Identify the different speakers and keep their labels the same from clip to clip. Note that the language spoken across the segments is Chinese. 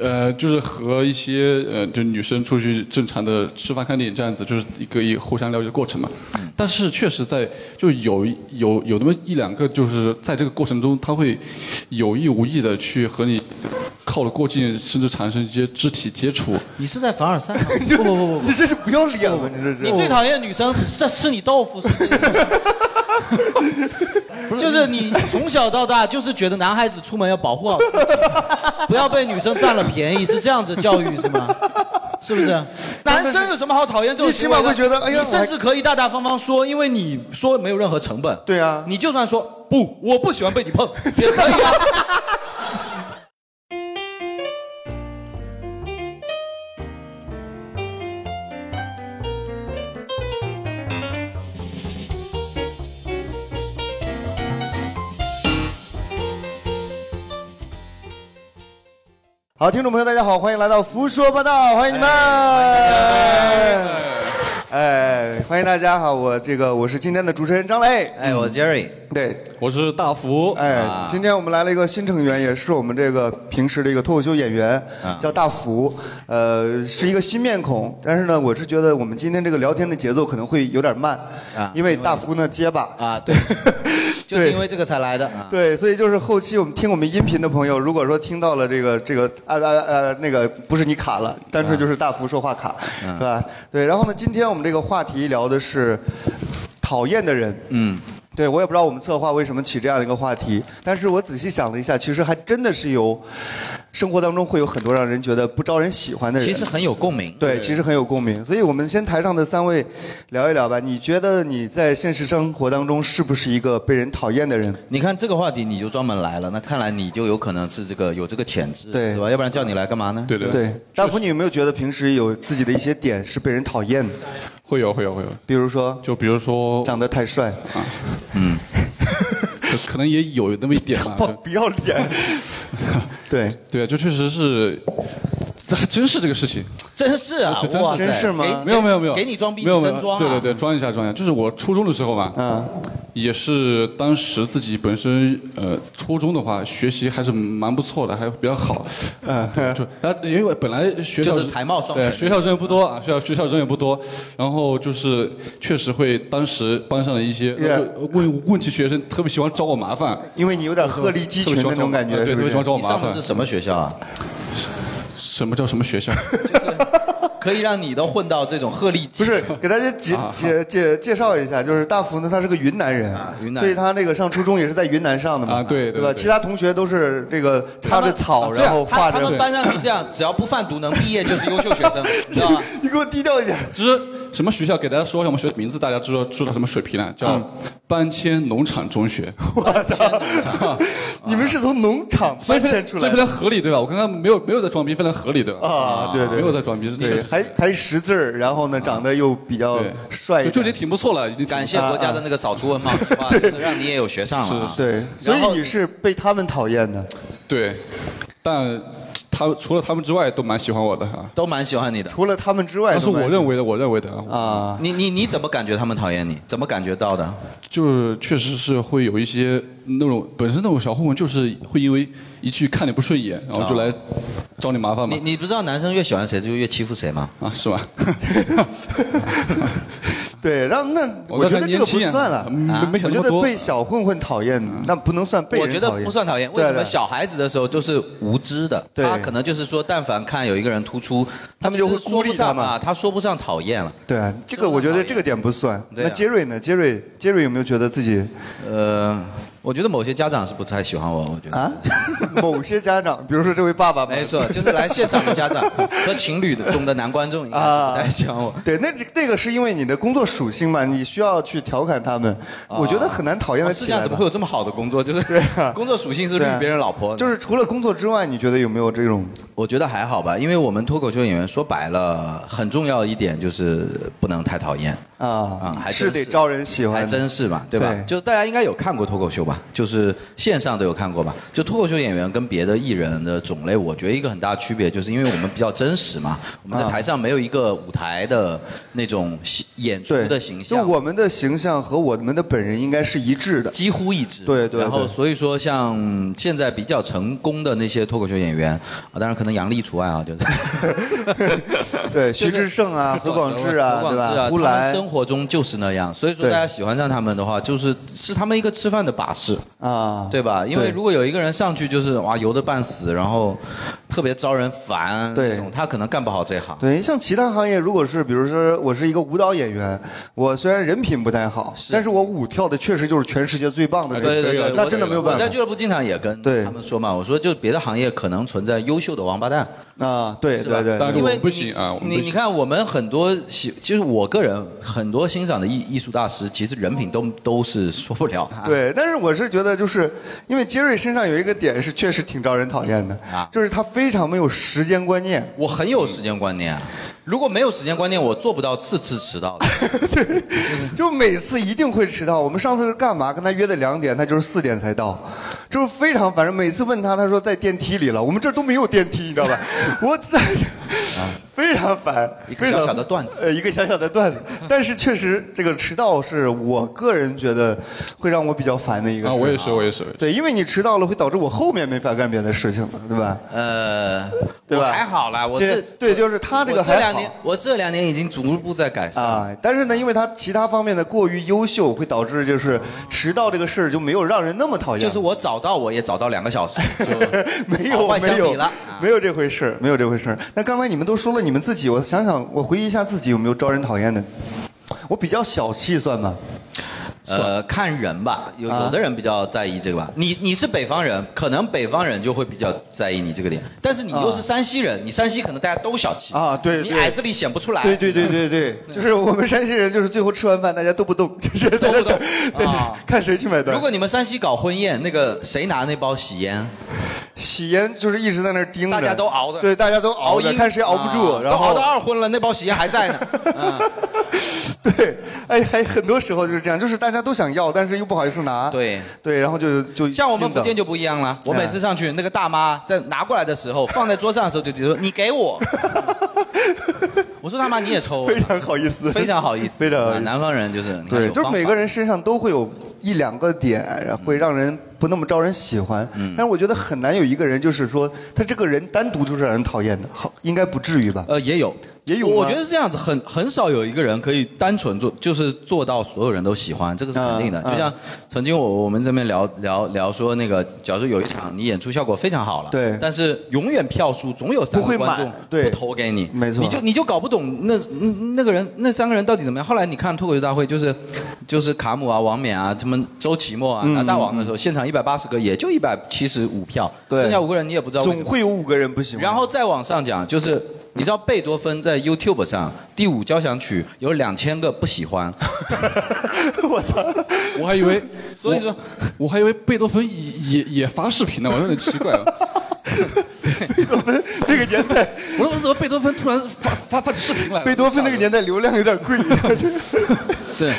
Speaker 1: 呃，就是和一些呃，就女生出去正常的吃饭、看电影这样子，就是一个一个互相了解的过程嘛。但是确实在就有有有那么一两个，就是在这个过程中，他会有意无意的去和你靠得过近，甚至产生一些肢体接触。
Speaker 2: 你是在凡尔赛 吗？不不不不，
Speaker 3: 你这是不要脸了，你这是。
Speaker 2: 你最讨厌女生在吃你豆腐，是 不是就是你从小到大就是觉得男孩子出门要保护好自己，不要被女生占了便宜，是这样子教育是吗？是 不是？男生有什么好讨厌这种行为的？
Speaker 3: 你起码会觉得哎呀
Speaker 2: 你甚至可以大大方方说，因为你说没有任何成本。对啊，你就算说不，我不喜欢被你 碰，也可以啊。
Speaker 3: 好，听众朋友，大家好，欢迎来到《胡说八道》，欢迎你们！哎，欢迎大家哈，我这个我是今天的主持人张磊，
Speaker 2: 哎，我 Jerry，
Speaker 3: 对，
Speaker 1: 我是大福，
Speaker 3: 哎
Speaker 2: 啊，
Speaker 3: 今天我们来了一个新成员，也是我们这个平时的一个脱口秀演员，
Speaker 2: 啊
Speaker 3: 叫大福，呃，是一个新面孔，但是呢，我是觉得我们今天这个聊天的节奏可能会有点慢，
Speaker 2: 啊
Speaker 3: 因为大福呢结巴，
Speaker 2: 啊， 对，就是因为这个才来的啊。
Speaker 3: 对，所以就是后期我们听我们音频的朋友，如果说听到了这个这个啊啊啊那个不是你卡了，单纯就是大福说话卡，
Speaker 2: 嗯
Speaker 3: 是吧？对，然后呢，今天我们这个话题聊的是讨厌的人，嗯。对，我也不知道我们策划为什么起这样一个话题，但是我仔细想了一下，其实还真的是有，生活当中会有很多让人觉得不招人喜欢的人，
Speaker 2: 其实很有共鸣。
Speaker 3: 对，其实很有共鸣。所以我们先台上的三位聊一聊吧，你觉得你在现实生活当中是不是一个被人讨厌的人？
Speaker 2: 你看这个话题你就专门来了，那看来你就有可能是这个有这个潜质，
Speaker 3: 对
Speaker 2: 是吧？要不然叫你来干嘛呢？
Speaker 1: 对对
Speaker 3: 对，大福，你有没有觉得平时有自己的一些点是被人讨厌的？
Speaker 1: 会有会有会有，
Speaker 3: 比如说，
Speaker 1: 就比如说
Speaker 3: 长得太帅，
Speaker 1: 啊可可能也有那么一点 吧。
Speaker 3: 不不要脸。对，
Speaker 1: 对啊，就确实是， 这还真是这个事情。
Speaker 2: 真是啊，
Speaker 1: 哦这真是
Speaker 2: 哇塞
Speaker 3: 真是吗
Speaker 2: 给
Speaker 1: 没有没有没有，
Speaker 2: 给你装逼，
Speaker 1: 没有
Speaker 2: 你
Speaker 1: 没
Speaker 2: 真
Speaker 1: 有
Speaker 2: 装啊！
Speaker 1: 对对对，装一下装一下。就是我初中的时候嘛，
Speaker 3: 嗯，
Speaker 1: 也是当时自己本身呃初中的话学习还是蛮不错的，还比较好。
Speaker 3: 嗯，
Speaker 1: 就啊，因为本来学校
Speaker 2: 就是才貌双全
Speaker 1: 对，学校人也不多啊，学校学校人也不多，然后就是确实会当时班上的一些
Speaker 3: Yeah
Speaker 1: 呃问问题学生特别喜欢找我麻烦，
Speaker 3: 因为你有点鹤立鸡
Speaker 1: 特别
Speaker 3: 群
Speaker 1: 喜欢
Speaker 3: 那
Speaker 1: 找
Speaker 3: 种
Speaker 1: 我
Speaker 3: 感觉，
Speaker 1: 啊对，
Speaker 3: 是
Speaker 1: 特
Speaker 3: 不
Speaker 1: 别喜欢
Speaker 3: 是？
Speaker 1: 找我
Speaker 2: 你
Speaker 1: 麻
Speaker 2: 上的
Speaker 1: 烦
Speaker 2: 是。什么学校啊？
Speaker 1: 什么叫什么学校？
Speaker 2: 可以让你都混到这种鹤立鸡
Speaker 3: 不是，给大家介
Speaker 1: 啊
Speaker 3: 介介介绍一下，就是大福呢，他是个云南人
Speaker 2: 啊，云南
Speaker 3: 所以他那个上初中也是在云南上的嘛，
Speaker 1: 啊对对
Speaker 3: 吧？
Speaker 1: 对
Speaker 3: 其他同学都是这个插着草，
Speaker 1: 这样
Speaker 3: 然后
Speaker 2: 他
Speaker 3: 画
Speaker 2: 他们
Speaker 3: 着。
Speaker 2: 班上是这样，只要不贩毒能毕业就是优秀学 生，你知道吗？
Speaker 3: 你给我低调一点。
Speaker 1: 只是什么学校？给大家说一下我们学校的名字，大家知道知道什么水平了？叫
Speaker 3: 嗯
Speaker 1: 搬迁农场中学，
Speaker 3: 我操！ 你们是从农场
Speaker 1: 所以
Speaker 3: 搬
Speaker 1: 非
Speaker 3: 迁
Speaker 1: 常
Speaker 3: 出
Speaker 1: 所
Speaker 3: 来
Speaker 1: 以非
Speaker 3: 的
Speaker 1: 常合理，对吧？我刚刚没有没有在装逼，非常合理，对吧？
Speaker 3: 啊？对对
Speaker 1: 没有在装逼，是
Speaker 3: 对，还还识字儿，然后呢，长得又比较
Speaker 1: 啊对
Speaker 3: 帅一
Speaker 1: 就就已
Speaker 3: 点。
Speaker 1: 经挺不错了，已经挺啊
Speaker 2: 感谢国家的那个扫除文盲计划，就是让你也有学上了啊。
Speaker 3: 对，所以你是被他们讨厌的，
Speaker 1: 对，但他除了他们之外都蛮喜欢我的啊，
Speaker 2: 都蛮喜欢你的。
Speaker 3: 除了他们之外
Speaker 1: 但是
Speaker 3: 都没有，
Speaker 1: 我认为的，我认为的啊，
Speaker 3: 啊，
Speaker 2: 你你你怎么感觉他们讨厌你？怎么感觉到的？
Speaker 1: 就是确实是会有一些那种本身那种小混混，就是会因为一句看你不顺眼，然后
Speaker 3: 啊
Speaker 1: 就来找你麻烦嘛
Speaker 2: 你，你不知道男生越喜欢谁就越欺负谁吗？
Speaker 1: 啊是 吧？
Speaker 3: 对，然后那
Speaker 1: 我
Speaker 3: 我觉
Speaker 1: 看
Speaker 3: 得
Speaker 1: 年
Speaker 3: 这个不
Speaker 1: 轻啊
Speaker 3: 算了。
Speaker 1: 没没
Speaker 3: 我
Speaker 1: 想那
Speaker 3: 觉
Speaker 1: 么
Speaker 3: 得
Speaker 1: 多。啊嗯
Speaker 3: 被小混混讨厌，那不能算被
Speaker 2: 我
Speaker 3: 人讨
Speaker 2: 觉
Speaker 3: 厌。
Speaker 2: 得不算讨厌，为
Speaker 3: 对
Speaker 2: 什么
Speaker 3: 对
Speaker 2: 小孩子的时候就是无知的？
Speaker 3: 对
Speaker 2: 他可能就是说，但凡看有一个人突出，
Speaker 3: 他们就会孤立他们
Speaker 2: 啊，他说不上讨厌了。
Speaker 3: 对啊，这个我觉得这个点不算。
Speaker 2: 对啊
Speaker 3: 那杰瑞呢？杰瑞，杰瑞有没有觉得自己
Speaker 2: 呃，我觉得某些家长是不太喜欢我，我觉得。
Speaker 3: 啊？ 某些家长，比如说这位爸爸吧，
Speaker 2: 没错，就是来现场的家 长和情侣的中的男观众应该是不太喜欢我。
Speaker 3: 对，那这那个是因为你的工作属性嘛，你需要去调侃他们。我觉得很难讨厌
Speaker 2: 哦
Speaker 3: 的
Speaker 2: 世
Speaker 3: 起
Speaker 2: 界上
Speaker 3: 来
Speaker 2: 怎么
Speaker 3: 吧
Speaker 2: 会。有这么好的工作？就是
Speaker 3: 对啊
Speaker 2: 工作属性是绿
Speaker 3: 对啊
Speaker 2: 别人老婆，
Speaker 3: 就是除了工作之外，你觉得有没有这种
Speaker 2: 我觉得还好吧，因为我们脱口秀演员说白了，很重要一点就是不能太讨厌。啊
Speaker 3: 啊？
Speaker 2: 还真
Speaker 3: 是得
Speaker 2: 是
Speaker 3: 招人喜欢
Speaker 2: 还
Speaker 3: 的。
Speaker 2: 真是嘛，对吧？
Speaker 3: 对
Speaker 2: 就是大家应该有看过脱口秀吧，就是线上都有看过吧？就脱口秀演员人跟别的艺人的种类，我觉得一个很大的区别，就是因为我们比较真实嘛，我们在台上没有一个舞台的那种戏演出的形象，
Speaker 3: 就我们的形象和我们的本人应该是一致 的，
Speaker 2: 几乎一致。
Speaker 3: 对对
Speaker 2: 然后
Speaker 3: 对。
Speaker 2: 所以说像现在比较成功的那些脱口秀演员啊，当然可能杨笠除外啊，就是。
Speaker 3: 对，徐志胜啊，何广 智啊，
Speaker 2: 何
Speaker 3: 对
Speaker 2: 广智
Speaker 3: 吧？
Speaker 2: 啊，
Speaker 3: 呼
Speaker 2: 他们
Speaker 3: 兰
Speaker 2: 生活中就是那样，所以说大家喜欢上他们的话，就是是他们一个吃饭的把式，
Speaker 3: 啊，
Speaker 2: 对吧？因为如果有一个人上去就是哇油的半死，然后特别招人烦，
Speaker 3: 对
Speaker 2: 这种他可能干不好这行。
Speaker 3: 对，像其他行业，如果是比如说我是一个舞蹈演员，我虽然人品不太好，但是我舞跳的确实就是全世界最棒的那种，
Speaker 2: 啊对对对，
Speaker 3: 那
Speaker 2: 我
Speaker 3: 真的没有办
Speaker 2: 我在
Speaker 3: 法
Speaker 2: 俱乐部经常也跟他们说嘛，我说就别的行业可能存在优秀的王八蛋，
Speaker 3: 啊，对对对，
Speaker 2: 因为
Speaker 1: 不行啊，我们
Speaker 2: 你你看，我们很多喜，就是我个人很多欣赏的艺艺术大师，其实人品都都是说不了。
Speaker 3: 对，但是我是觉得，就是因为杰瑞身上有一个点是确实挺招人讨厌的，
Speaker 2: 啊
Speaker 3: 就是他非常没有时间观念。
Speaker 2: 我很有时间观念啊，如果没有时间观念，我做不到次次迟到的。
Speaker 3: 就每次一定会迟到。我们上次是干嘛？跟他约的两点，他就是四点才到，就是非常反正每次问他，他说在电梯里了。我们这儿都没有电梯，你 知道吧？我在。非常烦，
Speaker 2: 一个
Speaker 3: 非常
Speaker 2: 小小的段子
Speaker 3: 呃，一个小小的段子，但是确实这个迟到是我个人觉得会让我比较烦的一个事
Speaker 1: 啊，
Speaker 3: 儿
Speaker 1: 我也是，我也是。
Speaker 3: 对，因为你迟到了会导致我后面没法干别的事情了，对吧？
Speaker 2: 呃，
Speaker 3: 对吧
Speaker 2: 我还好啦，我这
Speaker 3: 这对，就是他这个
Speaker 2: 我这
Speaker 3: 还
Speaker 2: 两
Speaker 3: 好
Speaker 2: 年，我这两年已经逐步在改善。
Speaker 3: 啊，但是呢，因为他其他方面的过于优秀，会导致就是迟到这个事儿就没有让人那么讨厌了。
Speaker 2: 就是我早到，我也早到两个 小时，就
Speaker 3: 没有
Speaker 2: 好坏
Speaker 3: 没
Speaker 2: 相
Speaker 3: 有
Speaker 2: 比了。啊
Speaker 3: 没有这回事儿，没有这回事儿。那刚才你们都说了你们自己，我想想，我回忆一下自己有没有招人讨厌的。我比较小气，算吗？
Speaker 2: 呃，看人吧，有
Speaker 3: 啊
Speaker 2: 有的人比较在意这个吧。你你是北方人，可能北方人就会比较在意你这个点，但是你又是山西人，你山西可能大家都小气
Speaker 3: 啊对
Speaker 2: 你
Speaker 3: 对
Speaker 2: 矮子啊里显不出来。
Speaker 3: 对对对对对， 就是我们山西人，就是最后吃完饭大家都不动，就是 都不动，对
Speaker 2: 啊，
Speaker 3: 看谁去买单。
Speaker 2: 如果你们山西搞婚宴，那个谁拿那包喜烟，
Speaker 3: 喜烟就是一直在那儿盯着，
Speaker 2: 大家都熬着
Speaker 3: 哦对，大家都熬着，
Speaker 2: 夜
Speaker 3: 看谁熬不住，
Speaker 2: 啊
Speaker 3: 然
Speaker 2: 都熬
Speaker 3: 后
Speaker 2: 到二婚了，那包喜烟还在呢。嗯
Speaker 3: 对，哎，还很多时候就是这样，就是大家都想要，但是又不好意思拿。
Speaker 2: 对
Speaker 3: 对，然后就就
Speaker 2: 像我们福建
Speaker 3: 就
Speaker 2: 就不一样
Speaker 3: 嗯
Speaker 2: 了，我每次上去，那个大妈在拿过来的时候，放在桌上的时候就直接说：“你给 我。”我说：“大妈，你也抽。”啊
Speaker 3: 非常好意思，
Speaker 2: 非常好意思，
Speaker 3: 非常好
Speaker 2: 啊
Speaker 3: 意思。
Speaker 2: 南方人就是你看
Speaker 3: 对，
Speaker 2: 有
Speaker 3: 就是
Speaker 2: 方
Speaker 3: 每
Speaker 2: 法嗯
Speaker 3: 个人身上都会有一两个点，然后会让人不那么招人喜欢。但是我觉得很难有一个人就是说他这个人单独就是让人讨厌的，好，应该不至于吧？
Speaker 2: 呃，也有，
Speaker 3: 也有吗
Speaker 2: 我觉得是这样子，很很少有一个人可以单纯做，就是做到所有人都喜欢，这个是肯定的。
Speaker 3: 嗯
Speaker 2: 就像曾经我我们这边聊聊聊说那个，假如说有一场你演出效果非常好了，
Speaker 3: 对
Speaker 2: 但是永远票数总有三
Speaker 3: 不
Speaker 2: 个
Speaker 3: 会
Speaker 2: 观众
Speaker 3: 满对
Speaker 2: 不投给你，
Speaker 3: 没错
Speaker 2: 你就你就搞不懂那那个人那三个人到底怎么样。后来你看脱口秀大会，就是就是卡姆啊、王冕啊、他们周奇墨啊
Speaker 3: 嗯
Speaker 2: 拿大王的时候，现场一百八十个也就一百七十五票，
Speaker 3: 对
Speaker 2: 剩下五个人你也不知道为什
Speaker 3: 总
Speaker 2: 么。
Speaker 3: 会有五个人不喜欢。
Speaker 2: 然后再往上讲，就是你知道贝多芬在 YouTube 上第五交响曲有两千个不喜 欢，
Speaker 3: 我操，
Speaker 1: 我还以为，
Speaker 2: 所以说
Speaker 1: 我我还以为贝多芬也也也发视频呢，我有点奇怪啊了。
Speaker 3: 那个年 代，
Speaker 1: 我说我怎么贝多芬突然发发发起视频来了？
Speaker 3: 贝多芬那个年代流量有点 贵。
Speaker 2: 是，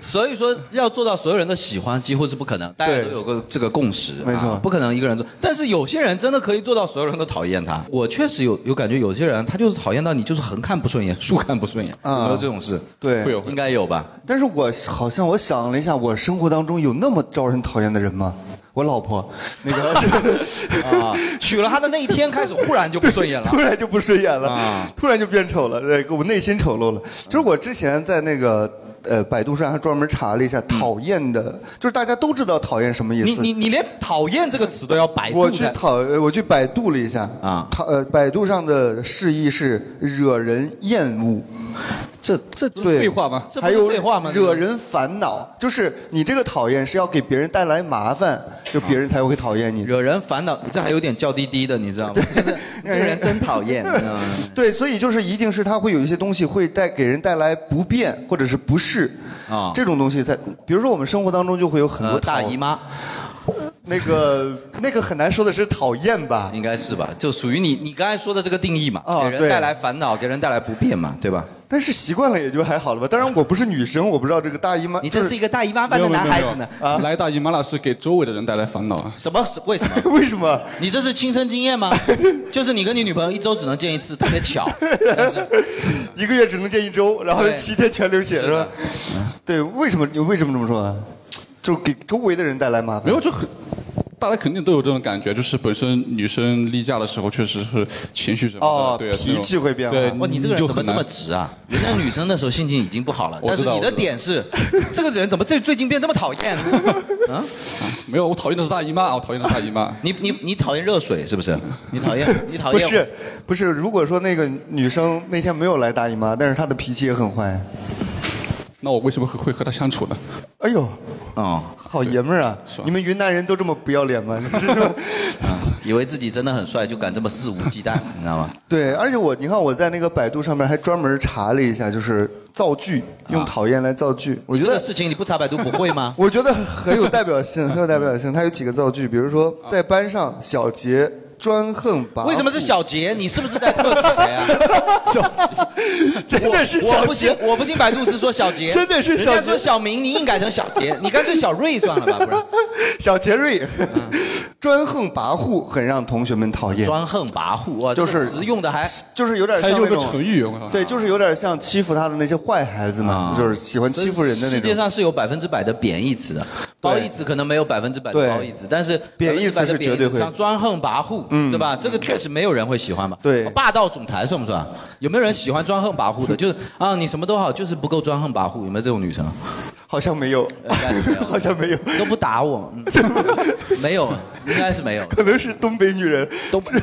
Speaker 2: 所以说要做到所有人的喜欢几乎是不可能，大家
Speaker 3: 对
Speaker 2: 都有个这个共识，
Speaker 3: 没错
Speaker 2: 啊不可能一个人做。但是有些人真的可以做到所有人都讨厌他。我确实有有感觉，有些人他就是讨厌到你就是横看不顺眼，竖看不顺眼，
Speaker 3: 啊
Speaker 2: 有没有这种事？
Speaker 3: 对，
Speaker 1: 会有会
Speaker 2: 应
Speaker 1: 有，
Speaker 2: 该有吧。
Speaker 3: 但是我好像我想了一下，我生活当中有那么招人讨厌的人吗？我老婆，那 个
Speaker 2: 啊，娶了她的那一天开始，忽然就不顺眼了
Speaker 3: 突。然就不顺眼了，
Speaker 2: 啊
Speaker 3: 突然就变丑了，对，我内心丑陋了。就是我之前在那个呃百度上还专门查了一下，讨厌的，就是大家都知道讨厌什么意
Speaker 2: 你嗯
Speaker 3: 思。
Speaker 2: 你你连讨厌这个词都要百度
Speaker 3: 我去
Speaker 2: 才
Speaker 3: 讨，呃我去百度了一下
Speaker 2: 啊
Speaker 3: 讨呃，百度上的释义是惹人厌恶，
Speaker 2: 这这
Speaker 1: 不
Speaker 2: 对。
Speaker 1: 是废
Speaker 3: 对
Speaker 1: 话吗？
Speaker 2: 这不
Speaker 3: 还
Speaker 2: 是
Speaker 3: 有
Speaker 2: 废话吗
Speaker 3: 惹人烦恼，就是你这个讨厌是要给别人带来麻烦，就别人才会讨厌你。
Speaker 2: 惹人烦恼，你这还有点叫滴滴的，你知道吗？就是 这个人真讨厌。嗯
Speaker 3: 对，所以就是一定是他会有一些东西会带给人带来不便或者是不适
Speaker 2: 啊
Speaker 3: 这种东西才，比如说我们生活当中就会有很多
Speaker 2: 呃，
Speaker 3: 讨、
Speaker 2: 大姨妈
Speaker 3: 那个那个很难说的是讨厌吧？
Speaker 2: 嗯应该是吧？就属于你你刚才说的这个定义嘛，
Speaker 3: 哦
Speaker 2: 给人
Speaker 3: 对
Speaker 2: 带来烦恼，给人带来不便嘛，对吧？
Speaker 3: 但是习惯了也就还好了吧。当然我不是女生，我不知道这个大姨妈。
Speaker 1: 你
Speaker 3: 就
Speaker 1: 呃真是一个
Speaker 3: 大姨妈
Speaker 1: 没有没有没有
Speaker 2: 啊
Speaker 1: 来大姨妈了是给周围的人带来烦恼啊。
Speaker 2: 什么？为什么？
Speaker 3: 为什么？
Speaker 2: 你这是亲身经 验吗？就是你跟你女朋友一周只能见一次，特别巧。
Speaker 3: 一个月只能见一周，然后
Speaker 2: 对
Speaker 3: 七天全流血是吧？ 对，为什么你为什么这么说啊？就给周围的人带来麻烦。没
Speaker 1: 有，就很大家肯定都有这种感觉，就是本身女生例假的时候，确实是情绪什么的，
Speaker 2: 哦
Speaker 1: 对，啊
Speaker 2: 脾气会变化
Speaker 1: 对，
Speaker 2: 哇哦你这个人
Speaker 1: 就
Speaker 2: 怎么
Speaker 1: 很难
Speaker 2: 这么直啊？人家女生那时候心情已经不好了，
Speaker 1: 我
Speaker 2: 但
Speaker 1: 知
Speaker 2: 是
Speaker 1: 道
Speaker 2: 你的
Speaker 1: 我知道
Speaker 2: 点是，这个人怎么最最近变这么讨 厌？啊，
Speaker 1: 没有，我讨厌的是大姨妈， 我讨厌的是大姨妈。
Speaker 2: 你你你讨厌热水是不是？你讨厌你讨
Speaker 3: 不
Speaker 2: 厌
Speaker 3: 是不是，如果说那个女生那天没有来大姨妈，但是她的脾气也很坏，
Speaker 1: 那我为什么会会和她相处呢？
Speaker 3: 哎呦，
Speaker 2: 哦，
Speaker 3: 好爷们儿啊！你们云南人都这么不要脸吗？ 真是
Speaker 2: 啊， 以为自己真的很帅，就敢这么肆无 忌惮，你知道吗？
Speaker 3: 对，而且我你看我在那个百度上面还专门查了一下，就是造句，用讨厌来造句。我觉
Speaker 2: 这
Speaker 3: 得？
Speaker 2: 个事啊情你不查百度不会吗
Speaker 3: 我觉得很有代表性，很有代表性。它有几个造句，比如说在班上，小杰专横跋扈。
Speaker 2: 啊为什么是小 杰？你是不是在克制谁啊？
Speaker 3: 真的是
Speaker 2: 我
Speaker 3: 小
Speaker 2: 不信
Speaker 3: 杰，？
Speaker 2: 我不信百度是说小杰，
Speaker 3: 真的是小杰
Speaker 2: 人家说小明，你硬改成小杰，你干脆小瑞算了吧， 不然
Speaker 3: 小杰瑞，
Speaker 2: 嗯
Speaker 3: 专横跋扈很让同学们讨厌。
Speaker 2: 专横跋扈啊，
Speaker 3: 就
Speaker 2: 这
Speaker 3: 是
Speaker 2: 个词用 的还
Speaker 3: 就是有点像那种对，就是是有点像欺负他的那些坏孩子嘛，就是喜欢欺负人的那
Speaker 2: 啊世界
Speaker 3: 种。
Speaker 2: 上是有百分之百的贬义词的，褒义词可能没有百分之百的
Speaker 3: 对
Speaker 2: 褒义词，但是
Speaker 3: 贬义
Speaker 2: 100%
Speaker 3: 词
Speaker 2: 的
Speaker 3: 是绝
Speaker 2: 贬
Speaker 3: 对
Speaker 2: 义词
Speaker 3: 会
Speaker 2: 像专横跋扈，
Speaker 4: 嗯
Speaker 2: 对吧？这个确实没有人会喜欢吧？
Speaker 4: 对
Speaker 2: 霸道总裁算不算？有没有人喜欢专横跋 扈的？就是啊，你什么都好，就是不够专横跋扈，有没有这种女生？
Speaker 3: 好像没有，
Speaker 2: 呃
Speaker 3: 好像没有，
Speaker 2: 都不打我，嗯 没有，应该是没 有。
Speaker 3: 可能是东北女人。
Speaker 2: 东北，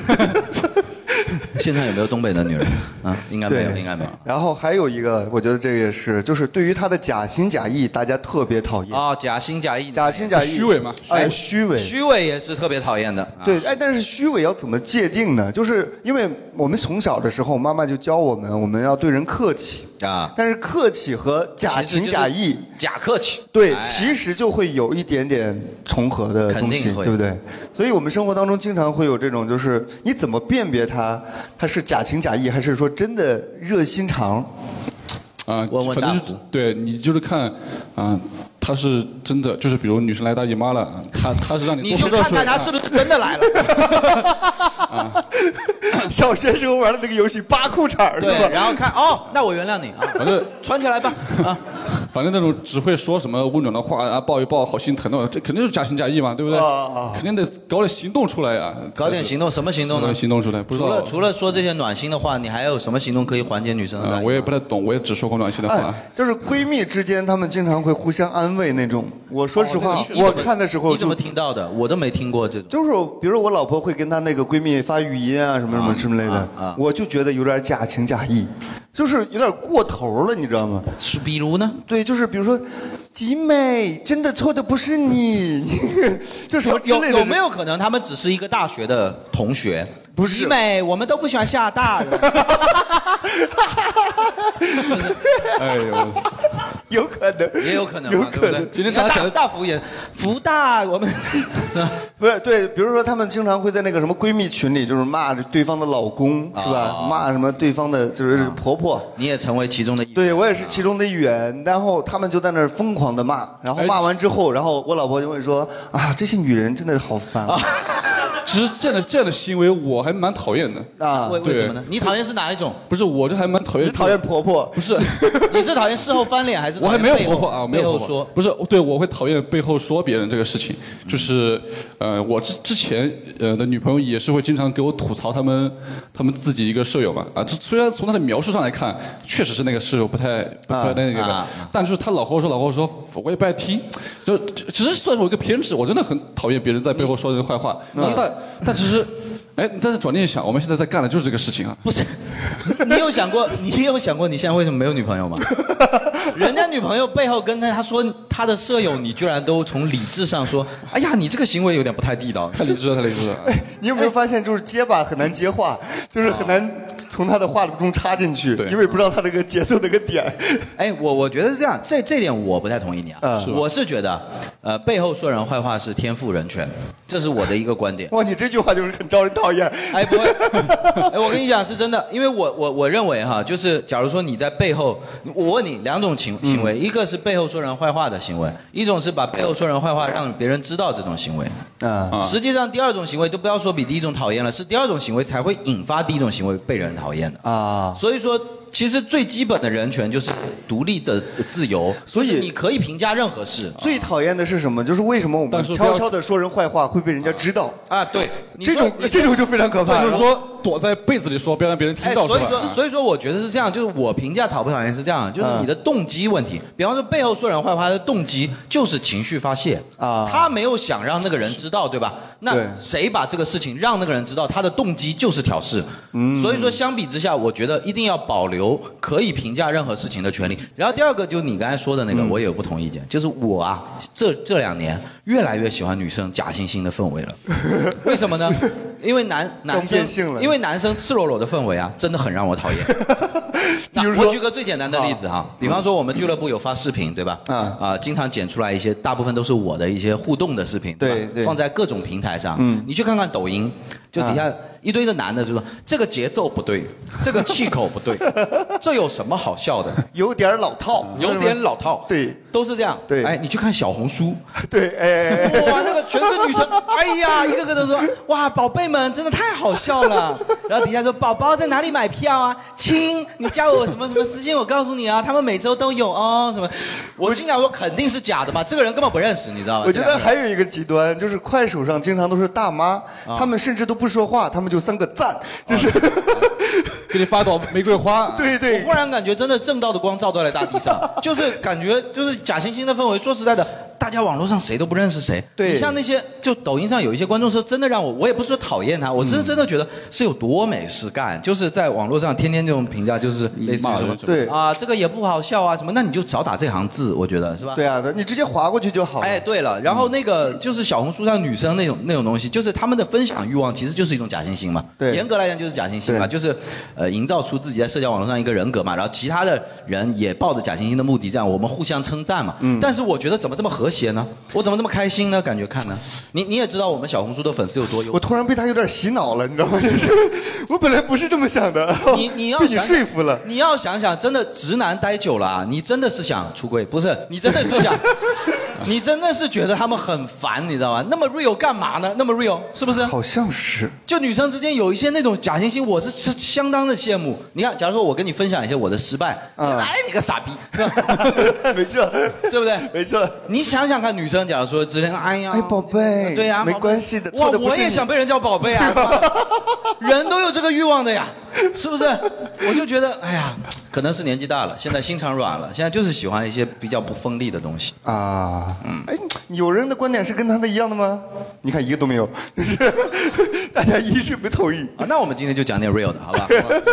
Speaker 2: 现在有没有东北的女人？啊，应该没有，
Speaker 3: 对
Speaker 2: 应该没有。
Speaker 3: 然后还有一个，我觉得这也是，就是对于他的假心假意，大家特别讨厌。
Speaker 2: 哦，假心假意，
Speaker 3: 假心假意，
Speaker 1: 虚伪嘛
Speaker 3: 哎，虚伪。
Speaker 2: 虚伪也是特别讨厌的。啊
Speaker 3: 对，哎，但是虚伪要怎么界定呢？就是因为我们从小的时候，妈妈就教我们，我们要对人客气
Speaker 2: 啊。
Speaker 3: 但是客气和假情假
Speaker 2: 其实
Speaker 3: 意
Speaker 2: 就是，假客气。
Speaker 3: 对，
Speaker 2: 哎
Speaker 3: 其实就会有一点点重合的东
Speaker 2: 肯
Speaker 3: 西，
Speaker 2: 定会
Speaker 3: 对不对？所以我们生活当中经常会有这种，就是你怎么辨别他，他是假情假意，还是说真的热心肠？
Speaker 1: 啊，
Speaker 3: 问问
Speaker 1: 反正
Speaker 3: 大
Speaker 1: 就是对你就是看啊，她是真的，就是比如女生来大姨妈了，啊她她是让你
Speaker 2: 你
Speaker 1: 多喝
Speaker 2: 就
Speaker 1: 热
Speaker 2: 看
Speaker 1: 水
Speaker 2: 看他
Speaker 1: 啊，
Speaker 2: 是不是真的来了。
Speaker 3: 小学时候玩的那个游戏扒裤衩儿，
Speaker 2: 对
Speaker 3: 是吧？，
Speaker 2: 然后看哦，那我原谅你啊，
Speaker 1: 反正
Speaker 2: 穿起来吧啊。
Speaker 1: 反正那种只会说什么温暖的话啊，抱一抱，好心疼的，这肯定是假情假意嘛，对不对？肯定得搞点行动出来呀、
Speaker 2: 搞点行动，什么行动
Speaker 1: 搞
Speaker 2: 呢？
Speaker 1: 点行动出来，不知
Speaker 2: 除
Speaker 1: 道
Speaker 2: 了。除了说这些暖心的话，你还有什么行动可以缓解女生的压
Speaker 1: 啊，
Speaker 2: 力？
Speaker 1: 我也不太懂，我也只说过暖心的话。
Speaker 3: 哎，就是闺蜜之间，她们经常会互相安慰那种。我说实
Speaker 2: 哦
Speaker 3: 话，
Speaker 2: 你你怎么
Speaker 3: 我看的时候
Speaker 2: 你怎
Speaker 3: 就
Speaker 2: 么听到的？我都没听过这种。
Speaker 3: 就是，比如我老婆会跟她那个闺蜜发语音啊，什么什么之类的，
Speaker 2: 啊
Speaker 3: 我就觉得有点假情假意，就是有点过头了，你知道吗？
Speaker 2: 是比如呢？
Speaker 3: 对，就是比如说，集美，真的错的不是你， 就什么之
Speaker 2: 有
Speaker 3: 类的。
Speaker 2: 有没有可能他们只是一个大学的同学？不是，美，我们都不喜欢厦大 的。
Speaker 1: 哎呦，
Speaker 3: 有可能，
Speaker 2: 也有可能啊
Speaker 3: 有
Speaker 2: 嘛，对不
Speaker 3: 可
Speaker 2: 对
Speaker 3: 能？。
Speaker 2: 你看大大福也福大，我 们
Speaker 3: 不是对，比如说她们经常会在那个什么闺蜜群里，就是骂对方的老公，
Speaker 2: 啊
Speaker 3: 是吧？骂什么对方的就是婆婆。
Speaker 2: 你也成为其中的一
Speaker 3: 对我也是其中的一员，然后他们就在那儿疯狂的骂，然后骂完之后，然后我老婆就会说啊，这些女人真的是好烦啊。
Speaker 1: 其实这样的这样的行为我还蛮讨厌的
Speaker 3: 啊
Speaker 2: 为为什么呢？你讨厌是哪一种？
Speaker 1: 不是，我这还蛮讨厌。
Speaker 3: 讨厌婆婆？
Speaker 1: 不是，
Speaker 2: 你是讨厌事后翻脸还是？
Speaker 1: 我还没有婆婆啊，我没
Speaker 2: 背
Speaker 1: 有
Speaker 2: 后
Speaker 1: 婆婆
Speaker 2: 说。
Speaker 1: 不是，对我会讨厌背后说别人这个事情，就是呃，我之之前呃的女朋友也是会经常给我吐槽他们他们自己一个舍友嘛啊，这虽然从她的描述上来看，确实是那个舍友不太不太那个的
Speaker 2: 啊，
Speaker 1: 但就是她老和我说，老和我说，我也不爱听，就只是算是我一个偏执，我真的很讨厌别人在背后说人坏话，
Speaker 2: 嗯
Speaker 1: 但但其实。哎，但是转念一想，我们现在在干的就是这个事情啊！
Speaker 2: 不是，你有想过，你有想过你现在为什么没有女 朋友吗？人家女朋友背后跟他他说他的舍友，你居然都从理智上说，哎呀，你这个行为有点不太地道。
Speaker 1: 太理智了，太理 智了。
Speaker 2: 哎
Speaker 3: 你有没有发现，就是结巴很难接话，就是很难从他的话中插进去，因为不知道他这个节奏那个点。
Speaker 2: 哎，我我觉得是这样，这这点我不太同意你啊。
Speaker 3: 嗯是吧
Speaker 2: 我是觉得，呃，背后说人坏话是天赋人权，这是我的一个观点。
Speaker 3: 哇，你这句话就是很招人讨厌。
Speaker 2: 哎，不会， 哎，我跟你讲是真的，因为我我我认为哈，就是假如说你在背后，我问你两种行行为，
Speaker 3: 嗯
Speaker 2: 一个是背后说人坏话的行为，一种是把背后说人坏话让别人知道这种行为。
Speaker 3: 啊
Speaker 2: 实际上，第二种行为都不要说比第一种讨厌了，是第二种行为才会引发第一种行为被人讨厌的。
Speaker 3: 啊，
Speaker 2: 所以说，其实最基本的人权就是独立的自由，
Speaker 3: 所以
Speaker 2: 就是你可以评价任何事。
Speaker 3: 最讨厌的是什么？就是为什么我
Speaker 1: 但
Speaker 3: 们
Speaker 1: 是不要
Speaker 3: 悄悄的说人坏话会被人家知道？
Speaker 2: 啊，对，你
Speaker 3: 这
Speaker 2: 说
Speaker 3: 种这种就非常可怕。
Speaker 1: 就是说躲在被子里说，不要让别人听
Speaker 2: 哎，
Speaker 1: 到，嗯
Speaker 2: 所以
Speaker 1: 是吧
Speaker 2: 说，所以说，我觉得是这样，就是我评价讨不讨厌是这样，就是你的动机问题。比方说，背后说人坏话的动机就是情绪发泄
Speaker 3: 啊
Speaker 2: 他没有想让那个人知道，对吧？那
Speaker 3: 对
Speaker 2: 谁把这个事情让那个人知道，他的动机就是挑事。所以说，相比之下，我觉得一定要保留可以评价任何事情的权利。然后第二个就是你刚才说的那个，我也有不同意见，就是我啊，这这两年越来越喜欢女生假惺惺的氛围了，为什么呢？因为男男
Speaker 3: 更
Speaker 2: 生
Speaker 3: 变性了
Speaker 2: 因为男生赤裸裸的氛围啊，真的很让我 讨厌。
Speaker 3: 比如
Speaker 2: 那
Speaker 3: 说
Speaker 2: 我举个最简单的例子哈，比方说我们俱乐部有发视频，对吧？
Speaker 3: 嗯
Speaker 2: 啊、经常剪出来一些，大部分都是我的一些互动的视频，
Speaker 3: 对
Speaker 2: 吧？
Speaker 3: 对
Speaker 2: 放在各种平台上，
Speaker 3: 嗯
Speaker 2: 你去看看抖音，就底下一堆的男的就说这个节奏不对，这个气口不 对，这有什么好笑的？
Speaker 3: 有点老套，
Speaker 2: 有点老套，
Speaker 3: 对
Speaker 2: 都是这样。
Speaker 3: 对
Speaker 2: 哎，你去看小红书，
Speaker 3: 对，哎哎哎，
Speaker 2: 哇，那个全是女生，哎呀，一个个都说，哇，宝贝们真的太好笑了。 然后底下说，宝宝在哪里买票啊？亲，你加我什么什么私信，我告诉你啊，他们每周都有哦，什么。我心想说肯定是假的吧，这个人根本不认识，你知道吧？
Speaker 3: 我觉
Speaker 2: 这
Speaker 3: 得
Speaker 2: 两个人
Speaker 3: 还有一个极端，就是快手上经常都是大妈，
Speaker 2: 啊
Speaker 3: 她们甚至都不说话，她们就三个赞，就是，
Speaker 2: 啊
Speaker 1: 给你发朵玫瑰花， 啊
Speaker 3: 对
Speaker 2: 我
Speaker 3: 对
Speaker 2: 忽，然感觉真的正道的光照到了大地 上，就是感觉就是假惺惺的氛围。说实在的，大家网络上谁都不认识谁。
Speaker 3: 对
Speaker 2: 你像那些就抖音上有一些观众说，真的让我，我也不是说讨厌他，我是真的觉得是有多没事干，就是在网络上天天这种评价，就是类似于
Speaker 1: 骂
Speaker 2: 什么
Speaker 1: 人什么
Speaker 3: 对
Speaker 2: 啊，这个也不好笑啊什么，那你就少打这行字，我觉得是吧？
Speaker 3: 对啊，你直接划过去就好了。嗯
Speaker 2: 哎，对了，然后那个就是小红书上女生那种那种东西，就是她们的分享欲望其实就是一种假惺惺嘛。
Speaker 3: 对
Speaker 2: 严格来讲就是假惺惺嘛，
Speaker 3: 对
Speaker 2: 就是呃营造出自己在社交网络上一个人格嘛，然后其他的人也抱着假惺惺的目的，这样我们互相称赞嘛。
Speaker 3: 嗯
Speaker 2: 但是我觉得怎么这么和谐呢？我怎么这么开心呢？感觉看呢，你你也知道我们小红书的粉丝有多优
Speaker 3: 我。突然被他有点洗脑了，你知道吗？ 就是我本来不是这么想的，
Speaker 2: 你你要
Speaker 3: 被你
Speaker 2: 想
Speaker 3: 说服了。
Speaker 2: 你要想想，真的直男待久了、啊，你真的是想出柜，不是？你真的 是想，你真的是觉得他们很烦，你知道吗？那么 real 干嘛呢？那么 real 是不是？
Speaker 3: 好像是，
Speaker 2: 就女生之间有一些那种假惺惺，我是是相当的羡慕。你看，假如说我跟你分享一些我的失败，
Speaker 3: 嗯
Speaker 2: 来你个傻逼， 是吧
Speaker 3: 没错，
Speaker 2: 对不对？
Speaker 3: 没错。
Speaker 2: 你想想看，女生假如说之前，哎呀，
Speaker 3: 哎宝贝
Speaker 2: 对呀、
Speaker 3: 没
Speaker 2: 宝贝
Speaker 3: 关系的
Speaker 2: 哇，
Speaker 3: 错的不
Speaker 2: 我
Speaker 3: 是
Speaker 2: 也
Speaker 3: 你
Speaker 2: 想被人叫宝贝 啊，人都有这个欲望的呀，是不是？我就觉得，哎呀，可能是年纪大了，现在心肠软了，现在就是喜欢一些比较不锋利的东西。
Speaker 3: 啊，哎，有人的观点是跟他的一样的吗？你看一个都没有， 就是大家一致不同意。
Speaker 2: 啊，那我们今天就讲点 real 的，好吧？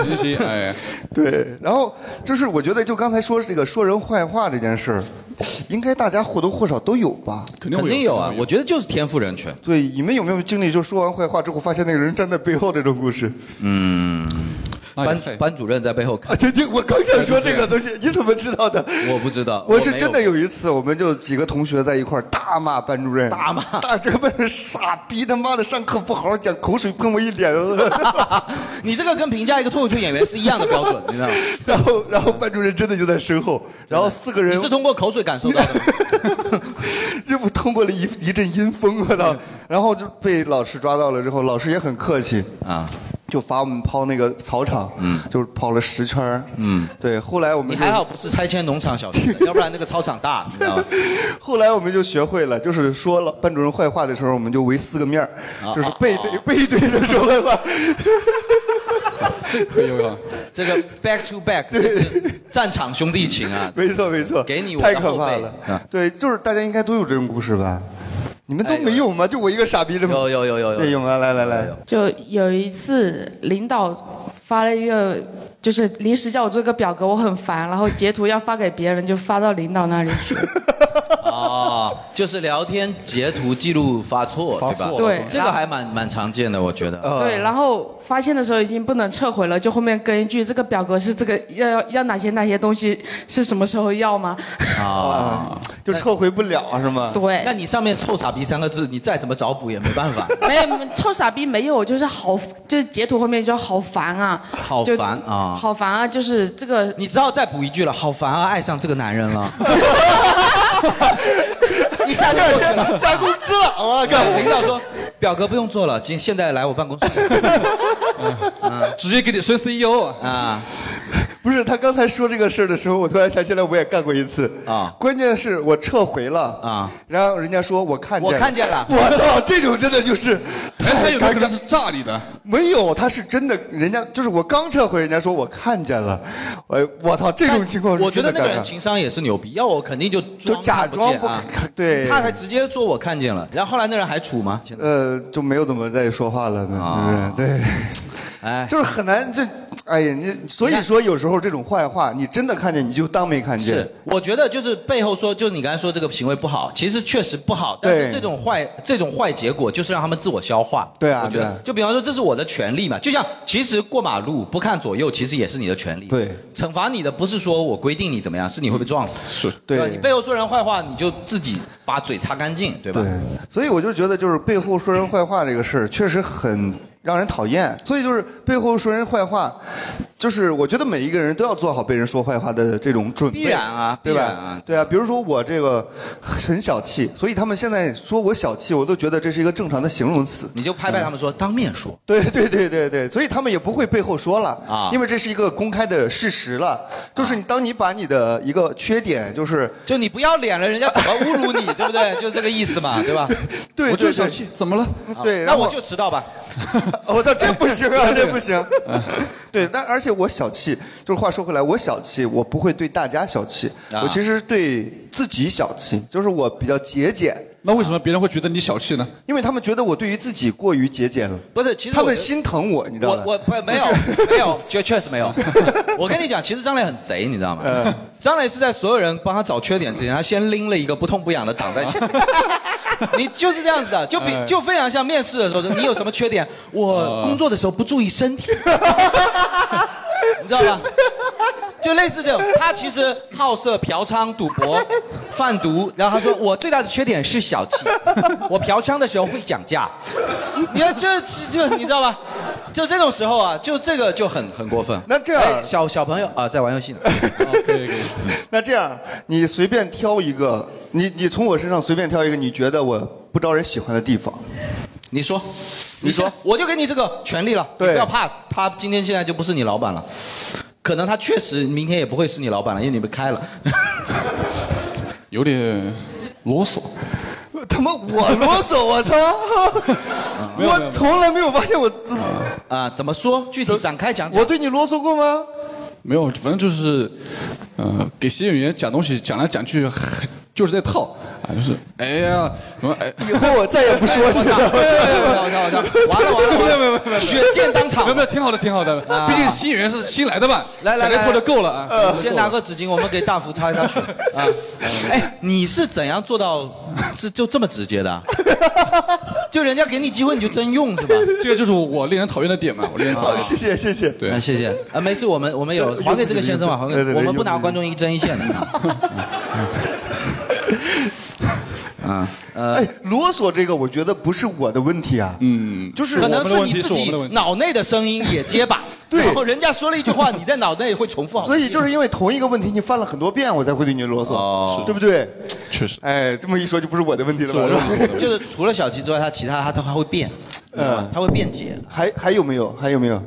Speaker 1: 行行，哎，
Speaker 3: 对，然后就是我觉得就刚才说这个说人坏话这件事儿，应该大家或多或少都有吧。
Speaker 1: 肯定
Speaker 2: 肯
Speaker 1: 会
Speaker 2: 定有啊
Speaker 1: 肯定，会
Speaker 2: 我觉得就是天赋人权。
Speaker 3: 对，你们有没有经历就说完坏话之后，发现那个人站在背后这种故事？
Speaker 1: 那也
Speaker 2: 班
Speaker 1: 太
Speaker 2: 班主任在背后
Speaker 3: 啊，
Speaker 2: 看，
Speaker 3: 对对，我刚想说这个东西，你怎么知道的？
Speaker 2: 我不知道，
Speaker 3: 我是真的
Speaker 2: 没
Speaker 3: 有一次，我们就几个同学在一块儿大骂班主任，
Speaker 2: 大骂
Speaker 3: 大这个班主任傻逼，他妈的上课不好好讲，口水喷我一 脸。
Speaker 2: 你这个跟评价一个脱口秀演员是一样的标准，你知道吗？
Speaker 3: 然后，然后班主任真的就在身后，然后四个人
Speaker 2: 你是通过口水感受到的吗。
Speaker 3: 这不通过了一一阵阴风，我操！然后就被老师抓到了之后，老师也很客气，
Speaker 2: 啊，
Speaker 3: 就罚我们跑那个操场，嗯，就是跑了十圈儿
Speaker 2: 嗯，
Speaker 3: 对。后来我
Speaker 2: 你
Speaker 3: 们就
Speaker 2: 还好不是拆迁农场小学， 要不然那个操场大，你知道吗？
Speaker 3: 后来我们就学会了，就是说了班主任坏话的时候，我们就围四个面儿，
Speaker 2: 啊
Speaker 3: 就是背对、背对着说坏话。
Speaker 1: 可以了。
Speaker 2: 这个 back to back 这是战场兄弟情 啊。
Speaker 3: 没错没错，
Speaker 2: 给你我的
Speaker 3: 太可怕了
Speaker 2: 后背啊。
Speaker 3: 对，就是大家应该都有这种故事吧？你们都没有吗？就我一个傻逼这么
Speaker 2: 有有有有
Speaker 3: 对
Speaker 2: 有，
Speaker 3: 有吗？来来来，
Speaker 5: 就有一次，领导发了一个，就是临 时叫我做一个表格，我很烦，然后截图要发给别人，就发到领导那里去。
Speaker 2: 啊，就是聊天截图记录发错，
Speaker 5: 发
Speaker 2: 对吧？
Speaker 5: 错对
Speaker 2: 这个还蛮蛮常见的，我觉得。
Speaker 3: 呃
Speaker 5: 对，然后发现的时候已经不能撤回了，就后面跟一句这个表格是这个要要要哪些哪些东西是什么时候要吗？
Speaker 2: 啊，
Speaker 3: 就撤回不了是吗
Speaker 5: 对
Speaker 2: 那你上面“臭傻逼”三个字，你再怎么找补也没办 法，
Speaker 5: 没有，臭傻逼没有，就是好，就是截图后面就好烦啊，
Speaker 2: 好
Speaker 5: 就
Speaker 2: 烦啊！
Speaker 5: 好烦啊，就是这个
Speaker 2: 你知道再补一句了，好烦啊，爱上这个男人 了。一下就过去了，
Speaker 3: 加工资了我
Speaker 2: 靠！领导说，表格不用做了，今现在来我办公室。
Speaker 1: 直接给你升 E CEO
Speaker 2: 啊！
Speaker 3: 不是，他刚才说这个事儿的时候，我突然想起来，我也干过一次
Speaker 2: 啊。
Speaker 3: 关键是我撤回了
Speaker 2: 啊，
Speaker 3: 然后人家说我看见，
Speaker 2: 我看见了
Speaker 3: 我操，这种真的就是，
Speaker 1: 哎，他有没有可能
Speaker 3: 是
Speaker 1: 炸你的？
Speaker 3: 没有，他是真的，人家就是我刚撤回，人家说我看见了，我我操，这种情况是
Speaker 2: 我觉得
Speaker 3: 真的
Speaker 2: 那个
Speaker 3: 尴
Speaker 2: 人
Speaker 3: 尬。
Speaker 2: 情商也是牛逼，要我肯定就就
Speaker 3: 假装不
Speaker 2: 啊，
Speaker 3: 对
Speaker 2: 他还直接说我看见了，然后后来那人还处吗？现在
Speaker 3: 呃，就没有怎么再说话了呢，就是对，
Speaker 2: 啊哎，
Speaker 3: 就是很难这，哎呀，你所以说有时候这种坏话，你真的看见你就当没看见，
Speaker 2: 是，我觉得就是背后说，就是你刚才说这个行为不好，其实确实不好，但
Speaker 3: 对
Speaker 2: 是这种坏这种坏结果就是让他们自我消化。
Speaker 3: 对啊
Speaker 2: 我觉得
Speaker 3: 对啊
Speaker 2: 就比方说这是我的权利嘛，就像其实过马路不看左右，其实也是你的权利。
Speaker 3: 对，
Speaker 2: 惩罚你的不是说我规定你怎么样，是你会被撞死。
Speaker 1: 是
Speaker 3: 对
Speaker 2: 啊吧你背后说人坏话，你就自己把嘴擦干净，对吧？
Speaker 3: 对，所以我就觉得，就是背后说人坏话这个事儿，确实很让人讨厌。所以就是背后说人坏话，就是我觉得每一个人都要做好被人说坏话的这种准备，
Speaker 2: 必然啊
Speaker 3: 对吧？
Speaker 2: 必然啊
Speaker 3: 对啊，比如说我这个很小气，所以他们现在说我小气，我都觉得这是一个正常的形容词。
Speaker 2: 你就拍拍他们说，当面说。
Speaker 3: 对对对对对，所以他们也不会背后说了
Speaker 2: 啊
Speaker 3: 因为这是一个公开的事实了。就是你当你把你的一个缺点，就是
Speaker 2: 就你不要脸了，人家怎么侮辱你， 对不对？就这个意思嘛，对吧？
Speaker 3: 对，
Speaker 1: 我就是
Speaker 3: 对
Speaker 1: 小气，怎么了？
Speaker 2: 啊
Speaker 3: 对，
Speaker 2: 那
Speaker 3: 然后
Speaker 2: 我就迟到吧。
Speaker 3: 我操，这不行 啊，这不行。对，但而且我小气，就是话说回来，我小气，我不会对大家小气，
Speaker 2: 啊
Speaker 3: 我其实对自己小气，就是我比较节俭，
Speaker 1: 那为什么别人会觉得你小气呢？
Speaker 3: 因为他们觉得我对于自己过于节俭了，
Speaker 2: 不是，其实
Speaker 3: 他
Speaker 2: 我
Speaker 3: 们
Speaker 2: 觉得
Speaker 3: 心疼我，你知道
Speaker 2: 我
Speaker 3: 吧？
Speaker 2: 我不没有没有，确确实没有。 我跟你讲，其实张磊很贼，你知道吗？
Speaker 3: 嗯
Speaker 2: 张磊是在所有人帮他找缺点之前，他先拎了一个不痛不痒的挡在前 面。你就是这样子的，就
Speaker 3: 嗯
Speaker 2: 比就非常像面试的时候，你有什么缺点？我工作的时候不注意身体，你知道吧？ 就类似这种，他其实好色、嫖娼、赌 博、贩毒，然后他说我最大的缺点是小 气，我嫖娼的时候会讲价，你看这这这你知道吧？就这种时候啊，就这个就很很过分。
Speaker 3: 那这样
Speaker 2: 哎小小朋友啊、在玩游戏呢，
Speaker 1: 哦可以可以。
Speaker 3: 那这样，你随便挑一个，你你从我身上随便挑一个，你觉得我不招人喜欢的地方，
Speaker 2: 你说，
Speaker 3: 你说
Speaker 2: 现在，我就给你这个权利了，
Speaker 3: 对
Speaker 2: 你不要怕，他今天现在就不是你老板了，可能他确实明天也不会是你老板了，因为你被开了。
Speaker 1: 有点啰嗦，
Speaker 3: 他妈我啰嗦，我操！
Speaker 1: 没有没有没
Speaker 3: 我
Speaker 1: 有
Speaker 3: 从来没有发现我，
Speaker 2: 啊、怎么说？具体展开讲讲。
Speaker 3: 我对你啰嗦过吗？
Speaker 1: 没有，反正就是，呃，给新演员讲东西讲来讲去，很就是在套啊，就是哎呀，什么哎，
Speaker 3: 以后我再也不说你
Speaker 2: 我操！
Speaker 3: 了。
Speaker 2: 我操！我操！完了完了！完了！血溅当场
Speaker 1: 没有。没有，挺好的，挺好的，毕竟新演员是新来的嘛，
Speaker 2: 来来
Speaker 1: 讲来
Speaker 2: 来
Speaker 1: 套就够了啊。
Speaker 2: 先拿个纸巾，我们给大福擦一擦血啊！哎，你是怎样做到这就这么直接的啊？就人家给你机会你就真用是吧？
Speaker 1: 这个就是我令人讨厌的点嘛，我令人讨
Speaker 3: 好，
Speaker 1: 厌。
Speaker 3: 啊谢谢谢谢。
Speaker 1: 对
Speaker 2: 啊，谢谢啊，没事，我们我们有
Speaker 3: 对
Speaker 2: 还给这个先生吧，
Speaker 3: 用
Speaker 2: 还
Speaker 3: 自己的意思
Speaker 2: 给我们不拿
Speaker 3: 对对对
Speaker 2: 观众一针一线的啊。嗯
Speaker 3: 哎，啰嗦这个我觉得不是我的问题啊，
Speaker 1: 嗯，
Speaker 3: 就是
Speaker 2: 可能
Speaker 1: 我们的问
Speaker 2: 是
Speaker 1: 题
Speaker 2: 你自
Speaker 1: 是我
Speaker 2: 己
Speaker 1: 们的问题
Speaker 2: 脑内的声音也结巴，
Speaker 3: 对
Speaker 2: 然后人家说了一句话，你在脑内会重复好几
Speaker 3: 所
Speaker 2: 遍。
Speaker 3: 以就是因为同一个问题你犯了很多遍，我才会对你啰嗦，
Speaker 2: 哦
Speaker 3: 对不对？
Speaker 1: 确实，
Speaker 3: 哎，这么一说就不是我的问题了吧？
Speaker 1: 我
Speaker 3: 是
Speaker 1: 认
Speaker 3: 吧
Speaker 1: 为我的
Speaker 2: 就是除了小鸡之外，他其他他都还会变，嗯
Speaker 3: 嗯，
Speaker 2: 他会辩解。
Speaker 3: 还还有没有？还有没有？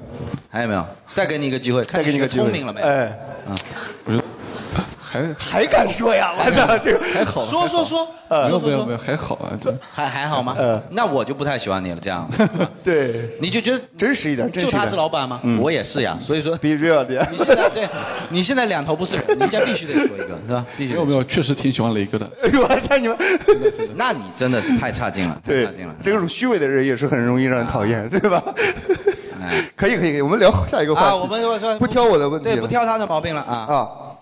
Speaker 2: 还有没有？再给你一个机会，
Speaker 3: 再
Speaker 2: 看
Speaker 3: 给你个
Speaker 2: 学
Speaker 3: 机会。
Speaker 2: 聪明了没？
Speaker 3: 哎，
Speaker 1: 还
Speaker 3: 还敢说呀？我操，这个
Speaker 1: 还好，啊
Speaker 2: 说说说，
Speaker 3: 哎
Speaker 1: 没有
Speaker 2: 说
Speaker 1: 没有
Speaker 2: 说
Speaker 1: 没有
Speaker 2: 说，
Speaker 1: 还好啊，就
Speaker 2: 还还好吗
Speaker 3: 嗯？
Speaker 2: 那我就不太喜欢你了，这 样，对吧
Speaker 3: 对，
Speaker 2: 你就觉得
Speaker 3: 真嗯实一点，真
Speaker 2: 就
Speaker 3: 实一点。
Speaker 2: 他是老板吗？我也是呀，所以说
Speaker 3: be real 点
Speaker 2: 你。现在对，你现在两头不是人，你现在必须得说一个，是 吧？必须
Speaker 1: 没
Speaker 2: 得
Speaker 1: 有
Speaker 2: 说
Speaker 1: 没有，确实挺喜欢雷哥的。
Speaker 3: 哎呦， 我操你们！
Speaker 2: 那你真的是太差劲了，太
Speaker 3: 对
Speaker 2: 差劲了，。啊
Speaker 3: 这种虚伪的人也是很容易让人讨厌，对吧？ 可以可以可以，我们聊下一个话题。
Speaker 2: 哎啊，我们说说
Speaker 3: 不挑我的问题
Speaker 2: 对，
Speaker 3: 了
Speaker 2: 不挑他的毛病了啊。
Speaker 3: 啊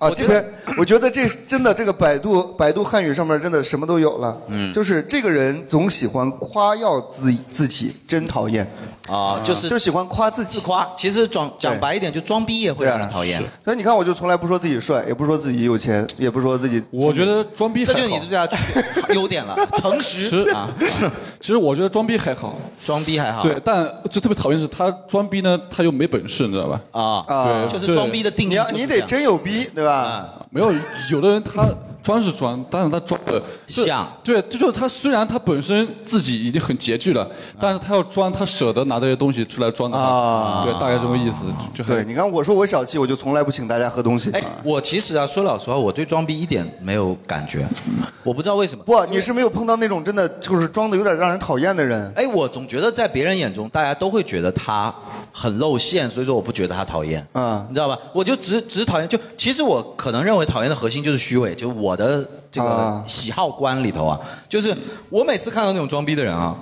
Speaker 3: 啊！啊，这边我觉得这是真的，这个百度百度汉语上面真的什么都有了。
Speaker 2: 嗯
Speaker 3: 就是这个人总喜欢夸耀自自己，真讨厌。
Speaker 2: 啊，就是
Speaker 3: 就喜欢夸自
Speaker 2: 己，夸。其实装讲白一点，就装逼也会让人讨厌。
Speaker 3: 所以你看，我就从来不说自己帅，也不说自己有钱，也不说自己。
Speaker 1: 我觉得装逼
Speaker 2: 这就是你最大的 优点了，诚
Speaker 1: 其
Speaker 2: 实
Speaker 1: 实
Speaker 2: 啊，
Speaker 1: 其实我觉得装逼还好，
Speaker 2: 装逼还好。
Speaker 1: 对，但就特别讨厌是他装逼呢，他又没本事，你知道吧？
Speaker 2: 啊
Speaker 3: 啊，
Speaker 1: 对
Speaker 3: 你要你得真有逼，对吧？
Speaker 1: 没有，有的人他装是装，但是他装的
Speaker 2: 像，
Speaker 1: 对，这就是他虽然他本身自己已经很拮据了，但是他要装，他舍得拿这些东西出来装的话，
Speaker 3: 啊
Speaker 1: 对，大概这么意思。就
Speaker 3: 对，你看我说我小气，我就从来不请大家喝东西。
Speaker 2: 哎，我其实啊，说老实话，我对装逼一点没有感觉，我不知道为什么。
Speaker 3: 不，你是没有碰到那种真的就是装的有点让人讨厌的人。
Speaker 2: 哎，我总觉得在别人眼中，大家都会觉得他很露馅，所以说我不觉得他讨厌。
Speaker 3: 嗯，
Speaker 2: 你知道吧？我就只只讨厌，就其实我可能认为讨厌的核心就是虚伪，就我的这个
Speaker 3: 啊
Speaker 2: 喜好观里头啊，就是我每次看到那种装逼的人啊，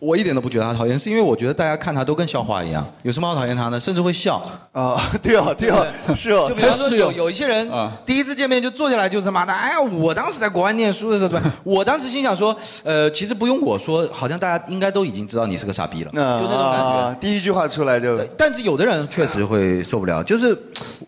Speaker 2: 我一点都不觉得他讨厌，是因为我觉得大家看他都跟笑话一样，有什么好讨厌他呢？甚至会笑。
Speaker 3: 啊， 对哦，对哦，是哦，
Speaker 2: 就比方说
Speaker 3: 是啊
Speaker 2: 有有一些人第一次见面就坐下来就是妈的，哎呀，我当时在国外念书的时候，对吧？我当时心想说，呃，其实不用我说，好像大家应该都已经知道你是个傻逼了，就那种感觉。
Speaker 3: 啊，第一句话出来就
Speaker 2: 但是有的人确实会受不了，就是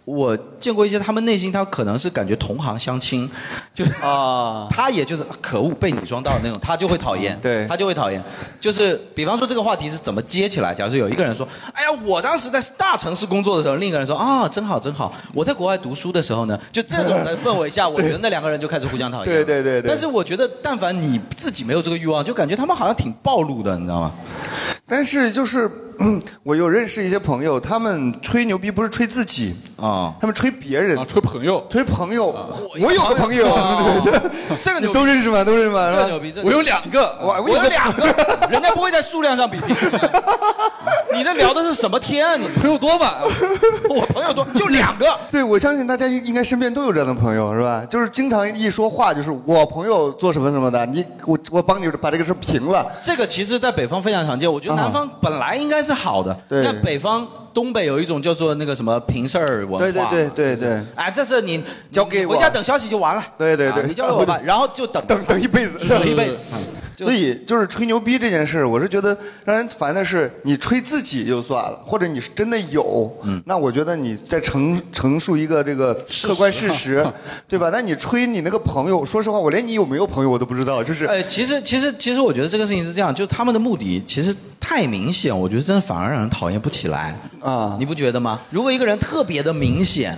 Speaker 2: 我见过一些他们内心他可能是感觉同行相亲， 就是
Speaker 3: 啊，
Speaker 2: 他也就是可恶被你装到那种，他就会讨厌，
Speaker 3: 对
Speaker 2: 他就会讨厌。就是比方说这个话题是怎么接起来，假如说有一个人说，哎呀，我当时在大城市工作的时候，另一个人说啊，真好真好，我在国外读书的时候呢，就这种的氛围 下，我觉得那两个人就开始互相讨厌了。
Speaker 3: 对对对对
Speaker 2: 但是我觉得，但凡你自己没有这个欲望，就感觉他们好像挺暴露的，你知道吗？
Speaker 3: 但是就是， 嗯我有认识一些朋友，他们吹牛逼不是吹自己，
Speaker 2: 啊、
Speaker 3: 他们吹别人，
Speaker 1: 吹朋友，
Speaker 3: 吹朋友。我有个朋友， 对对对，
Speaker 2: 这个
Speaker 3: 你都认识吗？都认识吗？是吧
Speaker 2: 这牛逼，这
Speaker 1: 我有两个，
Speaker 3: 我
Speaker 2: 我有两个，人家不会在数量上比拼。 你这聊的是什么天啊你？
Speaker 1: 朋友多嘛，
Speaker 2: 我朋友多，就两个。
Speaker 3: 对，我相信大家应该身边都有这样的朋友，是吧？就是经常一说话就是我朋友做什么什么的，你我我帮你把这个事平了。
Speaker 2: 这个其实，在北方非常常见。我觉得南方本来应该是好的，
Speaker 3: 啊对
Speaker 2: 但北方东北有一种叫做那个什么平事儿文化。
Speaker 3: 对对对对对
Speaker 2: 哎，这事你
Speaker 3: 交给
Speaker 2: 你
Speaker 3: 我
Speaker 2: 回家等消息就完了。
Speaker 3: 对对对
Speaker 2: 啊你交给 我吧，然后就等
Speaker 3: 等等一辈子，
Speaker 2: 等一辈 子。就
Speaker 3: 所以就是吹牛逼这件事儿，我是觉得让人烦的是，你吹自己就算了，或者你是真的有，那我觉得你在陈陈述一个这个客观事实， 对吧？那你吹你那个朋友，说实话，我连你有没有朋友我都不知道， 就是
Speaker 2: 呃，其实其实其实，我觉得这个事情是这样，就是他们的目的其实太明显，我觉得真的反而让人讨厌不起来。
Speaker 3: 啊
Speaker 2: 你，不觉得吗？如果一个人特别的明显，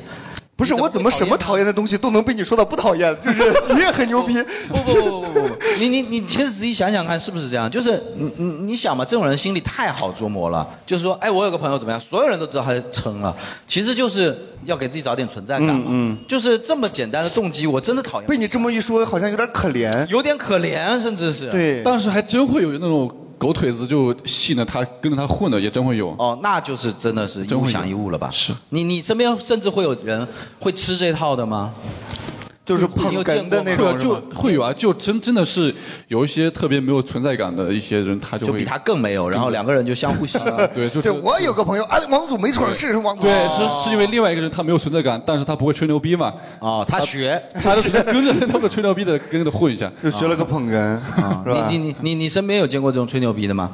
Speaker 3: 不是我怎么什么讨厌的东西都能被你说到不讨厌， 就是你也很牛逼，
Speaker 2: 不不不不不不，你你你其实仔细想想看，是不是这样？就是你你你想嘛，这种人心里太好捉摸了。就是说，哎，我有个朋友怎么样，所有人都知道他撑了，其实就是要给自己找点存在感嘛。
Speaker 3: 嗯
Speaker 2: 就是这么简单的动机，我真的讨厌，
Speaker 3: 被你这么一说，好像有点可 怜。
Speaker 2: 有点可怜，甚至是。。
Speaker 3: 对，
Speaker 1: 但是还真会有那种狗腿子就信了他，跟着他混的也真会有。
Speaker 2: 哦，那就是真的是一
Speaker 1: 真
Speaker 2: 物
Speaker 1: 会有
Speaker 2: 降一物了吧？
Speaker 1: 是
Speaker 2: 你你身边甚至会有人会吃这套的吗？
Speaker 3: 就是
Speaker 2: 你有
Speaker 3: 捧
Speaker 2: 见
Speaker 3: 哏
Speaker 2: 过
Speaker 3: 的那
Speaker 1: 会啊
Speaker 3: 种，是
Speaker 1: 就
Speaker 3: 吧？
Speaker 1: 会有啊，就真真的是有一些特别没有存在感的一些人，他就
Speaker 2: 就
Speaker 1: 会
Speaker 2: 比他更没有，然后两个人就相互吸引。
Speaker 1: 对，就是
Speaker 3: 对，我有个朋友，哎，王总没错，是是王总。
Speaker 1: 对是是因为另外一个人他没有存在感，但是他不会吹牛逼嘛，
Speaker 2: 哦，他学。
Speaker 1: 他就跟着他们吹牛逼的跟着混一下。
Speaker 3: 就学了个捧哏，是吧？
Speaker 2: 啊你你你你你身边有见过这种吹牛逼的吗？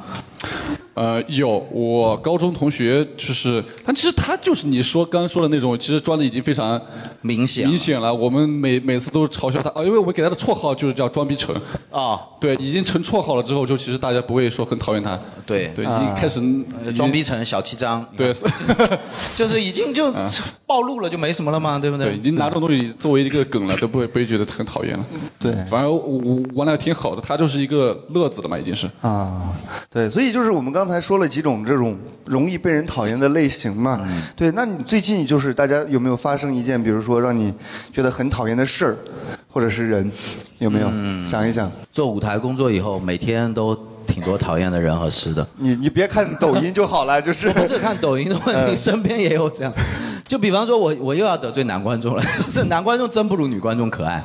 Speaker 1: 呃，有我高中同学就是，但其实他就是你说刚刚说的那种，其实装的已经非常
Speaker 2: 明显
Speaker 1: 明显了。我们每每次都嘲笑他啊，因为我们给他的绰号就是叫装逼成。
Speaker 2: 哦，
Speaker 1: 对，已经成绰号了之后，就其实大家不会说很讨厌他。
Speaker 2: 对
Speaker 1: 对，已
Speaker 3: 啊
Speaker 1: 经开始
Speaker 2: 呃装逼，成小七张，
Speaker 1: 对，
Speaker 2: 就是已经就暴露了，就没什么了嘛，对不
Speaker 1: 对，
Speaker 2: 对
Speaker 1: 已？经拿这种东西作为一个梗了， 都不会不会觉得很讨厌了。
Speaker 3: 对
Speaker 1: 反正我我玩的挺好的，他就是一个乐子了嘛，已经是。
Speaker 3: 啊，对，所以就是我们刚才说了几种这种容易被人讨厌的类型嘛。
Speaker 2: 嗯
Speaker 3: 对，那你最近就是大家有没有发生一件，比如说让你觉得很讨厌的事儿，或者是人，有没有？
Speaker 2: 嗯
Speaker 3: 想一想，
Speaker 2: 做舞台工作以后，每天都挺多讨厌的人和事的。
Speaker 3: 你你别看抖音就好了，就是
Speaker 2: 不是看抖音的问题，身边也有这样。 就比方说我，我又要得罪男观众了，就是男观众真不如女观众可爱。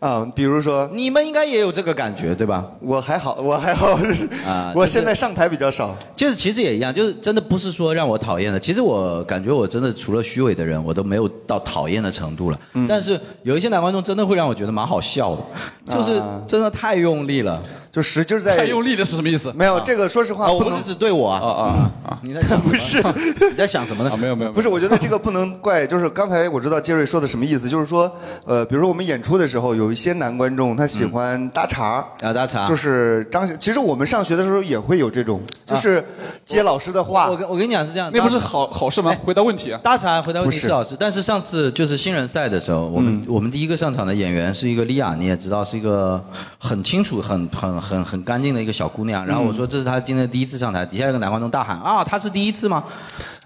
Speaker 3: 啊，比如说
Speaker 2: 你们应该也有这个感觉对吧？
Speaker 3: 我还好，我还好，
Speaker 2: 啊
Speaker 3: 我
Speaker 2: 就是
Speaker 3: 现在上台比较少。
Speaker 2: 就是其实也一样，就是真的不是说让我讨厌的。其实我感觉我真的除了虚伪的人，我都没有到讨厌的程度了。但是有一些男观众真的会让我觉得蛮好笑的，就是真的太用力了。
Speaker 3: 就使劲在
Speaker 1: 太用力的是什么意思？
Speaker 3: 没有这个，说实话，
Speaker 2: 啊，我
Speaker 3: 哦不
Speaker 2: 不
Speaker 3: 能
Speaker 2: 是指对我啊啊啊！你在想什么
Speaker 3: 不是
Speaker 2: 你在想什么呢
Speaker 1: 啊，？没有没有，
Speaker 3: 嗯不是，我觉得这个不能怪，就是刚才我知道杰瑞说的什么意思，就是说，呃，比如说我们演出的时候，有一些男观众他喜欢搭茬儿。
Speaker 2: 嗯啊，大茶，
Speaker 3: 就是张小，其实我们上学的时候也会有这种，就是接老师的话
Speaker 2: 啊我。跟我跟你讲是这样，
Speaker 1: 那不是
Speaker 2: 大
Speaker 1: 好好事
Speaker 3: 哎
Speaker 1: 吗？回答问题啊。
Speaker 2: 大茶回答问题
Speaker 3: 不是
Speaker 2: 是老师，但是上次就是新人赛的时候，我们、我们第一个上场的演员是一个莉亚，你也知道是一个很清楚、很很很很干净的一个小姑娘。然后我说这是她今天第一次上台，底下有个男观众大喊啊，她是第一次吗？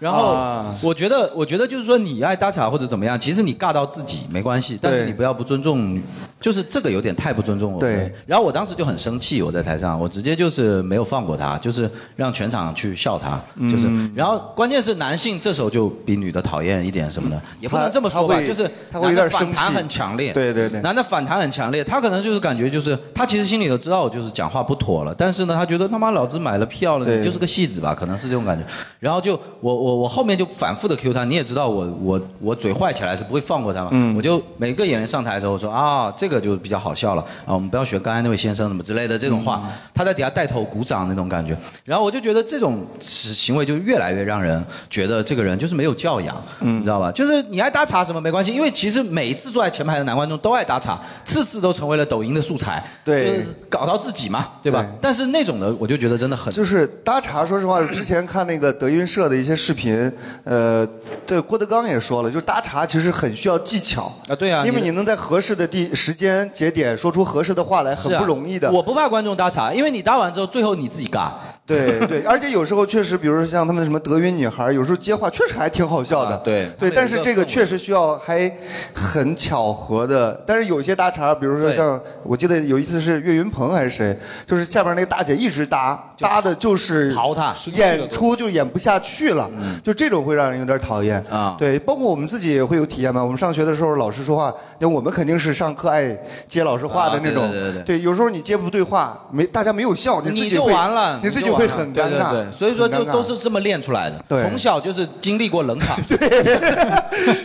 Speaker 2: 然后
Speaker 3: 啊
Speaker 2: 我觉得我觉得就是说你爱搭茬或者怎么样，其实你尬到自己没关系，但是
Speaker 3: 对
Speaker 2: 你不要不尊重女，就是这个有点太不尊重我。
Speaker 3: 对
Speaker 2: 然后我当时就很生气，我在台上，我直接就是没有放过他，就是让全场去笑他，
Speaker 3: 嗯
Speaker 2: 就是。然后关键是男性这时候就比女的讨厌一点什么的，也不能这么说吧
Speaker 3: 他，会
Speaker 2: 就是
Speaker 3: 他会有点生
Speaker 2: 男的反弹
Speaker 3: 气
Speaker 2: 很强烈，
Speaker 3: 对对对
Speaker 2: 男的反弹很强烈，他可能就是感觉就是他其实心里头知道我就是讲话不妥了，但是呢，他觉得他妈老子买了票了，
Speaker 3: 对
Speaker 2: 你就是个戏子吧，可能是这种感觉。然后就我我我后面就反复的 Q 他，你也知道我我我嘴坏起来是不会放过他嘛，
Speaker 3: 嗯
Speaker 2: 我就每个演员上台的时候我说啊这个就比较好笑了啊，我们不要学刚才那位先生什么之类的这种
Speaker 3: 嗯
Speaker 2: 话，他在底下带头鼓掌那种感觉。然后我就觉得这种行为就越来越让人觉得这个人就是没有教养，
Speaker 3: 嗯
Speaker 2: 你知道吧？就是你爱搭茬什么没关系，因为其实每一次坐在前排的男观众都爱搭茬，次次都成为了抖音的素材，
Speaker 3: 对
Speaker 2: 就是搞到自己嘛，对吧？
Speaker 3: 对
Speaker 2: 但是那种的我就觉得真的很
Speaker 3: 就是搭茬，说实话，之前看那个德云社的一些视频，呃，对郭德纲也说了，就是搭茬其实很需要技巧
Speaker 2: 啊对啊
Speaker 3: 因为
Speaker 2: 你
Speaker 3: 你能在合适的地时间节点说出合适的话来，很
Speaker 2: 是啊
Speaker 3: 不容易的。
Speaker 2: 我不怕观众搭茬，因为你搭完之后，最后你自己尬。
Speaker 3: 对对， 而且有时候确实，比如说像他们什么德云女孩，有时候接话确实还挺好笑的。
Speaker 2: 啊对
Speaker 3: 对，
Speaker 2: 他们有一个
Speaker 3: 但是这个确实需要还很巧合的。但是有些搭茬，比如说
Speaker 2: 对
Speaker 3: 像我记得有一次是岳云鹏还是谁，就是下边那个大姐一直搭，搭的就是
Speaker 2: 刨她
Speaker 3: 演出就演不下去了，就这种会让人有点讨厌
Speaker 2: 嗯啊
Speaker 3: 对，包括我们自己也会有体验嘛。我们上学的时候，老师说话，那我们肯定是上课爱接老师话的那种。
Speaker 2: 啊对对对对
Speaker 3: 有时候你接不对话，没大家没有笑，自
Speaker 2: 你
Speaker 3: 己
Speaker 2: 就
Speaker 3: 会
Speaker 2: 完了，
Speaker 3: 你自己
Speaker 2: 就完
Speaker 3: 会
Speaker 2: 了
Speaker 3: 很尴尬。
Speaker 2: 对对对所以说就
Speaker 3: 很尴尬
Speaker 2: 都是这么练出来的。
Speaker 3: 对
Speaker 2: 从小就是经历过冷 场，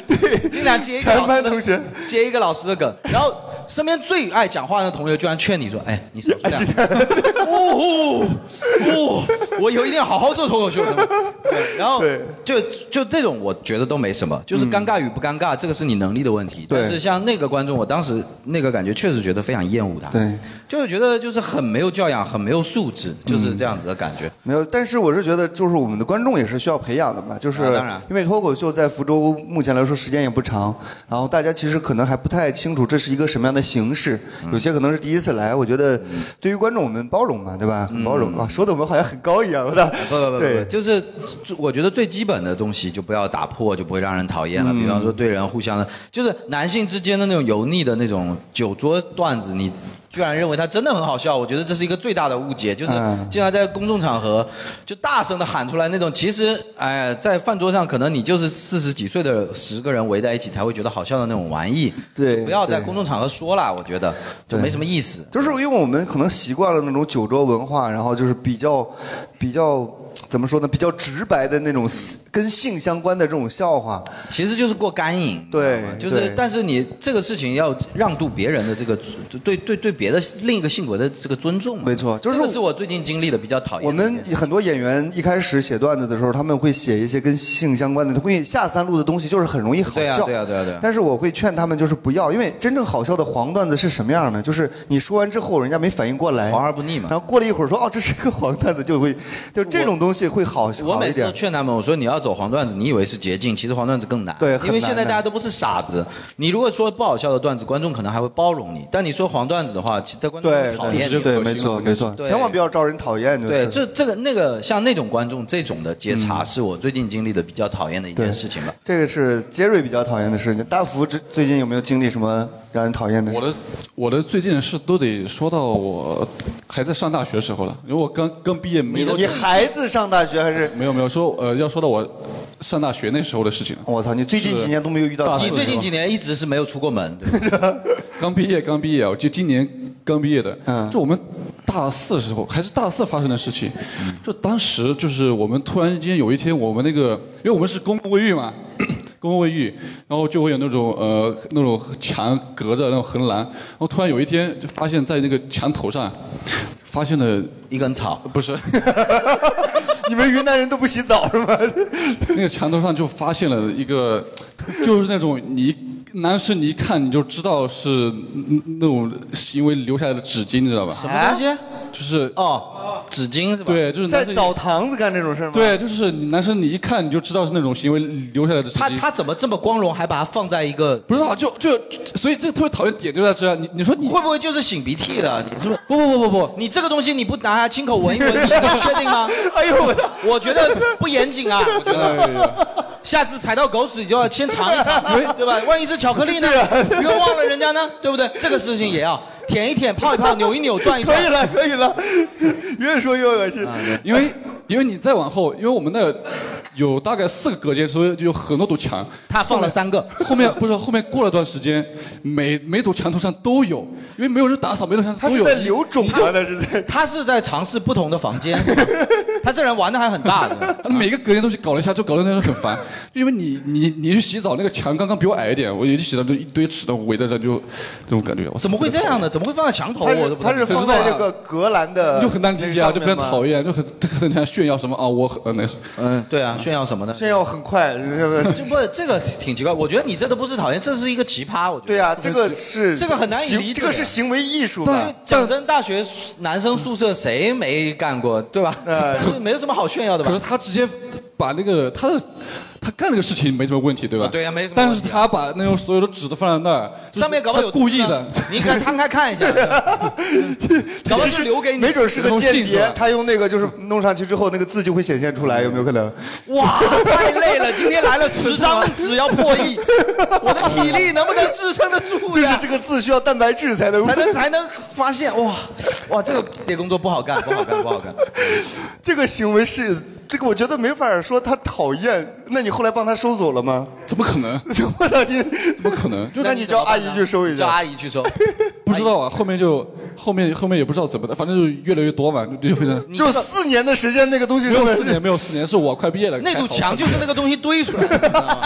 Speaker 2: 对，经常接一个老
Speaker 3: 全
Speaker 2: 师
Speaker 3: 班
Speaker 2: 的
Speaker 3: 同学
Speaker 2: 接一个老师的梗，然后身边最爱讲话的同学居然劝你说：“哎，你少说两句。”哦哦，我以后一定要好好做脱口秀的。对然后
Speaker 3: 对
Speaker 2: 就就这种，我觉得都没什么，就是尴尬与不尴尬，这个是你能力的问题。
Speaker 3: 嗯对
Speaker 2: 但是像那个观众，我当时那个感觉确实觉得非常厌恶他。
Speaker 3: 对，
Speaker 2: 就是觉得就是很没有教养，很没有素质，
Speaker 3: 嗯
Speaker 2: 就是这样子的感觉。
Speaker 3: 没有，但是我是觉得，就是我们的观众也是需要培养的嘛，就是
Speaker 2: 啊当然
Speaker 3: 因为脱口秀在福州目前来说时间也不长，然后大家其实可能还不太清楚这是一个什么样的形式，有些可能是第一次来，我觉得对于观众我们包容嘛，对吧？很包容啊，说的我们好像很高一样，我操
Speaker 2: 不不不不，
Speaker 3: 对，
Speaker 2: 就是我觉得最基本的东西就不要打破，就不会让人讨厌了。
Speaker 3: 嗯
Speaker 2: 比方说对人互相的，就是男性之间的那种油腻的那种酒桌段子，你居然认为它真的很好笑，我觉得这是一个最大的误解。就是
Speaker 3: 嗯
Speaker 2: 经常在公众场合就大声的喊出来那种，其实哎，在饭桌上可能你就是四十几岁的十个人围在一起才会觉得好笑的那种玩意。
Speaker 3: 对
Speaker 2: 不要在
Speaker 3: 对
Speaker 2: 公众场合说了，我觉得就
Speaker 3: 对
Speaker 2: 没什么意思。
Speaker 3: 就是因为我们可能习惯了那种酒桌文化，然后就是比较比较怎么说呢，比较直白的那种跟性相关的这种笑话，
Speaker 2: 其实就是过干瘾，
Speaker 3: 对
Speaker 2: 你知道吗就
Speaker 3: 对
Speaker 2: 是，但是你这个事情要让渡别人的这个对对对对别的另一个性格的这个尊重嘛，
Speaker 3: 没错就是
Speaker 2: 这个
Speaker 3: 我
Speaker 2: 是我最近经历的比较讨厌的
Speaker 3: 我
Speaker 2: 一
Speaker 3: 们
Speaker 2: 件事
Speaker 3: 很多演员一开始写段子的时候，他们会写一些跟性相关的，他会下三路的东西，就是很容易好笑。
Speaker 2: 对啊对啊对啊对啊
Speaker 3: 但是我会劝他们就是不要，因为真正好笑的黄段子是什么样呢？就是你说完之后，人家没反应过来，
Speaker 2: 黄而不腻嘛
Speaker 3: 然后过了一会儿说哦，这是个黄段子，就会就这种东西会好
Speaker 2: 我
Speaker 3: 好
Speaker 2: 每
Speaker 3: 一
Speaker 2: 次都
Speaker 3: 点。
Speaker 2: 劝他们，我说你要走黄段子，你以为是捷径，其实黄段子更难。
Speaker 3: 对很
Speaker 2: 因为
Speaker 3: 难
Speaker 2: 现在
Speaker 3: 的
Speaker 2: 大家都不是傻子，你如果说不好笑的段子，观众可能还会包容你，但你说黄段子的话，其实观众会
Speaker 3: 对
Speaker 2: 讨厌
Speaker 1: 就是。
Speaker 2: 你
Speaker 3: 对，
Speaker 1: 恶心
Speaker 3: 没错
Speaker 1: 了
Speaker 3: 没错，
Speaker 2: 对
Speaker 3: 千万不要招人讨厌，就是
Speaker 2: 对，这这个那个像那种观众这种的接茬，是我最近经历的比较讨厌的一件
Speaker 3: 嗯对
Speaker 2: 事情吧。
Speaker 3: 这个是杰瑞比较讨厌的事情。大福之最近有没有经历什么让人讨厌的事
Speaker 1: 我？的我的最近的事都得说到我还在上大学时候了，因为我刚刚毕业没多
Speaker 3: 你
Speaker 1: 久。
Speaker 3: 孩子上大学还是
Speaker 1: 没有没有说呃，要说到我上大学那时候的事情了。
Speaker 3: 我操，你最近几年都没有遇到他
Speaker 2: 你最近几年一直是没有出过门，对吧
Speaker 1: 刚毕业，刚毕业啊，我记得今年刚毕业的，就我们大四的时候，还是大四发生的事情，就当时就是我们突然之间有一天，我们那个，因为我们是公共卫浴嘛， 公共卫浴，然后就会有那种呃那种墙隔着那种横栏，然后突然有一天就发现，在那个墙头上发现了
Speaker 2: 一根草，
Speaker 1: 不是。
Speaker 3: 你们云南人都不洗澡是吗？
Speaker 1: 那个墙头上就发现了一个，就是那种你男生你一看你就知道是那种因为留下来的纸巾，你知道吧？
Speaker 2: 什么东西？
Speaker 1: 就是
Speaker 2: 哦，纸巾是吧？
Speaker 1: 对，就是
Speaker 3: 在
Speaker 1: 男生
Speaker 3: 澡堂子干这种事儿吗？
Speaker 1: 对，就是你男生你一看你就知道是那种行为留下来的纸
Speaker 2: 他
Speaker 1: 巾。
Speaker 2: 他怎么这么光荣，还把它放在一个？
Speaker 1: 不知道，就就所以这个特别讨厌点就在这儿，你你说你
Speaker 2: 会不会就是擤鼻涕了？你是不是？
Speaker 1: 不不不不 不，
Speaker 2: 你这个东西你不拿来亲口闻一闻，你能确定 吗？哎呦我，我觉得不严谨啊！我觉得
Speaker 1: 哎呀，
Speaker 2: 下次踩到狗屎，你就要先尝一尝，对吧？万一是巧克力呢？
Speaker 3: 啊
Speaker 2: 冤枉了人家呢，对不对？这个事情也要舔一舔、泡一泡、扭一扭、转一
Speaker 3: 可以啊
Speaker 2: 转。
Speaker 3: 了，可以了，越说越恶心。
Speaker 1: 因为因为你再往后，因为我们那有大概四个隔间，所以就有很多堵墙。
Speaker 2: 他放了三个，
Speaker 1: 后面不是后面过了段时间，每每堵墙头上都有，因为没有人打扫，每堵墙
Speaker 3: 他
Speaker 1: 上都
Speaker 3: 是
Speaker 1: 有。
Speaker 3: 在留种吗？他是在
Speaker 2: 他是在尝试不同的房间， 是吧他这人玩的还很大的。
Speaker 1: 每个隔间都去搞了一下，就搞得那种很烦。就因为你你你去洗澡，那个墙刚刚比我矮一点，我一去洗澡就一堆尺的围在这，就这种感觉。我
Speaker 2: 怎么会这样呢？怎么会放在墙头？啊
Speaker 3: 他
Speaker 2: 哦我
Speaker 3: 是
Speaker 2: 都不
Speaker 3: 他是
Speaker 1: 知道
Speaker 3: 放在这个隔栏的，
Speaker 1: 就很难理解啊，就非常讨
Speaker 3: 厌。
Speaker 1: 厌，就很很想炫耀什么啊，我很那是
Speaker 2: 嗯，对啊，炫耀什么呢？
Speaker 3: 炫耀很快，是不是
Speaker 2: 就不这个挺奇怪。我觉得你这都不是讨厌，这是一个奇葩。我觉得
Speaker 3: 对呀、这个是
Speaker 2: 这个很难以
Speaker 3: 行
Speaker 2: 理解啊
Speaker 3: 这个是行为艺术
Speaker 1: 但
Speaker 3: 吧？
Speaker 2: 讲真，大学男生宿舍谁没干过，对吧？
Speaker 3: 哎
Speaker 2: 这没有什么好炫耀的
Speaker 1: 可是
Speaker 2: 吧？
Speaker 1: 他直接把那个他的他干那个事情没什么问题，对吧？
Speaker 2: 啊对啊没什么
Speaker 1: 但
Speaker 2: 问
Speaker 1: 是
Speaker 2: 题啊
Speaker 1: 他把那种所有的纸都放在那儿，就是
Speaker 2: 上面搞不好有
Speaker 1: 他故意的
Speaker 2: 字呢。你给它摊开看一 下，搞不好
Speaker 3: 其
Speaker 2: 就
Speaker 3: 实
Speaker 2: 留给你
Speaker 3: 没。准是个
Speaker 1: 这种
Speaker 3: 间
Speaker 1: 性质
Speaker 3: 谍
Speaker 1: 啊，
Speaker 3: 他用那个就是弄上去之后，那个字就会显现出来，有没有可能？
Speaker 2: 哇，太累了，今天来 了十张纸要破亿，我的体力能不能支撑得住
Speaker 3: 就是
Speaker 2: 呀
Speaker 3: 这？个字需要蛋白质才能
Speaker 2: 啊才能才能发现哇哇，这个这工作不好干，不好干，不好干。
Speaker 3: 这个行为是这个，我觉得没法说他讨厌。那你后来帮他收走了吗？
Speaker 1: 怎么可能？
Speaker 3: 我操你！
Speaker 1: 怎么可能？就
Speaker 3: 那你叫阿姨去收一
Speaker 2: 叫
Speaker 3: 下。
Speaker 2: 阿姨去收。
Speaker 1: 不知道啊，后面就后面后面也不知道怎么的，反正就越来越多嘛，就就非 常。
Speaker 3: 就四年的时间，那个东西
Speaker 1: 没
Speaker 3: 上
Speaker 1: 有
Speaker 3: 面
Speaker 1: 四年，没有四年，是我快毕业了。
Speaker 2: 那堵
Speaker 1: 还好
Speaker 2: 墙就是那个东西堆出来的，你知道吗？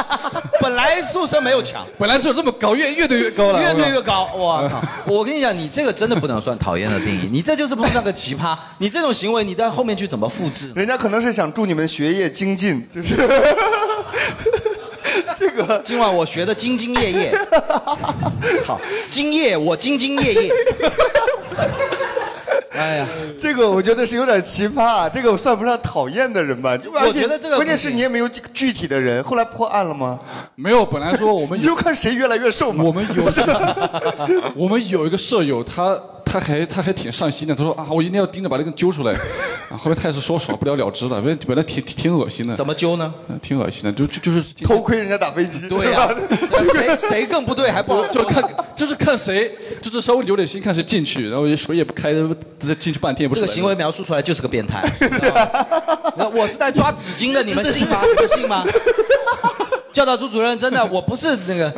Speaker 2: 本来宿舍没有墙，
Speaker 1: 本来只有这么高，越越堆越高了。
Speaker 2: 越堆
Speaker 1: 我
Speaker 2: 越高。我靠！我跟你讲，你这个真的不能算讨厌的定义，你这就是碰上个奇葩。你这种行为，你在后面去怎么复制？
Speaker 3: 人家可能是想祝你们学业精进，就是 这个
Speaker 2: 今晚我学的兢兢业业，操，今夜我兢兢业业。哎呀，
Speaker 3: 这个我觉得是有点奇葩，这个我算不上讨厌的人吧。
Speaker 2: 我觉得这个
Speaker 3: 关键
Speaker 2: 不
Speaker 3: 是
Speaker 2: 行嗯
Speaker 3: 你也没有具体的人，后来破案了吗？
Speaker 1: 靠没有，本来说我们
Speaker 3: 你
Speaker 1: 有
Speaker 3: 就看谁越来越瘦嘛。
Speaker 1: 我们有 我们有一个舍友，他他还他还挺上心的，他说啊，我一定要盯着把那个揪出来。 啊，后面他也是说爽，不了了之了，本本来挺挺挺恶心的
Speaker 2: 怎，么揪呢？
Speaker 1: 嗯挺恶心的，就就就是挺
Speaker 3: 偷窥人家打飞机，
Speaker 2: 对 呀、
Speaker 3: 吧？
Speaker 2: 谁谁更不对，还不好
Speaker 1: 就
Speaker 2: 说。
Speaker 1: 看就是看谁就是稍微留点心，看谁进去，然后水也不开，这进去半天也不
Speaker 2: 这
Speaker 1: 出
Speaker 2: 个
Speaker 1: 来
Speaker 2: 行为描述出来就是个 变态。你知道吗我是在抓纸巾的，你们 信吗？你们信吗？教导处主任，真的，我不是 那个，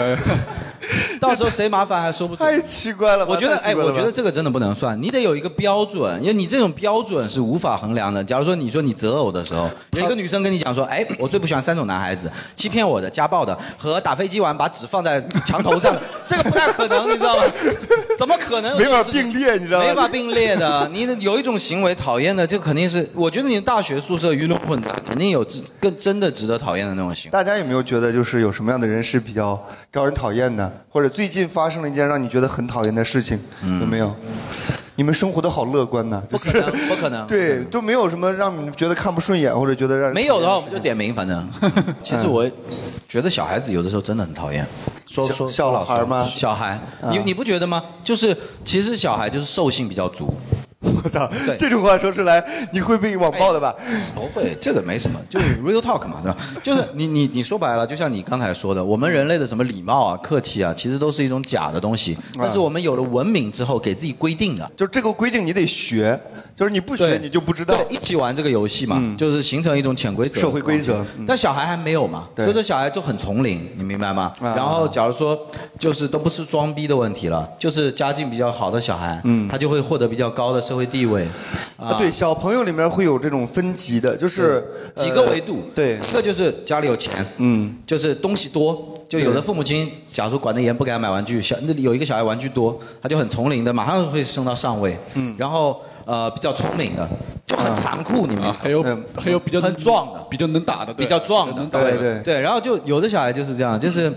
Speaker 2: 到时候谁麻烦还说不
Speaker 3: 太
Speaker 2: 准。
Speaker 3: 奇怪了吧。
Speaker 2: 我觉得，
Speaker 3: 太
Speaker 2: 哎，
Speaker 3: 奇怪了
Speaker 2: 我
Speaker 3: 吧
Speaker 2: 觉得这个真的不能算，你得有一个标准，因为你这种标准是无法衡量的。假如说你说你择偶的时候，有一个女生跟你讲说，哎，我最不喜欢三种男孩子：欺骗我的、家暴的和打飞机完把纸放在墙头上的， 这个不太可能，你知 道吗？怎么可能有这
Speaker 3: 没
Speaker 2: 种
Speaker 3: 法
Speaker 2: 事情
Speaker 3: 并列，你知道吗？
Speaker 2: 没法并列的。你有一种行为讨厌的，就肯定是，我觉得你大学宿舍鱼龙混杂，肯定有值更真的值得讨厌的那种行为。
Speaker 3: 大家有没有觉得，就是有什么样的人是比较招人讨厌的，或者最近发生了一件让你觉得很讨厌的事情，
Speaker 2: 嗯
Speaker 3: 有没有？你们生活的好乐观呐、就
Speaker 2: 不
Speaker 3: 是
Speaker 2: 可能，不可能。
Speaker 3: 对，都没有什么让你们觉得看不顺眼，或者觉得让人
Speaker 2: 没有的话我们就点名，反 正。其实我觉得小孩子有的时候真的很讨厌。说
Speaker 3: 小
Speaker 2: 说
Speaker 3: 小
Speaker 2: 说老实
Speaker 3: 孩吗
Speaker 2: 小孩，嗯你你不觉得吗？就是其实小孩就是兽性比较足。
Speaker 3: 我操
Speaker 2: 对，
Speaker 3: 这种话说出来你会被网暴的吧？
Speaker 2: 不会，这个没什么，就是 real talk 嘛，是吧？就是你你你说白了，就像你刚才说的，我们人类的什么礼貌啊、客气啊，其实都是一嗯种假的东西，但是我们有了文明之后给自己规定的。
Speaker 3: 就这个规定你得学，就是你不学
Speaker 2: 对
Speaker 3: 你就不知道。
Speaker 2: 对，一起玩这个游戏嘛，
Speaker 3: 嗯
Speaker 2: 就是形成一种潜规则、
Speaker 3: 社会规则
Speaker 2: 东西
Speaker 3: 嗯
Speaker 2: 但小孩还没有嘛，
Speaker 3: 对
Speaker 2: 所以说小孩就很从龄，你明白吗？
Speaker 3: 啊
Speaker 2: 然后假如说就是都不是装逼的问题了，就是家境比较好的小孩，
Speaker 3: 嗯
Speaker 2: 他就会获得比较高的社会地位。
Speaker 3: 啊，对，小朋友里面会有这种分级的，就是
Speaker 2: 对几
Speaker 3: 呃
Speaker 2: 个维度，
Speaker 3: 对，
Speaker 2: 一个就是家里有钱，
Speaker 3: 嗯，
Speaker 2: 就是东西多。就有的父母亲，假如管得严，不给他买玩具，小那里有一个小孩玩具多，他就很从龄的，马上会升到上位。嗯，然后呃比较聪明的，就
Speaker 3: 啊
Speaker 2: 很残酷，你们
Speaker 1: 嗯还有
Speaker 3: 嗯
Speaker 1: 还有比较
Speaker 2: 啊很壮的，
Speaker 1: 比较能打的，对
Speaker 2: 比较壮的，
Speaker 1: 打的
Speaker 3: 对对
Speaker 2: 对，然后就有的小孩就是这样，就是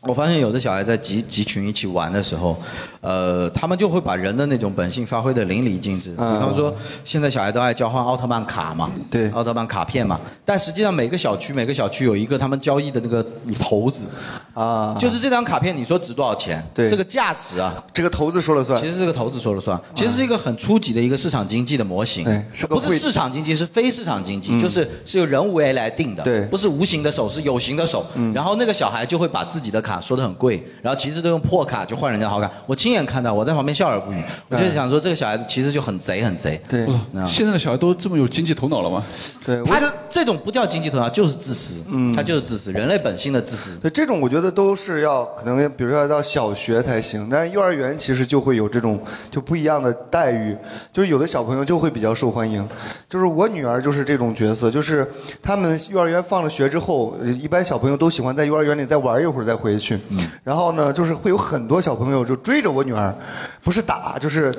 Speaker 2: 我发现有的小孩在集集群一起玩的时候，呃，他们就会把人的那种本性发挥的淋漓尽致。比
Speaker 3: 嗯
Speaker 2: 方说，现在小孩都爱交换奥特曼卡嘛，
Speaker 3: 对
Speaker 2: 奥特曼卡片嘛，但实际上每个小区每个小区有一个他们交易的那个头子，
Speaker 3: 啊，
Speaker 2: 就是这张卡片你说值多少钱，
Speaker 3: 对
Speaker 2: 这个价值啊。
Speaker 3: 这个头子说了算
Speaker 2: 其。实这个投资说了算，其实是一个很初级的一个市场经济的模型
Speaker 3: 对，哎是个
Speaker 2: 不
Speaker 3: 会嗯
Speaker 2: 是市场经济，是非市场经济，就是是由人为来定的，
Speaker 3: 对嗯
Speaker 2: 不是无形的手，是有形的手。然后那个小孩就会把自己的卡说的很贵，然后其实都用破卡就换人家好卡。我亲眼看到，我在旁边笑而不
Speaker 3: 哎
Speaker 2: 语，我就想说这个小孩子其实就很贼，很贼。
Speaker 3: 对
Speaker 1: 我
Speaker 2: 那
Speaker 1: 操，现在的小孩都这么有经济头脑了吗？
Speaker 3: 对，我嗯觉
Speaker 2: 他
Speaker 3: 得
Speaker 2: 这种不叫经济头脑，就是自私，他就是自私，人类本性的自私。
Speaker 3: 对这种我觉得都是要可能，比如说要到小学才行，但是幼儿园其实就会有这种就不一样的待遇，就是有的小朋友就会比较受欢迎，就是我女儿就是这种角色，就是他们幼儿园放了学之后，呃一般小朋友都喜欢在幼儿园里再玩一会儿再回去，然后呢，就是会有很多小朋友 就追着我女儿，不是打就是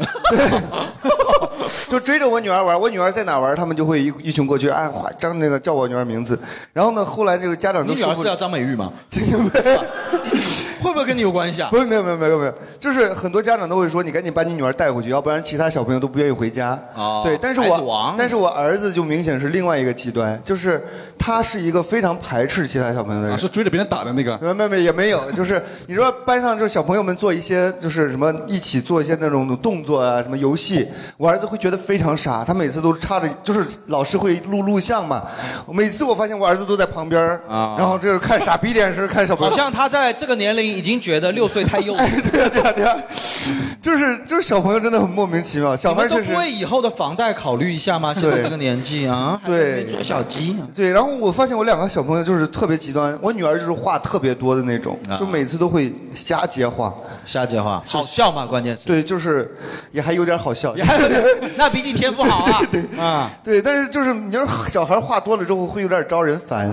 Speaker 3: 就追着我女儿玩，我女儿在哪玩，他们就会一一群过去，哎，哗张那个叫我女儿名字，然后呢，后来这个家长
Speaker 2: 你
Speaker 3: 都
Speaker 2: 女
Speaker 3: 受不
Speaker 2: 儿
Speaker 3: 了。
Speaker 2: 是叫张美玉吗？
Speaker 3: 这个没
Speaker 2: 会不会跟你有关系啊？
Speaker 3: 有没有没有没有没有，就是很多家长都会说，你赶紧把你女儿带回去，要不然其他小朋友都不愿意回家。
Speaker 2: 哦
Speaker 3: 对，但是
Speaker 2: 孩子
Speaker 3: 我
Speaker 2: 王
Speaker 3: 但是我儿子就明显是另外一个极端，就是他是一个非常排斥其他小朋友的
Speaker 1: 啊，
Speaker 3: 人。
Speaker 1: 是追着别人打的那个。
Speaker 3: 没没没也没有，就是你说班上就是小朋友们做一些就是什么一起做一些那种动作啊，什么游戏，我儿子会觉得非常傻，他每次都插着，就是老师会录录像嘛，我每次我发现我儿子都在旁边儿
Speaker 2: 啊
Speaker 3: 然后这是看傻逼电视，看小朋
Speaker 2: 好
Speaker 3: 友。
Speaker 2: 像他在这个年龄已经觉得六岁太幼稚。
Speaker 3: 对啊对啊对啊， 就是就是小朋友真的很莫名其妙，小
Speaker 2: 你
Speaker 3: 孩
Speaker 2: 们都
Speaker 3: 确
Speaker 2: 不
Speaker 3: 实
Speaker 2: 为以后的房贷考虑一下吗？现在这个年纪啊，还在那边
Speaker 3: 对
Speaker 2: 做小鸡啊。
Speaker 3: 对。然后我发现我两个小朋友就是特别极端，我女儿就是话特别多的那种，
Speaker 2: 啊
Speaker 3: 就每次都会瞎接话。
Speaker 2: 下句话，好笑吗？关键是，
Speaker 3: 对，就是也还有点好笑
Speaker 2: 你。还有点， 那比你天赋好啊。啊，
Speaker 3: 对，但是就是你要是小孩话多了之后会有点招人烦，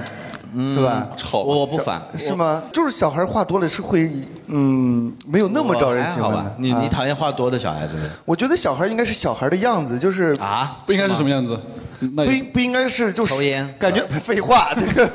Speaker 3: 是吧？
Speaker 1: 吵吧
Speaker 2: 嗯我不烦。
Speaker 3: 是吗？就是小孩话多了是会，嗯，没有那么招人喜
Speaker 2: 我
Speaker 3: 欢
Speaker 2: 还好
Speaker 3: 的
Speaker 2: 吧。你你
Speaker 3: 啊
Speaker 2: 讨厌话多的小孩子吗
Speaker 3: 我觉得小孩应该是小孩的样子，就是
Speaker 2: 啊？
Speaker 1: 不应该是什么
Speaker 2: 吗？
Speaker 1: 样子？那
Speaker 3: 不
Speaker 1: 也
Speaker 3: 应不应该是就是
Speaker 2: 哎抽烟啊
Speaker 3: 感觉废话，这个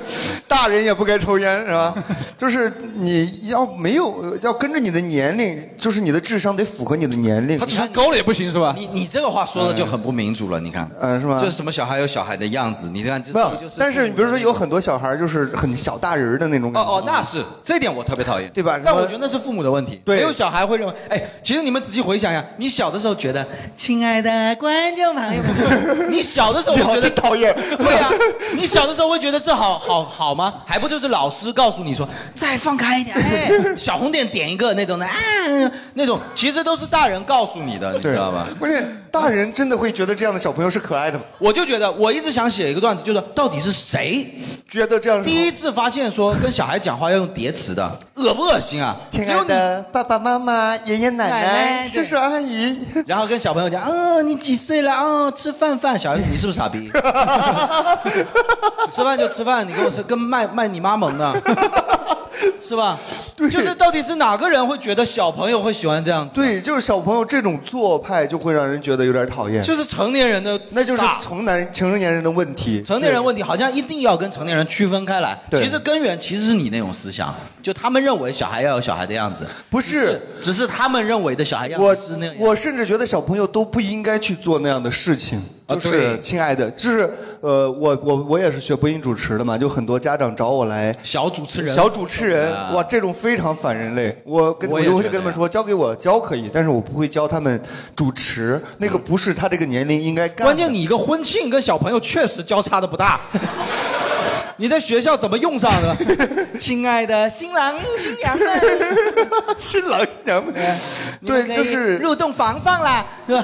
Speaker 3: 大人也不该抽烟 是吧？就是你要没有呃要跟着你的年龄，就是你的智商得符合你的年龄
Speaker 1: 他，智商高了也不行是吧？
Speaker 2: 你你这个话说的就很不民主了，你看，
Speaker 3: 嗯是吗
Speaker 2: 就是什么小孩有小孩的样子，你看这
Speaker 3: 没有
Speaker 2: 就是。
Speaker 3: 但是你比如说有很多小孩就是很小大人儿的那种
Speaker 2: 哦
Speaker 3: 感觉，
Speaker 2: 哦，那是这点我特别讨厌，
Speaker 3: 嗯对吧
Speaker 2: 但
Speaker 3: 什么
Speaker 2: 我觉得那是父母的问题，
Speaker 3: 对
Speaker 2: 没有小孩会认为，哎，其实你们仔细回想一下，你小的时候觉得，亲爱的观众朋友 们，你小的时候
Speaker 3: 你
Speaker 2: 会
Speaker 3: 好
Speaker 2: 觉
Speaker 3: 真
Speaker 2: 得。
Speaker 3: 讨厌，
Speaker 2: 对啊，你小的时候会觉得这好好好吗？还不就是老师告诉你说再放开一点， 哎，小红点点一个那种的啊，那种其实都是大人告诉你的，你知
Speaker 3: 对
Speaker 2: 道吧？？
Speaker 3: 关键大人真的会觉得这样的小朋友是可爱的吗？
Speaker 2: 我就觉得我一直想写一个段子，就是到底是谁
Speaker 3: 觉得这样是
Speaker 2: 第一次发现说跟小孩讲话要用叠词的，恶不恶心啊？
Speaker 3: 亲爱
Speaker 2: 只有
Speaker 3: 的爸爸妈妈、爷爷奶
Speaker 2: 奶
Speaker 3: 奶、
Speaker 2: 奶
Speaker 3: 叔叔阿姨，
Speaker 2: 你，然后跟小朋友讲，哦，你几岁了？哦，吃饭饭，小孩子你是不是傻逼？ 吃饭就吃饭，你跟我吃，跟卖卖你妈萌呢， 是吧？
Speaker 3: 对
Speaker 2: 就是到底是哪个人会觉得小朋友会喜欢这样子？，啊
Speaker 3: 对，就是小朋友这种做派就会让人觉得有点讨厌。
Speaker 2: 就是成年人的大，
Speaker 3: 那就是成男成年人的问题。
Speaker 2: 成年人问题好像一定要跟成年人区分开来，
Speaker 3: 对
Speaker 2: 其实根源其实是你那种思想，就他们认为小孩要有小孩的样子，
Speaker 3: 不是
Speaker 2: 只是他们认为的小孩样
Speaker 3: 我
Speaker 2: 子是那样。
Speaker 3: 我甚至觉得小朋友都不应该去做那样的事情。
Speaker 2: 啊
Speaker 3: 就是
Speaker 2: 对
Speaker 3: 亲爱的，就是呃，我我我也是学播音主持的嘛，就很多家长找我来。
Speaker 2: 小主持人，
Speaker 3: 小主持人，
Speaker 2: 啊
Speaker 3: 哇，这种非常反人类。我跟
Speaker 2: 我
Speaker 3: 我
Speaker 2: 也
Speaker 3: 就会
Speaker 2: 觉得
Speaker 3: 跟他们
Speaker 2: 呀
Speaker 3: 说，交给我教可以，但是我不会教他们主持，那个不是他这个年龄应该干
Speaker 2: 嗯
Speaker 3: 的。
Speaker 2: 关键你一个婚庆跟小朋友确实交叉的不 大。你在学校怎么用上 的？亲爱的新郎新娘们，啊
Speaker 3: 新郎新娘们，
Speaker 6: 你们
Speaker 3: 对
Speaker 6: 可以
Speaker 3: 就是
Speaker 6: 入洞房放 啦，对吧？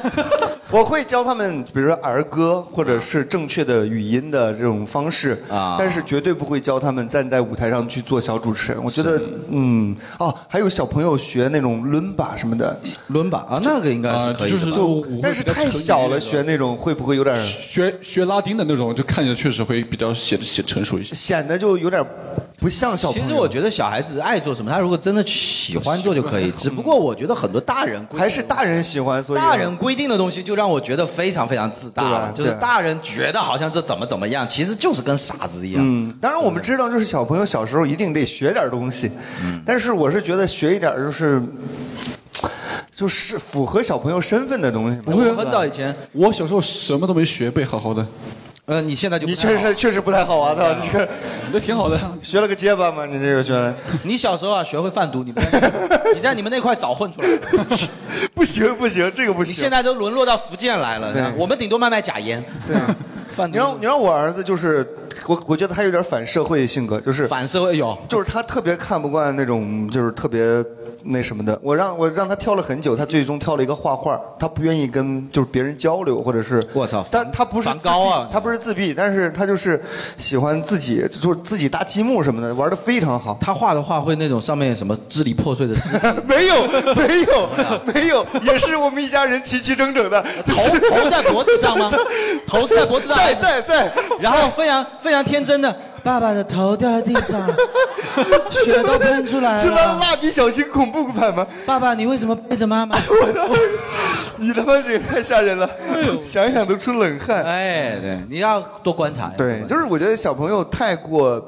Speaker 3: 我会教他们，比如说儿歌或者是正确的语音的这种方式
Speaker 2: 啊
Speaker 3: 但是绝对不会教他们站在舞台上去做小主持人。我觉得，嗯，哦，还有小朋友学那种伦巴什么的，
Speaker 2: 伦巴啊，那个应该是可以的吧。
Speaker 1: 啊就是
Speaker 3: 就
Speaker 1: 舞会
Speaker 3: 但是
Speaker 1: 比较
Speaker 3: 太
Speaker 1: 成
Speaker 3: 小
Speaker 1: 年
Speaker 3: 了，
Speaker 1: 了
Speaker 3: 学那种会不会有点
Speaker 1: 学学拉丁的那种，就看着确实会比较显显成熟一些。
Speaker 3: 显得就有点不像小朋
Speaker 2: 其
Speaker 3: 友？
Speaker 2: 实我觉得小孩子爱做什么，他如果真的喜欢做就可以。只不过我觉得很多大人规定
Speaker 3: 还是大人喜欢，所以
Speaker 2: 大人规定的东西，就让我觉得非常非常自大
Speaker 3: 对
Speaker 2: 了
Speaker 3: 吧。
Speaker 2: 就是
Speaker 3: 对
Speaker 2: 大人觉得好像这怎么怎么样，其实就是跟傻子一样。
Speaker 3: 嗯，当然我们知道，就是小朋友小时候一定得学点东西，
Speaker 2: 嗯
Speaker 3: 但是我是觉得学一点就是，就是符合小朋友身份的东西嘛。
Speaker 1: 不会啊
Speaker 2: 我很早以前，
Speaker 1: 我小时候什么都没学，背好好的，
Speaker 2: 呃，你现在就不
Speaker 3: 你
Speaker 2: 太
Speaker 3: 确
Speaker 2: 好
Speaker 3: 实确实不太好啊，操，这个
Speaker 1: 那挺好的。
Speaker 3: 学了个结巴嘛，你这个学的，
Speaker 2: 你小时候啊，学会贩毒，你 们你在你们那块早混出来 的，
Speaker 3: 不行不行，这个不
Speaker 2: 你
Speaker 3: 行。
Speaker 2: 现在都沦落到福建来了。
Speaker 3: 对
Speaker 2: 我们顶多卖卖假烟，
Speaker 3: 对，啊
Speaker 2: 贩
Speaker 3: 你
Speaker 2: 毒
Speaker 3: 让你让我儿子就是，我我觉得他有点反社会性格，就是
Speaker 2: 反社会有。
Speaker 3: 就是他特别看不惯那种就是特别那什么的。我让我让他挑了很久，他最终挑了一个画画，他不愿意跟就是别人交流，或者是
Speaker 2: 我操
Speaker 3: 但
Speaker 2: 梵
Speaker 3: 他不是
Speaker 2: 梵
Speaker 3: 自闭
Speaker 2: 高啊
Speaker 3: 他不是自闭，但是他就是喜欢自己就是自己搭积木什么的，玩的非常好。
Speaker 2: 他画的画会那种上面什么支离破碎的尸体，
Speaker 3: 没有，没有，没有，也是我们一家人齐齐整整的，
Speaker 2: 头头在脖子 上吗？头是在脖子上，
Speaker 3: 在在在，
Speaker 2: 然后非常非常天真的，爸爸的头掉在地 上，血都喷出来
Speaker 3: 是吧？
Speaker 2: 了。
Speaker 3: 蜡笔小新恐怖版吗？
Speaker 2: 爸爸，你为什么背着妈 妈？
Speaker 3: 你他妈这个太吓人了， 想想都出冷汗。
Speaker 2: 哎，对，你要多观察。
Speaker 3: 对，就是是我觉得小朋友太过，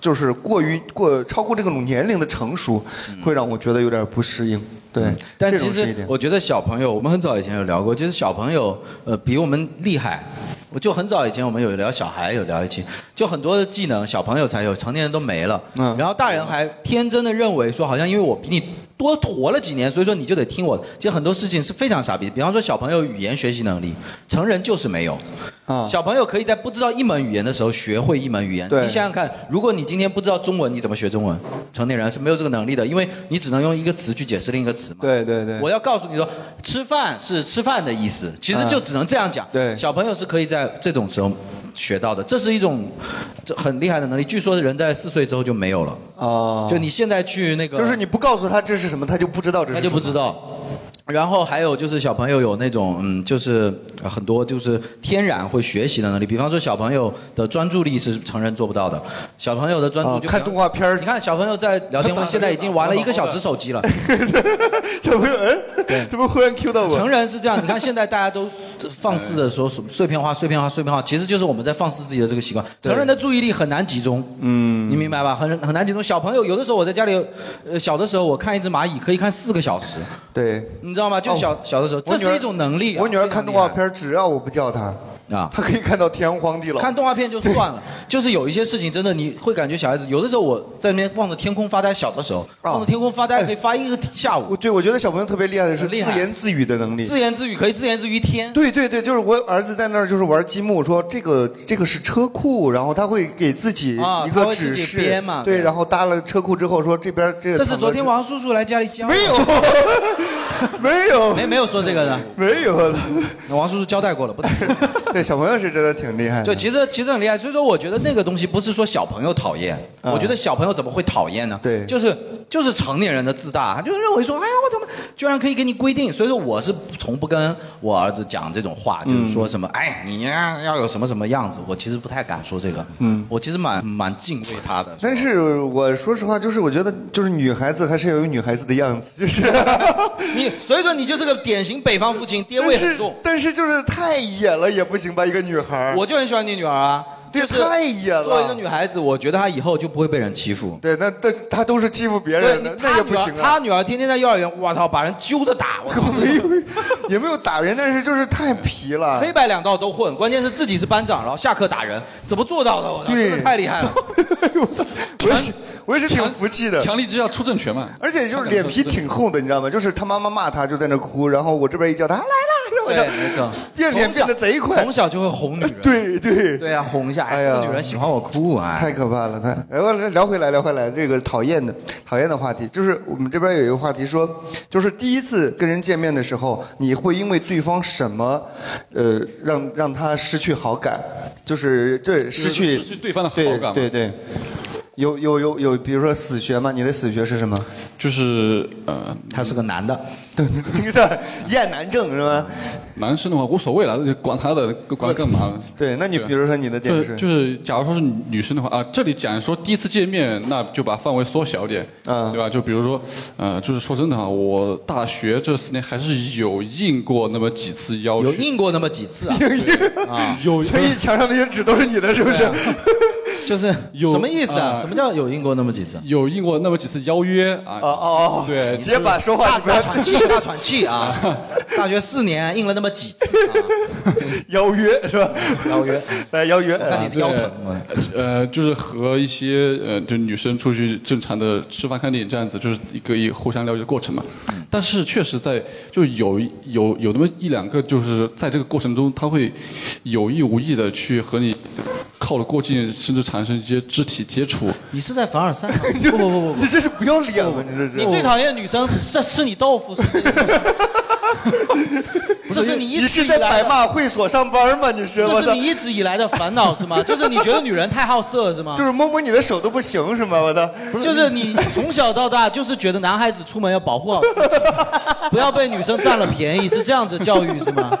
Speaker 3: 就是过于过超过这种年龄的成熟，会让我觉得有点不适应。对，
Speaker 2: 嗯但
Speaker 3: 这
Speaker 2: 其
Speaker 3: 种是一
Speaker 2: 实
Speaker 3: 点。
Speaker 2: 我觉得小朋友，我们很早以前有聊过，其实小朋友呃比我们厉害。我就很早以前我们有聊小孩，有聊一期，就很多的技能小朋友才有，成年人都没了。
Speaker 3: 嗯
Speaker 2: 然后大人还天真的认为说，好像因为我比你多活了几年，所以说你就得听我的。其实很多事情是非常傻逼，比方说小朋友语言学习能力，成人就是没有。
Speaker 3: 啊
Speaker 2: 小朋友可以在不知道一门语言的时候学会一门语言。
Speaker 3: 对
Speaker 2: 你想想看，如果你今天不知道中文，你怎么学中文？成年人是没有这个能力的，因为你只能用一个词去解释另一个词嘛。
Speaker 3: 对对对
Speaker 2: 我要告诉你说，吃饭是吃饭的意思，其实就只能这样讲。
Speaker 3: 嗯对
Speaker 2: 小朋友是可以在这种时候学到的，这是一种这很厉害的能力。据说人在四岁之后就没有了，
Speaker 3: 啊，
Speaker 2: 就你现在去那个，
Speaker 3: 就是你不告诉他这是什么，他就不知道这是
Speaker 2: 他
Speaker 3: 什么。
Speaker 2: 就不知道。然后还有就是小朋友有那种嗯，就是呃很多就是天然会学习的能力，比方说小朋友的专注力是成人做不到的，小朋友的专注
Speaker 3: 啊
Speaker 2: 就比，方
Speaker 3: 看动画片儿
Speaker 2: 你，看小朋友在聊天
Speaker 1: 他打
Speaker 2: 会，现在已经玩了一个小时手机了。
Speaker 3: 小朋友，哎，怎么忽然 Q 到我？
Speaker 2: 成人是这样，你看现在大家 都放肆的说什么碎片化、碎片化、碎片化，其实就是我们在放肆自己的这个习惯。成人的注意力很难集中，嗯，你明白吧？很很难集中。小朋友有的时候我在家里，呃，小的时候我看一只蚂蚁可以看四个小时，
Speaker 3: 对，
Speaker 2: 你知道吗？就小、
Speaker 3: 哦
Speaker 2: 小的时候，
Speaker 3: 我
Speaker 2: 这
Speaker 3: 女儿
Speaker 2: 是一种能力啊、
Speaker 3: 我女儿
Speaker 2: 非常
Speaker 3: 看
Speaker 2: 厉
Speaker 3: 动
Speaker 2: 害
Speaker 3: 画片儿，只要我不叫她，
Speaker 2: 啊。
Speaker 3: 她可以看到天荒地老。
Speaker 2: 看动画片就算了，就是有一些事情真的你会感觉小孩子有的时候我在那边望着天空发呆，小的时候
Speaker 3: 啊
Speaker 2: 望着天空发呆可以发一个下
Speaker 3: 我
Speaker 2: 午，
Speaker 3: 对我觉得小朋友特别厉害的是
Speaker 2: 很
Speaker 3: 自
Speaker 2: 厉害
Speaker 3: 言自语的能力。
Speaker 2: 自言自语可以自言自语一天。
Speaker 3: 对对对，就是我儿子在那儿就是玩积木，说这个这个是车库，然后他会给自己
Speaker 2: 啊
Speaker 3: 一
Speaker 2: 他
Speaker 3: 个
Speaker 2: 会自
Speaker 3: 指
Speaker 2: 己
Speaker 3: 示，
Speaker 2: 编嘛
Speaker 3: 对，
Speaker 2: 对
Speaker 3: 然后搭了车库之后说这边这个
Speaker 2: 这
Speaker 3: 藏
Speaker 2: 是
Speaker 3: 的
Speaker 2: 昨天王叔叔来家里教我
Speaker 3: 没有 没有
Speaker 2: 没没有说这个的，
Speaker 3: 没有了，
Speaker 2: 王叔叔交代过了，不能说。
Speaker 3: 对小朋友是真的挺厉害的，
Speaker 2: 对，其实其实很厉害，所以说我觉得那个东西不是说小朋友讨厌，
Speaker 3: 嗯
Speaker 2: 我觉得小朋友怎么会讨厌呢？
Speaker 3: 对
Speaker 2: 就是就是成年人的自大，他就认为说，哎呀，我怎么居然可以给你规定？所以说我是从不跟我儿子讲这种话，就是说
Speaker 3: 嗯
Speaker 2: 什么，哎，你呀要有什么什么样子，我其实不太敢说这个，嗯，我其实蛮蛮敬畏他的。
Speaker 3: 但是我说实话，就是我觉得就是女孩子还是要有女孩子的样子，就是。
Speaker 2: 你所以说你就是个典型北方父亲，爹
Speaker 3: 但
Speaker 2: 味很
Speaker 3: 是
Speaker 2: 重。
Speaker 3: 但是就是太野了也不行吧，一个女孩儿
Speaker 2: 我就很喜欢你女儿啊，
Speaker 3: 对
Speaker 2: 就是
Speaker 3: 太野了
Speaker 2: 作为一个女孩子，我觉得她以后就不会被人欺负。
Speaker 3: 对那那她都是欺负别
Speaker 2: 对
Speaker 3: 人的，哎那也不行啊。
Speaker 2: 他女儿天天在幼儿园，我操，把人揪着打，我操，
Speaker 3: 没有，也没有打人，但是就是太皮了。
Speaker 2: 黑白两道都混，关键是自己是班长，然后下课打人，怎么做到的？我操，
Speaker 3: 对
Speaker 2: 真的太厉害了。
Speaker 3: 我也是，我也是挺服气的。
Speaker 1: 强力之下出政权嘛。
Speaker 3: 而且就是脸皮挺厚的，你知道吗？就是他妈妈骂他就在那哭，然后我这边一叫他来啦，然后我操
Speaker 2: 对，没错，
Speaker 3: 变脸变得贼快，
Speaker 2: 从小就会哄女人。
Speaker 3: 对对
Speaker 2: 对啊，哄一下，哎，
Speaker 3: 哎呀
Speaker 2: 这个女人喜欢我哭啊。
Speaker 3: 太可怕了，太。哎，我聊回来，聊回来，这个讨厌的讨厌的话题，就是我们这边有一个话题说，就是第一次跟人见面的时候，你会因为对方什么，呃，让让他失去好感，就是对失去
Speaker 1: 失去对方的好感嘛
Speaker 3: 对对对。有有有有，比如说死穴吗？你的死穴是什么？
Speaker 1: 就是呃，
Speaker 2: 他是个男的，
Speaker 3: 对，这个厌男症是吗？
Speaker 1: 男生的话无所谓了，管他的，管他干嘛呢？
Speaker 3: 对，那你
Speaker 1: 对
Speaker 3: 比如说你的点
Speaker 1: 对，
Speaker 3: 是，
Speaker 1: 就是假如说是女生的话啊，这里讲说第一次见面，那就把范围缩小点，
Speaker 3: 嗯
Speaker 1: 对吧？就比如说，呃，就是说真的啊，我大学这四年还是有应过那么几次邀
Speaker 2: 有
Speaker 1: 约，
Speaker 2: 印过那么几次啊，
Speaker 1: 有
Speaker 3: 所以墙上那些纸都是你的，是不是？
Speaker 1: 啊
Speaker 2: 就是
Speaker 1: 有
Speaker 2: 什么意思啊？
Speaker 1: 啊
Speaker 2: 什么叫有印过那么几次？
Speaker 1: 有应过那么几次邀约啊，
Speaker 3: 哦哦哦，
Speaker 1: 对
Speaker 3: 直接把说话
Speaker 2: 大
Speaker 3: 你不
Speaker 2: 大
Speaker 3: 要
Speaker 2: 喘气，大喘气啊！大学四年印了那么几次啊，
Speaker 3: 邀约是吧？
Speaker 2: 邀约，
Speaker 3: 来邀约，
Speaker 2: 那你是腰疼吗？
Speaker 1: 对，呃，就是和一些呃，就女生出去正常的吃饭、看电影这样子，就是一个一互相了解的过程嘛。
Speaker 2: 嗯
Speaker 1: 但是确实在就有有有那么一两个，就是在这个过程中，他会有意无意的去和你靠得过近，甚至产生一些肢体接触。
Speaker 6: 你是在凡尔赛吗？不不不不不
Speaker 3: 你，这是不要脸吗？你这
Speaker 6: 你
Speaker 3: 是。
Speaker 6: 最讨厌女生是吃你豆腐，是 不是这是你一
Speaker 3: 你
Speaker 6: 直
Speaker 3: 是
Speaker 6: 以
Speaker 3: 在
Speaker 6: 来
Speaker 3: 白
Speaker 6: 的，
Speaker 3: 马会所上班吗？你是我
Speaker 6: 这是，
Speaker 3: 操
Speaker 6: 你一直以来的烦恼是 吗？就是你觉得女人太好色是吗
Speaker 3: 就？是摸摸你的手都不行是吗？我操，
Speaker 6: 就是你从小到大就是觉得男孩子出门要保护好自己，不要被女生占了便宜，是这样子教育是吗？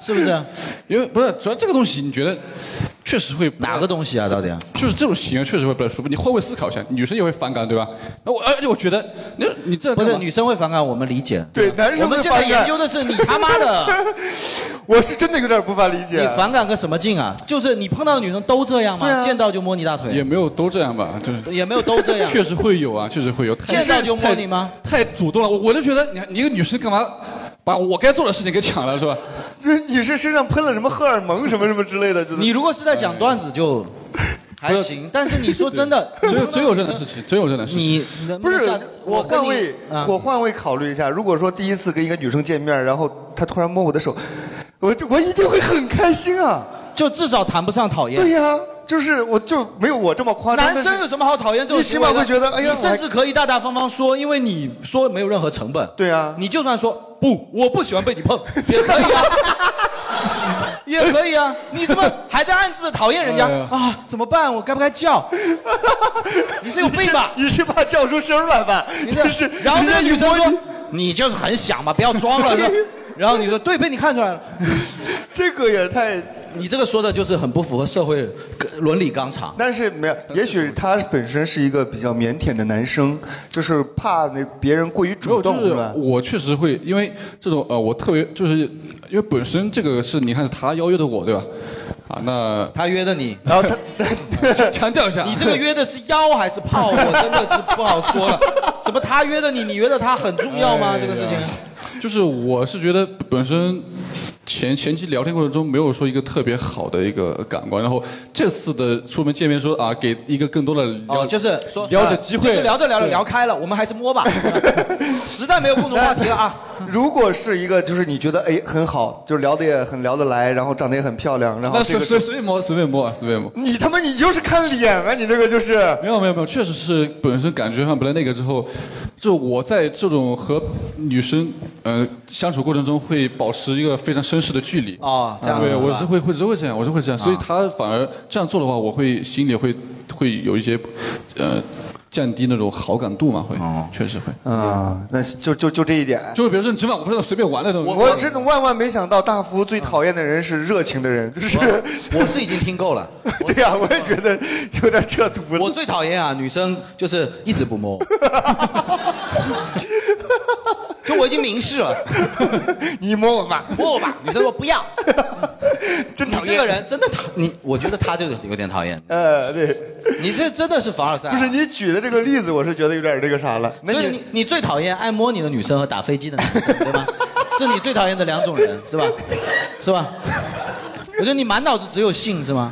Speaker 6: 是不是？
Speaker 1: 因为不是，主要这个东西，你觉得确实会
Speaker 2: 哪个？东西啊？到底啊？
Speaker 1: 就是这种行为确实会不太舒服。你换位思考一下，女生也会反感，对吧？那我而且我觉得，那你这
Speaker 2: 不是
Speaker 1: 干嘛
Speaker 2: 女生会反感，我们理解。
Speaker 3: 对，男
Speaker 6: 我
Speaker 3: 生
Speaker 6: 们
Speaker 3: 会
Speaker 6: 现在
Speaker 3: 反
Speaker 6: 研
Speaker 3: 感啊
Speaker 6: 究，的是你他妈 的，
Speaker 3: 我是真的有点无法理
Speaker 6: 你
Speaker 3: 解。
Speaker 6: 反感个什么劲啊？就是你碰到的女生都这样吗？
Speaker 3: 对啊
Speaker 6: 见到就摸你大
Speaker 1: 也
Speaker 6: 腿，
Speaker 1: 没有都这样吧，就是。
Speaker 6: 也没有都这样。
Speaker 1: 确实会有啊，确实会有。太
Speaker 6: 见到就摸你吗？
Speaker 1: 太太主动了，我我就觉得你你一个女生干嘛把我该做的事情给抢了是 吧？
Speaker 3: 就是你是身上喷了什么荷尔蒙什么什么之类的，就是
Speaker 6: 你如果是在讲段子就哎还行，但是你说真的，
Speaker 1: 真有真有这样的事情，真有这样的事 情。
Speaker 6: 你能
Speaker 3: 不是
Speaker 6: 能下次
Speaker 3: 我
Speaker 6: 跟
Speaker 3: 换
Speaker 6: 你
Speaker 3: 位，
Speaker 6: 啊
Speaker 3: 我换位考虑一下。如果说第一次跟一个女生见面，然后她突然摸我的手，我就我一定会很开心啊。
Speaker 6: 就至少谈不上讨厌
Speaker 3: 对。呀，就是我就没有我这么夸张。
Speaker 6: 男生有什么好讨厌这种行为的？
Speaker 3: 你起码会觉得哎呀
Speaker 6: 你甚至可以大大方方说，因为你说没有任何成本。
Speaker 3: 对啊
Speaker 6: 你就算说不，我不喜欢被你碰，也可以 啊，也可以啊。你怎么还在暗自讨厌人家
Speaker 1: 哎呀
Speaker 6: 啊？怎么办？我该不该叫？你是有病吧？
Speaker 3: 你是怕叫出声来 吧？
Speaker 6: 你
Speaker 3: 就
Speaker 6: 这
Speaker 3: 是，
Speaker 6: 然后那个
Speaker 3: 你
Speaker 6: 女生
Speaker 3: 摸
Speaker 6: 说，你就是很想嘛，不要装了。是吧然后你说对，被你看出来了。
Speaker 3: 这个也太……
Speaker 2: 你这个说的就是很不符合社会伦理纲常。
Speaker 3: 但是没有，也许他本身是一个比较腼腆的男生，就是怕那别人过于
Speaker 1: 没有，
Speaker 3: 主
Speaker 1: 就
Speaker 3: 动，
Speaker 1: 是
Speaker 3: 是吧？
Speaker 1: 我确实会，因为这种呃，我特别就是因为本身这个是你看是他邀约的我对吧？啊，那
Speaker 2: 他约的你，
Speaker 3: 然后他，
Speaker 1: 强调一下啊，
Speaker 6: 你这个约的是腰还是炮？我真的是不好说了。什么他约的你，你约的他，很重要吗？这个事情。
Speaker 1: 就是我是觉得本身前前期聊天过程中没有说一个特别好的一个感官，然后这次的出门见面说啊，给一个更多的了
Speaker 6: 哦，就是说
Speaker 1: 了解机会，
Speaker 6: 就是聊着聊着
Speaker 1: 对
Speaker 6: 聊开了，我们还是摸吧，实在没有共同话题了啊。
Speaker 3: 如果是一个就是你觉得哎很好，就聊得也很聊得来，然后长得也很漂亮，然后
Speaker 1: 那
Speaker 3: 这
Speaker 1: 随
Speaker 3: 个
Speaker 1: 随
Speaker 3: 是
Speaker 1: 随便摸，随便摸，啊随便摸。
Speaker 3: 你他妈你就是看脸啊！你这个就是
Speaker 1: 没有没有没有，确实是本身感觉上不太那个之后，就我在这种和女生呃相处过程中会保持一个非常绅士的距离。啊
Speaker 2: 哦这样子
Speaker 1: 对，
Speaker 2: 是吧啊
Speaker 1: 我是会会是会这样，我是会这样，所以她反而这样做的话，我会心里会会有一些呃降低那种好感度嘛，会，
Speaker 2: 哦
Speaker 1: 确实会。
Speaker 3: 啊，那就就就这一点。
Speaker 1: 就是比如说你吃饭，我不是随便玩那种。
Speaker 3: 我真的万万没想到，大福最讨厌的人是热情的人，就是
Speaker 2: 我是已经听够了。
Speaker 3: 对呀、我也觉得有点扯犊
Speaker 2: 我
Speaker 3: 子。
Speaker 2: 最讨厌啊，女生就是一直不 摸我，就我已经明示了，
Speaker 3: 你摸我吧，
Speaker 2: 摸我吧。女生说不要，
Speaker 3: 真
Speaker 2: 你
Speaker 3: 讨厌。
Speaker 2: 这个，人真的讨你，我觉得她就有点讨厌
Speaker 3: 呃，对，
Speaker 2: 你，这真的是凡尔赛啊、
Speaker 3: 不是你举的这个例子，我是觉得有点那个啥了。那
Speaker 2: 所以
Speaker 3: 你
Speaker 2: 你你最讨厌爱摸你的女生和打飞机的男生，对 吗？是你最讨厌的两种人，是吧？是吧？我觉得你满脑子只有性，是吗？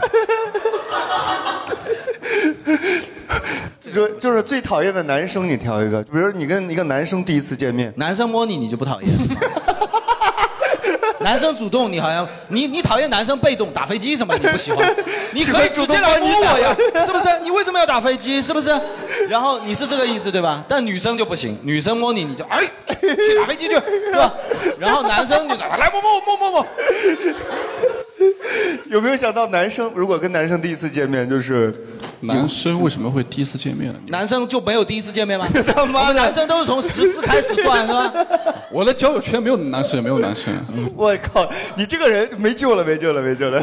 Speaker 3: 就就是最讨厌的男生，你挑一个， 比如你跟一个男生第一次见面，
Speaker 2: 男生摸你你就不讨厌，是吗男生主动你好像你你讨厌男生被动打飞机什么你不喜欢， 你可以
Speaker 6: 主
Speaker 2: 直
Speaker 6: 动
Speaker 2: 接
Speaker 6: 帮
Speaker 2: 来
Speaker 6: 你
Speaker 2: 摸
Speaker 6: 打
Speaker 2: 我呀，是不是？你为什么要打飞机？是不是？然后你是这个意思对吧？但女生就不行，女生摸你你就哎去打飞机去，是吧？然后男生就来摸摸摸摸摸，
Speaker 3: 有没有想到男生如果跟男生第一次见面就是？
Speaker 1: 男生为什么会第一次见面呢？
Speaker 2: 男生就没有第一次见面吗？
Speaker 3: 他妈的
Speaker 2: 我们男生都是从十次开始算是吧？
Speaker 1: 我的交友圈没有男生，没有男生。嗯
Speaker 3: 我靠，你这个人没救了，没救了，没救了！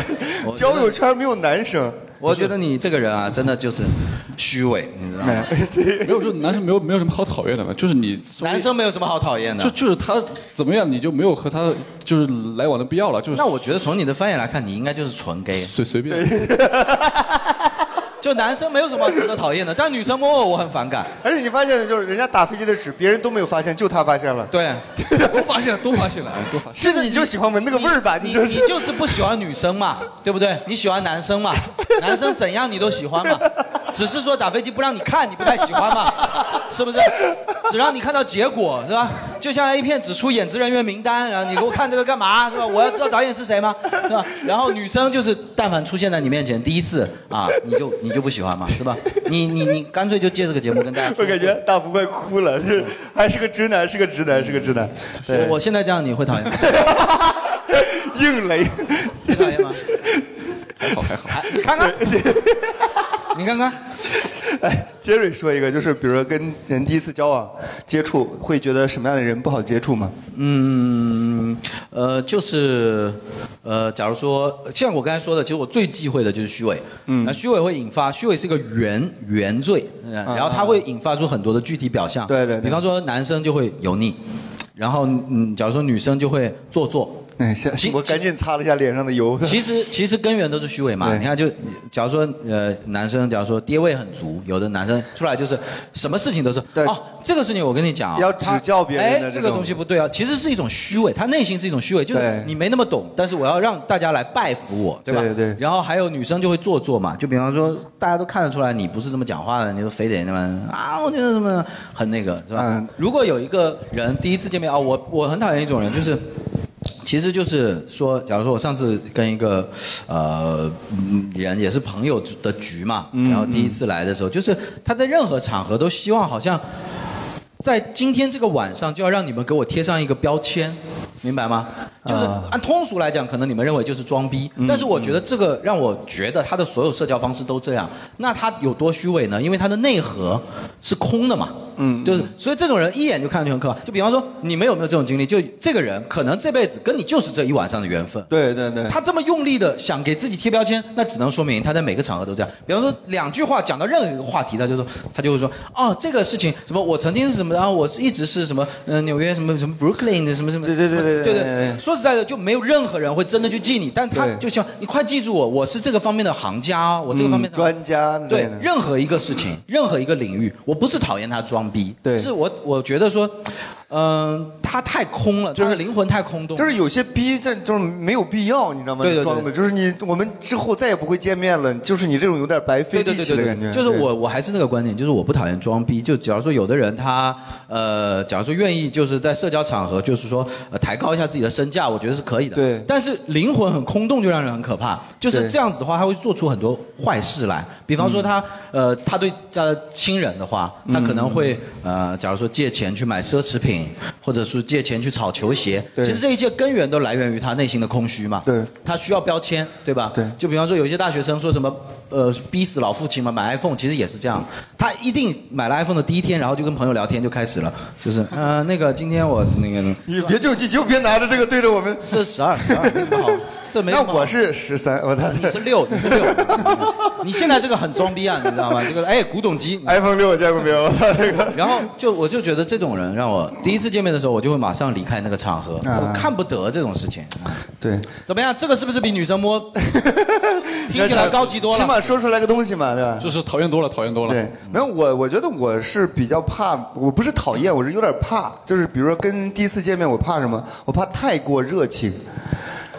Speaker 3: 交友圈没有男生，
Speaker 2: 我觉得你这个人啊，真的就是虚伪，你知道
Speaker 3: 哎
Speaker 2: 吗？
Speaker 1: 没有，就男生没有没有什么好讨厌的嘛，就是你
Speaker 2: 男生没有什么好讨厌的
Speaker 1: 就。就是他怎么样，你就没有和他就是来往的必要了，就是
Speaker 2: 那我觉得从你的翻译来看，你应该就是纯 gay。
Speaker 1: 随随 便。
Speaker 2: 就男生没有什么值得讨厌的，但女生摸我我很反感。
Speaker 3: 而且你发现没就是人家打飞机的纸，别人都没有发现，就他发现了。
Speaker 2: 对，
Speaker 1: 多发现了，多发现了，哎多发现
Speaker 3: 是你就喜欢闻那个味儿吧？
Speaker 2: 你
Speaker 3: 就
Speaker 2: 你
Speaker 3: 是
Speaker 2: 就是不喜欢女生嘛， 对不对？你喜欢男 生嘛，男生怎样你都喜欢嘛，只是说打飞机不让你看，你不太喜欢 嘛，是不是？只让你看到结果是吧？就像 A 片只出演职人员名单，然后你给我看这个干嘛是吧？我要知道导演是谁吗？是吧？然后女生就是但凡出现在你面前第一次啊，你就你就不喜欢嘛，是吧？你你你干脆就借这个节目跟大家说
Speaker 3: 我。感觉大福快哭了，就是还是个直男，是个直男，是个直男。对，
Speaker 2: 我我现在这样你会讨厌 吗？
Speaker 3: 硬雷，
Speaker 2: 会讨厌吗？
Speaker 1: 还好还好。
Speaker 2: 哎，你看看， 你看看，
Speaker 3: 哎，杰瑞说一个，就是比如说跟人第一次交往接触，会觉得什么样的人不好接触吗？
Speaker 2: 嗯，呃，就是，呃，假如说像我刚才说的，其实我最忌讳的就是虚伪，嗯，那虚伪会引发，虚伪是个原原罪，嗯然后它会引发出很多的具体表象，
Speaker 3: 啊对对对
Speaker 2: 比方说男生就会油腻，然后嗯，假如说女生就会做作，
Speaker 3: 哎，下
Speaker 2: 其
Speaker 3: 我赶紧擦了一下脸上的油。
Speaker 2: 其实其实根源都是虚伪嘛。
Speaker 3: 对
Speaker 2: 你看就，假如说呃男生，假如说爹味很足，有的男生出来就是什么事情都是
Speaker 3: 对
Speaker 2: 哦，这个事情我跟你讲、啊，
Speaker 3: 要
Speaker 2: 他
Speaker 3: 指教别人的
Speaker 2: 哎，
Speaker 3: 这
Speaker 2: 这
Speaker 3: 种
Speaker 2: 个东西不对啊，其实是一种虚伪，他内心是一种虚伪，就是
Speaker 3: 对
Speaker 2: 你没那么懂，但是我要让大家来拜服我，对吧？
Speaker 3: 对对
Speaker 2: 然后还有女生就会做作嘛，就比方说大家都看得出来你不是这么讲话的，你就非得那么啊，我觉得什么很那个是吧？
Speaker 3: 嗯
Speaker 2: 如果有一个人第一次见面啊、我我很讨厌一种人，就是其实就是说，假如说我上次跟一个呃嗯人也是朋友的局嘛，
Speaker 3: 嗯
Speaker 2: 然后第一次来的时候，就是他在任何场合都希望好像。在今天这个晚上就要让你们给我贴上一个标签，明白吗？就是按通俗来讲，可能你们认为就是装逼，但是我觉得这个让我觉得他的所有社交方式都这样，那他有多虚伪呢？因为他的内核是空的嘛，嗯，就是所以这种人一眼就看上去很可怕。就比方说，你们有没有这种经历？就这个人可能这辈子跟你就是这一晚上的缘分，
Speaker 3: 对对对，
Speaker 2: 他这么用力的想给自己贴标签，那只能说明他在每个场合都这样。比方说两句话讲到任何一个话题，他就说他就会说哦这个事情什么我曾经是什么啊我是一直是什么嗯、呃纽约什么什么 Brooklyn 的什么什么
Speaker 3: 对对对对
Speaker 2: 对
Speaker 3: 对对
Speaker 2: 说实在的就没有任何人会真的去记你，但他
Speaker 3: 对
Speaker 2: 就像你快记住我，我是这个方面的行家哦，我这个方面
Speaker 3: 嗯
Speaker 2: 的、
Speaker 3: 专家之类
Speaker 2: 对
Speaker 3: 的
Speaker 2: 任何一个事情，任何一个领域，我不是讨厌他装逼，
Speaker 3: 对
Speaker 2: 是我我觉得说嗯、他太空了，就是灵魂太空洞了，
Speaker 3: 就是有些逼，这就是没有必要，你知道吗？
Speaker 2: 对对对
Speaker 3: 装的，就是你，我们之后再也不会见面了，就是你这种有点白费
Speaker 2: 对对
Speaker 3: 力
Speaker 2: 对
Speaker 3: 气
Speaker 2: 对对，
Speaker 3: 的感觉。
Speaker 2: 就是
Speaker 3: 对
Speaker 2: 我，我还是那个观点，就是我不讨厌装逼。就假如说有的人他呃，假如说愿意就是在社交场合，就是说、呃、抬高一下自己的身价，我觉得是可以的。
Speaker 3: 对
Speaker 2: 但是灵魂很空洞，就让人很可怕。就是
Speaker 3: 对
Speaker 2: 这样子的话，他会做出很多坏事来。比方说他、呃，他对他的亲人的话，他可能会、呃，假如说借钱去买奢侈品，或者是借钱去炒球鞋。
Speaker 3: 对
Speaker 2: 其实这一切根源都来源于他内心的空虚嘛。
Speaker 3: 对
Speaker 2: 他需要标签，对吧？
Speaker 3: 对
Speaker 2: 就比方说，有一些大学生说什么，呃，逼死老父亲嘛，买 iPhone，其实也是这样。他一定买了 iPhone 的第一天，然后就跟朋友聊天就开始了，就是，呃，那个今天我那个
Speaker 3: 你别就你就别拿着这个对着我们。
Speaker 2: 这十二十二没什么好，这没什
Speaker 3: 那
Speaker 2: 么好
Speaker 3: 我是十三，我操
Speaker 2: 你是六，你是六，你现在这个很装逼啊，你知道吗？这个哎，古董机，
Speaker 3: ，iPhone 六我见过没有？我操这个。
Speaker 2: 然后就我就觉得这种人让我第一次见面的时候，我就会马上离开那个场合，
Speaker 3: 啊
Speaker 2: 我看不得这种事情。
Speaker 3: 对，
Speaker 2: 怎么样？这个是不是比女 生摸听起来高级多
Speaker 3: 起
Speaker 2: 了？
Speaker 3: 码说出来个东西嘛，对吧？
Speaker 1: 就是讨厌多了，讨厌多了。
Speaker 3: 对，没有我，我觉得我是比较怕，我不是讨厌，我是有点怕，就是比如说跟第一次见面，我怕什么？我怕太过热情。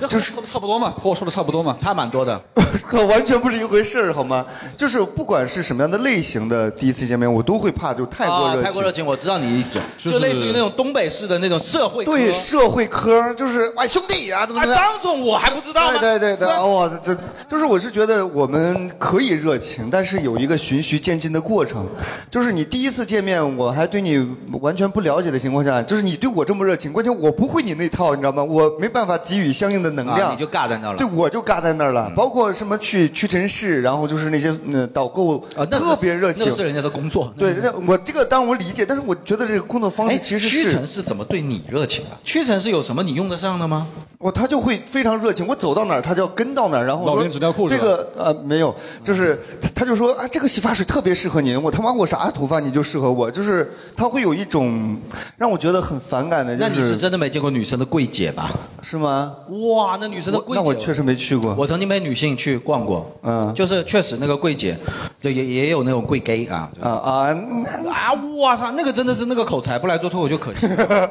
Speaker 1: 就是差不多嘛，和我说的差不多嘛，
Speaker 2: 差蛮多的。
Speaker 3: 可完全不是一回事儿，好吗？就是不管是什么样的类型的第一次见面，我都会怕就太过热情，
Speaker 2: 啊太过热情，我知道你意思，
Speaker 3: 就
Speaker 2: 就是类似于那种东北式的那种社会科
Speaker 3: 对社会科，就是哎兄弟啊，怎么怎么样、
Speaker 2: 啊张总我还不知道吗
Speaker 3: 对对对哦对，
Speaker 2: 是吧
Speaker 3: 哇、这就是我是觉得我们可以热情，但是有一个循序渐进的过程。就是你第一次见面，我还对你完全不了解的情况下，就是你对我这么热情，关键我不会你那套，你知道吗？我没办法给予相应的能量，
Speaker 2: 啊，你就尬在那儿了。嗯
Speaker 3: 对，我就尬在那儿了。包括什么去屈臣氏，然后就是那些嗯导购，
Speaker 2: 啊，那
Speaker 3: 特别热情。
Speaker 2: 那个是人家的工作。
Speaker 3: 对，那我这个当然我理解，但是我觉得这个工作方
Speaker 2: 哎，
Speaker 3: 式其实
Speaker 2: 屈臣
Speaker 3: 是，
Speaker 2: 氏怎么对你热情啊？屈臣氏有什么你用得上的吗？
Speaker 3: 我他就会非常热情，我走到哪儿他就要跟到哪儿，然后我
Speaker 1: 老
Speaker 3: 说
Speaker 1: 年纸尿裤是
Speaker 3: 这
Speaker 1: 吧
Speaker 3: 个呃没有，就是他他就说啊这个洗发水特别适合您，我他妈我啥头发你就适合我，就是他会有一种让我觉得很反感的，就
Speaker 2: 那你是
Speaker 3: 是
Speaker 2: 真的没见过女生的柜姐吧？
Speaker 3: 是吗？
Speaker 2: 哇，那女生的
Speaker 3: 我
Speaker 2: 柜
Speaker 3: 那
Speaker 2: 姐，
Speaker 3: 我确实没去过，
Speaker 2: 我曾经陪女性去逛过，
Speaker 3: 嗯
Speaker 2: 就是确实那个柜姐，就也也有那种柜 gay 啊。就
Speaker 3: 啊啊，那
Speaker 2: 啊，哇塞，那个真的是那个口才不来做脱口秀可 惜了，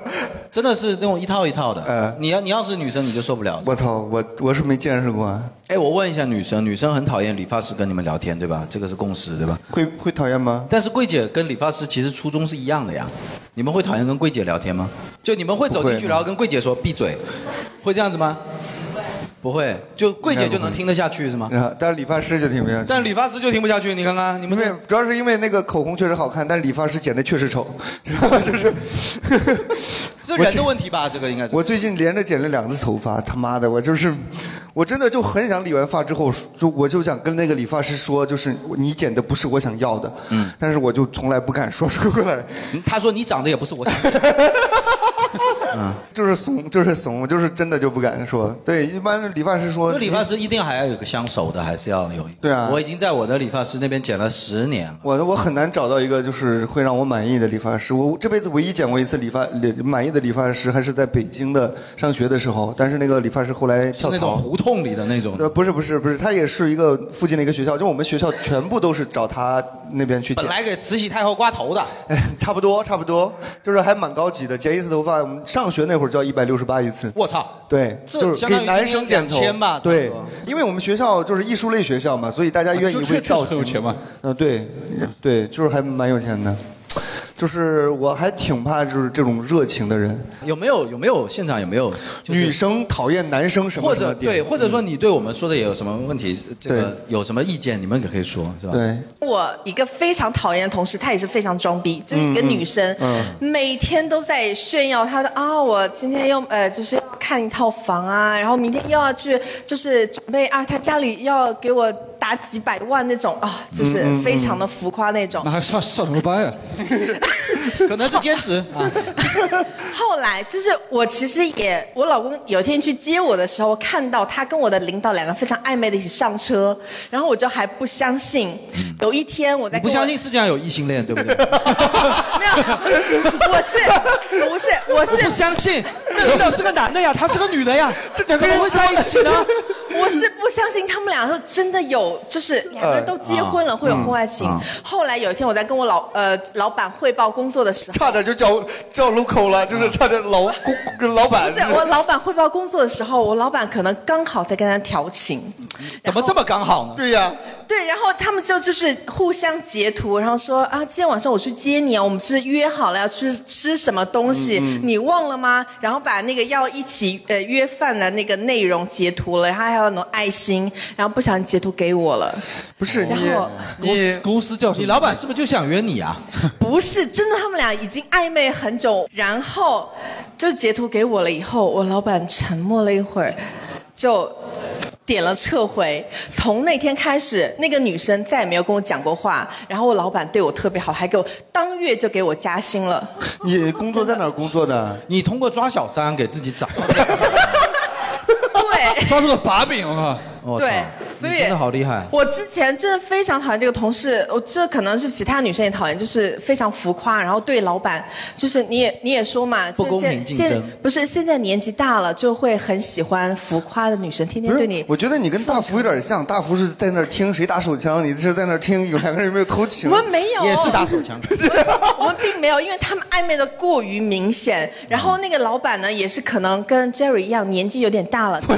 Speaker 2: 真的是那种一套一套的。
Speaker 3: 嗯
Speaker 2: 你要你要是女生你就受不了。
Speaker 3: 我操，我我是没见识过，啊
Speaker 2: 哎，我问一下女生，女生很讨厌理发师跟你们聊天，对吧？这个是共识，对吧？
Speaker 3: 会会讨厌吗？
Speaker 2: 但是柜姐跟理发师其实初衷是一样的呀。你们会讨厌跟柜姐聊天吗？就你们会走进
Speaker 3: 不
Speaker 2: 去，
Speaker 3: 会
Speaker 2: 然后跟柜姐说闭嘴，会这样子吗？不会，就柜姐就能听得下去是吗？
Speaker 3: 啊，但是理发师就挺不下去。
Speaker 2: 但理发师就听不下去，你看看你们
Speaker 3: 因为
Speaker 2: 这
Speaker 3: 主要是因为那个口红确实好看，但理发师剪的确实丑， 知道吧？就是，
Speaker 2: 是人的问题吧？这个应 该是。
Speaker 3: 我最近连着剪了两次头发，他妈的，我就是，我真的就很想理完发之后，就我就想跟那个理发师说，就是你剪的不是我想要的，嗯，但是我就从来不敢说出来，
Speaker 2: 嗯他说你长得也不是我想的。
Speaker 3: 就是怂，就是怂，就是真的就不敢说。对，一般理发师说，
Speaker 2: 那理发师一定还要有个相熟的，还是要有。
Speaker 3: 对啊
Speaker 2: 我已经在我的理发师那边剪了十年了。
Speaker 3: 我我很难找到一个就是会让我满意的理发师。我这辈子唯一剪过一次理发理满意的理发师，还是在北京的上学的时候。但是那个理发师后来
Speaker 2: 是
Speaker 3: 跳
Speaker 2: 那种
Speaker 3: 槽。
Speaker 2: 胡同里的那种，
Speaker 3: 呃，不是不是不是，他也是一个附近的一个学校，就我们学校全部都是找他那边去剪
Speaker 2: 本，来给慈禧太后刮头的，
Speaker 3: 哎， 差不多差不多，就是还蛮高级的，剪一次头发，我们上学那会儿就要一百六十八一次。
Speaker 2: 我操！
Speaker 3: 对，
Speaker 2: 这
Speaker 3: 就是
Speaker 2: 相
Speaker 3: 给
Speaker 2: 当于
Speaker 3: 男生剪头
Speaker 2: 2000吧
Speaker 3: 对
Speaker 2: 差不多，啊
Speaker 3: 因为我们学校就是艺术类学校嘛，所以大家愿意
Speaker 1: 就确
Speaker 3: 为
Speaker 1: 确
Speaker 3: 造
Speaker 1: 实很
Speaker 3: 型。
Speaker 1: 有钱嘛。
Speaker 3: 嗯，对，对，就是还蛮有钱的。就是我还挺怕就是这种热情的人，
Speaker 2: 有没有有没有现场有没有、就是、
Speaker 3: 女生讨厌男生什么
Speaker 2: 或
Speaker 3: 什么
Speaker 2: 者
Speaker 3: 点
Speaker 2: 对，或者
Speaker 6: 嗯
Speaker 2: 说你对我们说的也有什么问题？这个有什么意见，你们也可以说，是吧？
Speaker 3: 对，
Speaker 7: 我一个非常讨厌的同事，她也是非常装逼，就是一个女生，
Speaker 3: 嗯
Speaker 7: 每天都在炫耀她的啊，我今天又呃就是要看一套房啊，然后明天又要去就是准备啊，她家里要给我打几百万那种啊，就是非常的浮夸那种。
Speaker 2: 嗯
Speaker 1: 那还上上什么 班呀？
Speaker 6: 可能是兼 职啊。
Speaker 7: 后来就是我其实也，我老公有一天去接我的时候，看到他跟我的领导两个非常暧昧的一起上车，然后我就还不相信。有一天我在
Speaker 2: 嗯你不
Speaker 7: 跟我
Speaker 2: 相信世界上有异性恋，对不对？
Speaker 7: 没有，我是我是我
Speaker 6: 我
Speaker 7: 是
Speaker 6: 不相信，那领导是个男的呀，她是个女的呀，这两个人会在一起呢？
Speaker 7: 我是不相信他们俩说真的有，就是两个人都结婚了会有婚外情。后来有一天我在跟我老呃老板汇报工作的时 候。
Speaker 3: 差点就叫叫 l o c 了，就是差点老公跟老板
Speaker 7: 不是我老板汇报工作的时候，我老板可能刚好在跟他调情，
Speaker 2: 怎么这么刚好呢？
Speaker 3: 对呀、
Speaker 7: 对，然后他们就就是互相截图，然后说啊，今天晚上我去接你啊，我们是约好了要去吃什么东西，你忘了吗？然后把那个要一起呃约饭的那个内容截图了，然后还有那种爱心，然后不小心截图给我了，
Speaker 3: 不是你
Speaker 7: 然后
Speaker 3: 你
Speaker 1: 公司叫什么？
Speaker 2: 你老板是不是就想约你啊？
Speaker 7: 不是真的，他们俩已经暧昧很久，然后就截图给我了，以后我老板沉默了一会儿，就。点了撤回。从那天开始，那个女生再也没有跟我讲过话。然后我老板对我特别好，还给我当月就给我加薪了。
Speaker 3: 你工作在哪儿工作的？
Speaker 2: 你通过抓小三给自己找，
Speaker 7: 对
Speaker 1: 抓住了把柄，我靠！
Speaker 2: 我操
Speaker 7: 对，所以
Speaker 2: 真的好厉害。
Speaker 7: 我之前真的非常讨厌这个同事，我这可能是其他女生也讨厌，就是非常浮夸，然后对老板，就是你也你也说嘛，
Speaker 2: 不公平
Speaker 7: 就是
Speaker 2: 竞
Speaker 7: 现
Speaker 2: 争
Speaker 7: 现不是现在年纪大了，就会很喜欢浮夸的女生，天天对你。
Speaker 3: 我觉得你跟大福有点像，大福是在那儿听谁打手枪，你是在那儿听有两个人有没有偷情。
Speaker 7: 我们没有，
Speaker 2: 手枪。
Speaker 7: 我们并没有，因为他们暧昧的过于明显。然后那个老板呢，也是可能跟 Jerry 一样，年纪有点大了，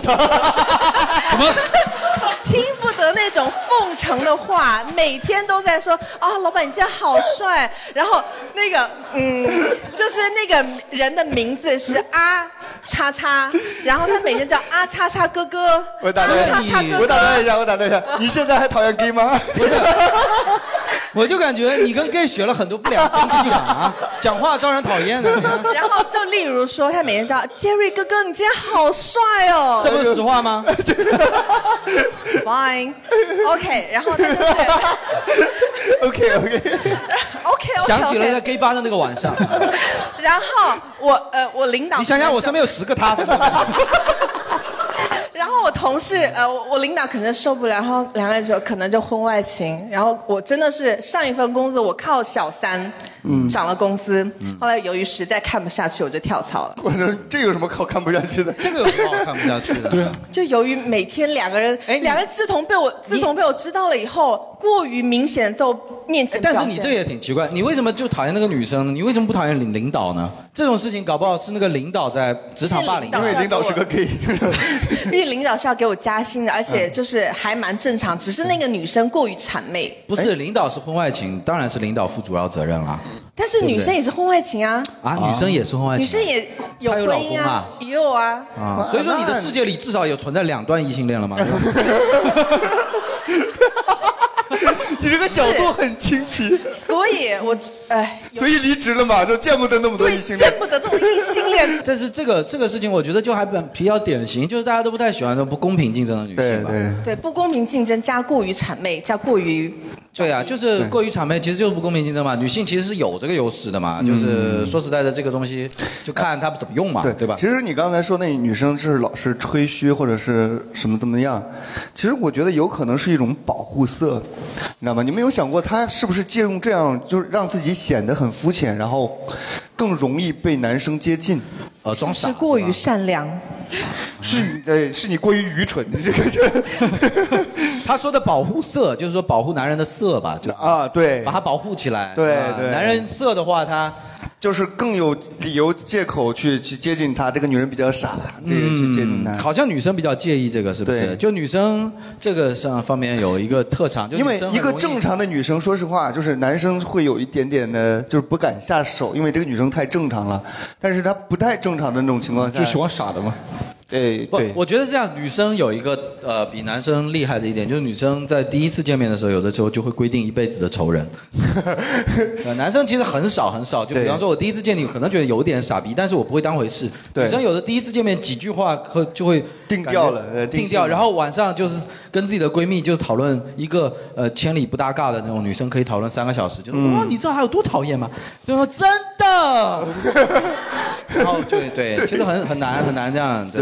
Speaker 7: 听不得那种奉承的话，每天都在说啊，老板你这样好 帅。然后那个，嗯，就是那个人的名字是啊叉叉，然后他每天叫啊叉叉哥哥，
Speaker 3: 我打
Speaker 7: 啊
Speaker 3: 断
Speaker 7: 叉
Speaker 3: 一
Speaker 7: 叉
Speaker 3: 下，
Speaker 7: 哥
Speaker 3: 我打
Speaker 7: 哥。
Speaker 3: 断一下，我打断一下，你现在还讨厌 gay 吗？
Speaker 6: 我就感觉你跟 gay 学了很多不良风气啊啊，讲话招人讨厌的、
Speaker 7: 然后就例如说，他每天叫 Jerry 哥哥，你今天好帅哦。
Speaker 6: 这不是实话吗？
Speaker 7: Fine，OK，、然后他 就是
Speaker 3: OK OK，
Speaker 7: OK OK，
Speaker 6: 想起了在 gay 吧的那个晚 上，
Speaker 7: 然后我呃，我领导
Speaker 6: 你想想我身边有十个他，是不是？
Speaker 7: 然后我同事，呃，我我领导可能受不了，然后两个人就可能就婚外情。然后我真的是上一份工作，我靠小三，
Speaker 6: 嗯
Speaker 7: 涨了工资。后来由于实在看不下去，我就跳槽了。
Speaker 3: 我的这有什么好看不下去的？
Speaker 6: 这个有什么好看不下去的？对啊，
Speaker 7: 就由于每天两个人，
Speaker 6: 哎你
Speaker 7: 两个人自从被我自从被我知道了以后，过于明显在我面前表
Speaker 6: 哎但
Speaker 7: 现。
Speaker 6: 是你这个也挺奇怪，你为什么就讨厌那个女生呢？你为什么不讨厌领领导呢？这种事情搞不好是那个领导在职场霸凌
Speaker 7: 是。
Speaker 3: 因为领导是个 gay，就是
Speaker 7: 因为领导是要给我加薪的，而且
Speaker 2: 嗯
Speaker 7: 就是还蛮正常，只是那个女生过于谄媚。
Speaker 2: 不是领导是婚外情，当然是领导负主要责任
Speaker 6: 啊
Speaker 2: 了。
Speaker 7: 但是女生也是婚外情啊，
Speaker 2: 啊，女生也是婚外情。
Speaker 7: 女生也有
Speaker 2: 她
Speaker 7: 婚
Speaker 2: 有老
Speaker 7: 姻
Speaker 2: 公
Speaker 7: 啊
Speaker 2: 啊，
Speaker 7: 也有啊。
Speaker 2: 啊，所以说你的世界里至少有存在两段异性恋了吗？
Speaker 3: 你这个角度很清奇，
Speaker 7: 所以我，哎，有
Speaker 3: 所以离职了嘛，就见不得那么多
Speaker 7: 对
Speaker 3: 异性恋
Speaker 7: 见。不得这种异性恋。
Speaker 2: 但是这个这个事情，我觉得就还比比较典型，就是大家都不太喜欢这种不公平竞争的女
Speaker 3: 对
Speaker 2: 性吧。
Speaker 3: 对，
Speaker 7: 对，不公平竞争加过于谄媚，加过于
Speaker 2: 对啊，就是过于谄媚，其实就是不公平竞争嘛。女性其实是有这个优势的
Speaker 3: 嗯
Speaker 2: 嘛，就是说实在的，这个东西就看她怎么用
Speaker 3: 啊
Speaker 2: 嘛，对吧？
Speaker 3: 其实你刚才说那女生是老是吹嘘或者是什么怎么样，其实我觉得有可能是一种保护色，你知道吗？你们有想过她是不是借用这样，就是让自己显得很肤浅，然后更容易被男生接近？
Speaker 2: 呃，装傻
Speaker 7: 是
Speaker 2: 吧
Speaker 7: 过于善良。
Speaker 3: 是你呃，是你过于愚蠢，你这个 这
Speaker 2: 他说的保护色，就是说保护男人的色吧，就
Speaker 3: 啊，对
Speaker 2: 把，他保护起来。
Speaker 3: 对
Speaker 2: 是吧
Speaker 3: 对
Speaker 2: 男人色的话，他
Speaker 3: 就是更有理由借口去去接近她。这个女人比较傻，这个去接近她。
Speaker 2: 嗯好像女生比较介意这个，是不是？
Speaker 3: 嗯对
Speaker 2: 就女生这个上方面有一个特长，就
Speaker 3: 因为
Speaker 2: 女生很
Speaker 3: 一个
Speaker 2: 容易
Speaker 3: 正常的女生，说实话，就是男生会有一点点的，就是不敢下手，因为这个女生太正常了。但是她不太正常的那种情况下，
Speaker 1: 就喜欢傻的嘛。
Speaker 3: 对
Speaker 2: 不
Speaker 3: 对，，
Speaker 2: 我觉得这样，女生有一个呃比男生厉害的一点，就是女生在第一次见面的时候，有的时候就会规定一辈子的仇 人。呃男生其实很少很少，就比
Speaker 3: 对
Speaker 2: 方说我第一次见你，可能觉得有点傻逼，但是我不会当回事。
Speaker 3: 对
Speaker 2: 女生有的第一次见面几句话可就会
Speaker 3: 定
Speaker 2: 感觉
Speaker 3: 调了呃定
Speaker 2: 定
Speaker 3: 性
Speaker 2: 调，
Speaker 3: 了
Speaker 2: 然后晚上就是跟自己的闺蜜就讨论一个呃千里不搭嘎的那种女生，可以讨论三个小时，就是
Speaker 3: 嗯
Speaker 2: 哇、你知道还有多讨厌吗？就说真 的，然后对对，其实很很难很难这样，对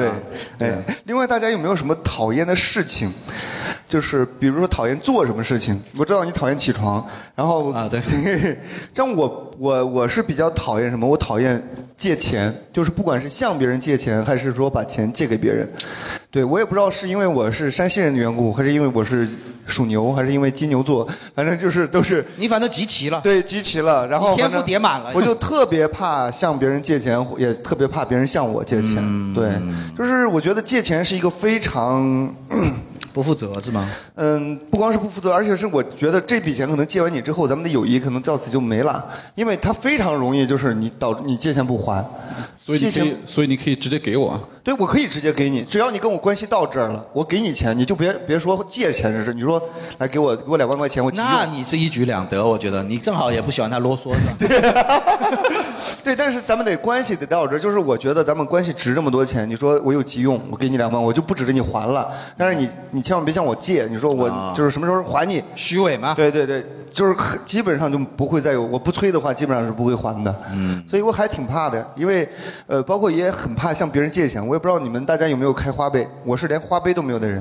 Speaker 3: 对
Speaker 2: 吧？，
Speaker 3: 哎，另外大家有没有什么讨厌的事情？就是比如说讨厌做什么事情，我知道你讨厌起床，然后
Speaker 2: 啊对，
Speaker 3: 像我我我是比较讨厌什么？我讨厌借钱，就是不管是向别人借钱，还是说把钱借给别人，对我也不知道是因为我是山西人的缘故，还是因为我是属牛，还是因为金牛座，反正就是都是
Speaker 2: 你反正集齐 了。
Speaker 3: 对，集齐了，然后
Speaker 2: 你天赋
Speaker 3: 反正
Speaker 2: 叠满了
Speaker 3: 我就特别怕向别人借钱， 也特别怕别人向我借钱。对，就是我觉得借钱是一个非常，
Speaker 2: 不负责是吗？
Speaker 3: 嗯，不光是不负责，而且是我觉得这笔钱可能借完你之后，咱们的友谊可能到此就没了，因为它非常容易就是你导你借钱不还，
Speaker 1: 所以你
Speaker 3: 借
Speaker 1: 可以
Speaker 3: 钱，
Speaker 1: 所以你可以直接给我啊。
Speaker 3: 对我可以直接给你，只要你跟我关系到这儿了，我给你钱，你就别别说借钱这事，你说来给我给我两万块钱，我急用
Speaker 2: 那你是一举两得，我觉得你正好也不喜欢他啰嗦，是吧？
Speaker 3: 对，但是咱们得关系得到这儿，就是我觉得咱们关系值这么多钱，你说我有急用，我给你两万，我就不指着你
Speaker 2: 啊
Speaker 3: 还了，但是你你千万别向我借，你说我就是什么时候还你？
Speaker 2: 虚伪吗？
Speaker 3: 对对对，就是很基本上就不会再有，我不催的话，基本上是不会还的。嗯，所以我还挺怕的，因为呃，包括也很怕向别人借钱。我也不知道你们大家有没有开花呗，我是连花呗都没有的人，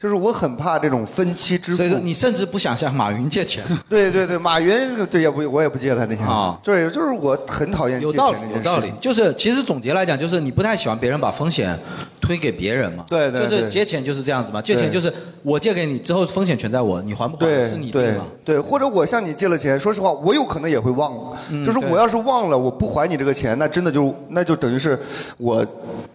Speaker 3: 就是我很怕这种分期支付。
Speaker 2: 所以说你甚至不想向马云借钱。
Speaker 3: 对对对，马云对也不我也不借他那钱。
Speaker 2: 啊
Speaker 3: 对，就是我很讨厌借
Speaker 2: 有
Speaker 3: 钱
Speaker 2: 道理，
Speaker 3: 这
Speaker 2: 有
Speaker 3: 件事
Speaker 2: 道理
Speaker 3: 情。。
Speaker 2: 就是其实总结来讲，就是你不太喜欢别人把风险推给别人嘛。
Speaker 3: 对对
Speaker 2: 就是
Speaker 3: 对
Speaker 2: 借钱就是这样子嘛，借钱
Speaker 3: 对
Speaker 2: 就是我借给你之后风险全在我，你还不还
Speaker 3: 对
Speaker 2: 是你的
Speaker 3: 对
Speaker 2: 嘛。
Speaker 3: 对，或者我向你借了钱，说实话，我有可能也会忘，
Speaker 2: 嗯
Speaker 3: 就是
Speaker 2: 对
Speaker 3: 我要是忘了，我不还你这个钱，那真的就那就等于是我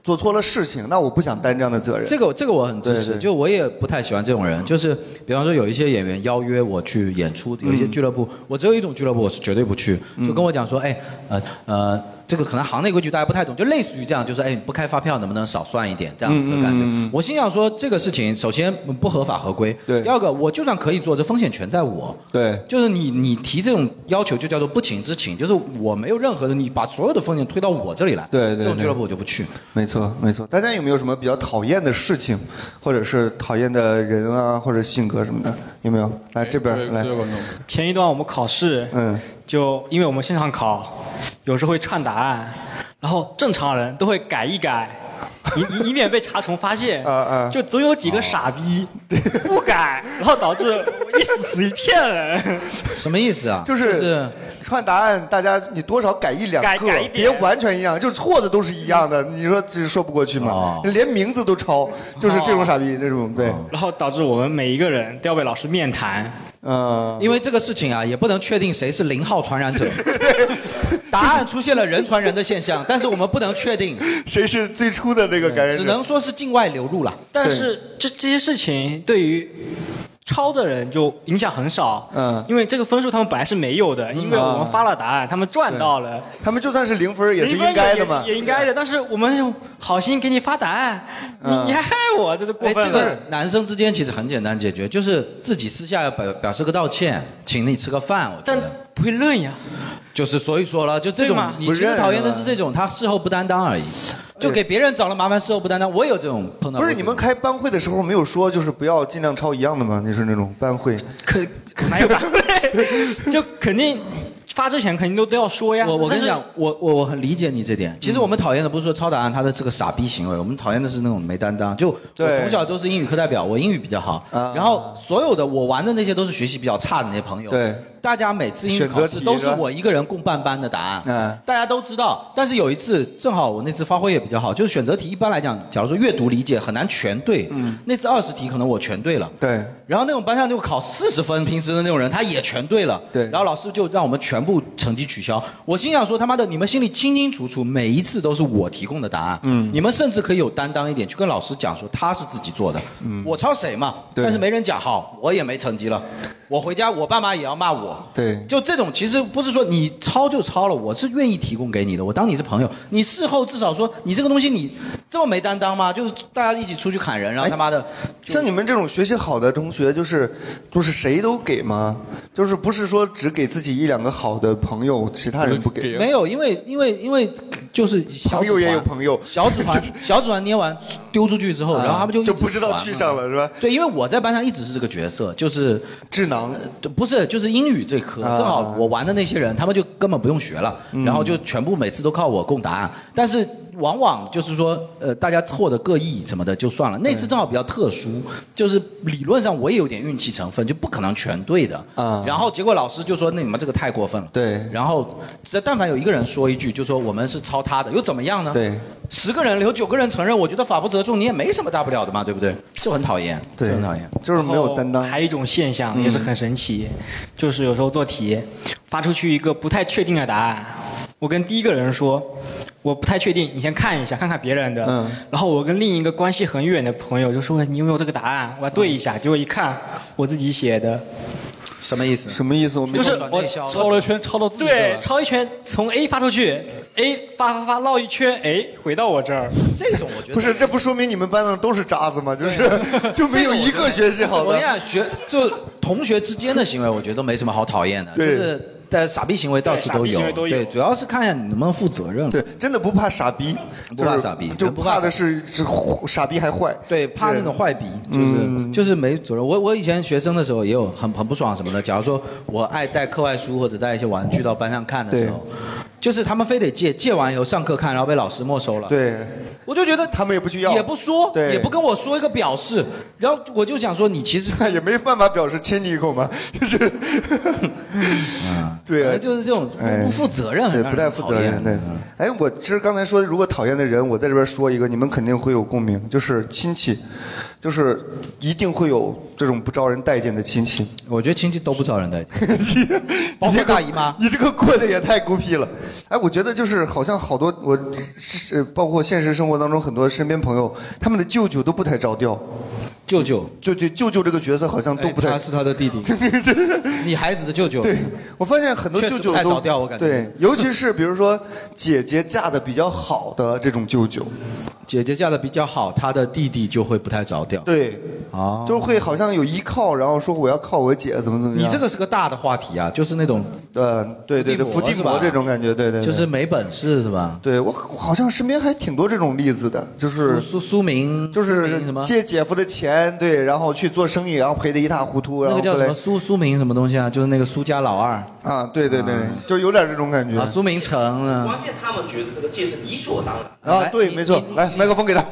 Speaker 3: 做错了事情，那我不想担这样的责任。
Speaker 2: 这个这个我很支持，
Speaker 3: 对对
Speaker 2: 就我也不太喜欢这种人，就是比方说有一些演员邀约我去演出，有一些俱乐
Speaker 3: 嗯
Speaker 2: 部，我只有一种俱乐部我是绝对不去，就跟我讲说，哎，呃呃，这个可能行内规矩大家不太懂，就类似于这样，就是哎，你不开发票能不能少算一点这样子的感觉。
Speaker 3: 嗯嗯嗯嗯
Speaker 2: 我心想说这个事情，首先不合法合规，第二个我就算可以做，这风险全在我。
Speaker 3: 对，
Speaker 2: 就是你你提这种要求就叫做不情之请，就是我没有任何的，你把所有的风险推到我这里来，
Speaker 3: 对
Speaker 2: 这
Speaker 3: 对
Speaker 2: 种
Speaker 3: 对
Speaker 2: 俱乐部我就不去。
Speaker 3: 没错没错。大家有没有什么比较讨厌的事情，或者是讨厌的人啊，或者性格什么的？有没有？来这边儿来，
Speaker 8: 前一段我们考试，
Speaker 3: 嗯，
Speaker 8: 就因为我们现场考，有时候会串答案，然后正常人都会改一改，以以以免被查重发 现。
Speaker 3: 啊
Speaker 8: 就总有几个傻逼
Speaker 3: 哦
Speaker 8: 不改，然后导致一死死一片人。
Speaker 2: 什么意思啊？
Speaker 3: 就是
Speaker 8: 就是
Speaker 3: 串答案，大家你多少改一两
Speaker 8: 改
Speaker 3: 个
Speaker 8: 改一，点
Speaker 3: 别完全一样，就错的都是一样的，你说这说不过去
Speaker 2: 哦
Speaker 3: 吗？连名字都抄，就是这种傻逼，这种对。
Speaker 8: 然后导致我们每一个人都要被老师面谈。
Speaker 3: 嗯，
Speaker 2: 因为这个事情啊，也不能确定谁是零号传染者。答案出现了人传人的现象，但是我们不能确定
Speaker 3: 谁 是最初的那个
Speaker 2: 感染只能说是境外流入了。
Speaker 8: 但是这这些事情对于抄的人就影响很少，
Speaker 3: 嗯，
Speaker 8: 因为这个分数他们本来是没有的，因为我们发了答案，他们赚到了，
Speaker 3: 他们就算是零分也是
Speaker 8: 零分
Speaker 3: 应该的嘛
Speaker 8: 也也应该的。但是我们就好心给你发答案，
Speaker 2: 嗯
Speaker 8: 你你还害我，这是过
Speaker 2: 哎，这
Speaker 8: 分了
Speaker 2: 个。男生之间其实很简单解决，就是自己私下表表示个道歉，请你吃个饭。但
Speaker 8: 不会啊认呀。
Speaker 2: 就是所以说了，就这
Speaker 8: 对
Speaker 2: 种
Speaker 8: 吗
Speaker 2: 你
Speaker 8: 不
Speaker 2: 其实
Speaker 8: 认
Speaker 2: 讨厌的
Speaker 3: 是吧
Speaker 2: 是这种，他事后不担当而已，就给别人找了麻烦，事后不担当。我有这种碰到过
Speaker 3: 不是
Speaker 2: 这种。
Speaker 3: 你们开班会的时候没有说就是不要尽量抄一样的吗？你是那种班会，
Speaker 8: 可哪有 班会？就肯定发之前肯定都都要说呀。
Speaker 2: 我我跟你
Speaker 8: 但是
Speaker 2: 讲，我我我很理解你这点。其实我们讨厌的不是说抄答案他的这个傻逼行为，我们讨厌的是那种没担当。就我从小都是英语课代表，我英语比较好，
Speaker 3: 啊
Speaker 2: 然后所有的我玩的那些都是学习比较差的那些朋友。
Speaker 3: 对，
Speaker 2: 大家每次英语
Speaker 3: 选择
Speaker 2: 考试
Speaker 3: 题
Speaker 2: 都
Speaker 3: 是
Speaker 2: 是
Speaker 3: 吧
Speaker 2: 我一个人共半班的答案。
Speaker 3: 嗯，
Speaker 2: 大家都知道，但是有一次正好我那次发挥也比较好，就是选择题一般来讲，假如说阅读理解很难全对，
Speaker 3: 嗯
Speaker 2: 那次二十题可能我全对了，
Speaker 3: 对，
Speaker 2: 然后那种班上就考四十分，平时的那种人他也全对了，对，然后老师就让我们全部成绩取消。我心想说他妈的，你们心里清清楚楚，每一次都是我提供的答案，嗯，你们甚至可以有担当一点，去跟老师讲说他是自己做的，嗯，我抄谁嘛，
Speaker 3: 对
Speaker 2: 但是没人讲，好，我也没成绩了，我回家我爸妈也要骂我，
Speaker 3: 对，
Speaker 2: 就这种，其实不是说你抄就抄了，我是愿意提供给你的，我当你是朋友。你事后至少说你这个东西你这么没担当吗？就是大家一起出去砍人，然后他妈的，
Speaker 3: 像你们这种学习好的同学，就是就是谁都给吗？就是不是说只给自己一两个好的朋友，其他人不给？
Speaker 1: 啊
Speaker 2: 没有，因为因为因为就是
Speaker 3: 朋友也有朋友，
Speaker 2: 小组 团小组团捏完丢出去之后，
Speaker 3: 啊
Speaker 2: 然后他们就
Speaker 3: 就不知道去向了是吧？
Speaker 2: 对，因为我在班上一直是这个角色，就是
Speaker 3: 智囊，
Speaker 2: 不是就是英语这科，
Speaker 3: 啊嗯
Speaker 2: 正好我玩的那些人，他们就根本不用学了，然后就全部每次都靠我供答案，但是往往就是说，呃，大家错的各异什么的就算了，那次正好比较特殊，就是理论上我也有点运气成分，就不可能全对的，
Speaker 3: 啊
Speaker 2: 然后结果老师就说，那你们这个太过分了，
Speaker 3: 对，
Speaker 2: 然后只但凡有一个人说一句，就说我们是抄他的，又怎么样呢？
Speaker 3: 对，
Speaker 2: 十个人有九个人承认，我觉得法不责众，你也没什么大不了的嘛，对不对？就很讨厌，
Speaker 3: 对
Speaker 2: 就很讨厌。
Speaker 3: 就是没有担当。嗯
Speaker 8: 还有一种现象也是很神奇，就是有时候做题发出去一个不太确定的答案，我跟第一个人说我不太确定，你先看一下，看看别人的。
Speaker 3: 嗯
Speaker 8: 然后我跟另一个关系很远的朋友就说你有没有这个答案？我要对一下，结果一看我自己写的，
Speaker 2: 什么意思？
Speaker 3: 什么意思？我没
Speaker 8: 就是
Speaker 3: 懂
Speaker 8: 我
Speaker 1: 抄了一圈，抄到自己这儿
Speaker 8: 对
Speaker 1: 来，
Speaker 8: 抄一圈从 A 发出去，A 发发发绕一圈，哎，回到我这儿。
Speaker 2: 这种我觉得
Speaker 3: 不是，这不说明你们班上都是渣子吗？就是 就没有一个学习好
Speaker 2: 我跟你
Speaker 3: 的。
Speaker 2: 讲，学就同学之间的行为，我觉得没什么好讨厌的，就
Speaker 3: 对
Speaker 2: 是但傻逼行为到处
Speaker 3: 对傻
Speaker 2: 都
Speaker 3: 逼
Speaker 2: 有
Speaker 3: 行为，都有
Speaker 2: 对，主要是看一下你能不能负责任。
Speaker 3: 对，真的不怕傻逼，
Speaker 2: 不怕傻逼，
Speaker 3: 就
Speaker 2: 人不怕傻
Speaker 3: 怕
Speaker 2: 逼
Speaker 3: 的是是傻逼还坏。
Speaker 2: 对，怕那种坏逼，就是、
Speaker 3: 嗯
Speaker 2: 就是没责任。我我以前学生的时候也有很很不爽什么的。假如说我爱带课外书或者带一些玩具到班上看的时候，就是他们非得借，借完以后上课看，然后被老师没收了。
Speaker 3: 对，
Speaker 2: 我就觉得
Speaker 3: 他们也不需要，
Speaker 2: 也不说，
Speaker 3: 对
Speaker 2: 也不跟我说一个表示，然后我就想说你其实
Speaker 3: 也没办法表示亲你一口嘛，就是， 对啊，
Speaker 2: 嗯就是这种
Speaker 3: 哎
Speaker 2: 不负责任，
Speaker 3: 对，不太负责任，对。
Speaker 2: 嗯
Speaker 3: 哎，我其实刚才说，如果讨厌的人，我在这边说一个，你们肯定会有共鸣，就是亲戚，就是一定会有这种不招人待见的亲戚。
Speaker 2: 我觉得亲戚都不招人待见，
Speaker 3: 包括大姨妈，你这个过得也太孤僻了。哎，我觉得就是好像好多我是是包括现实生活当中很多身边朋友，他们的舅舅都不太着调。
Speaker 2: 舅舅，
Speaker 3: 舅舅，舅舅这个角色好像都不太。
Speaker 2: 哎他是他的弟弟，你孩子的舅舅，
Speaker 3: 对，我发现很多
Speaker 2: 确
Speaker 3: 舅
Speaker 2: 实
Speaker 3: 舅
Speaker 2: 不太
Speaker 3: 都
Speaker 2: 着调我感觉
Speaker 3: 对，尤其是比如说姐姐嫁的比较好的这种 舅舅，
Speaker 2: 姐姐嫁的比较好，他的弟弟就会不太着调。
Speaker 3: 对，
Speaker 2: 哦，
Speaker 3: 就是会好像有依靠，然后说我要靠我姐怎么怎么
Speaker 2: 你
Speaker 3: 样。
Speaker 2: 这个是个大的话题啊，就是那种
Speaker 3: 呃，对对对，伏
Speaker 2: 伏
Speaker 3: 地
Speaker 2: 地魔
Speaker 3: 魔
Speaker 2: 是吧
Speaker 3: 这种感觉，对对，对
Speaker 2: 就是没本事是吧？
Speaker 3: 对我我好像身边还挺多这种例子的，就是
Speaker 2: 苏苏明
Speaker 3: 就
Speaker 2: 苏
Speaker 3: 是
Speaker 2: 明什么
Speaker 3: 借姐夫的钱，对，然后去做生意，然后赔得一塌糊涂，然
Speaker 2: 那
Speaker 3: 后
Speaker 2: 个叫
Speaker 3: 后
Speaker 2: 什么
Speaker 3: 来
Speaker 2: 苏苏明什么东西啊？就是那个苏家老二
Speaker 3: 啊，对对对，就有点这种感觉
Speaker 2: 啊，苏明成啊。
Speaker 9: 关键他们觉得这个借是理所当然。
Speaker 3: 啊，
Speaker 2: 来
Speaker 3: 对，
Speaker 2: 你
Speaker 3: 没错，来麦克风给他，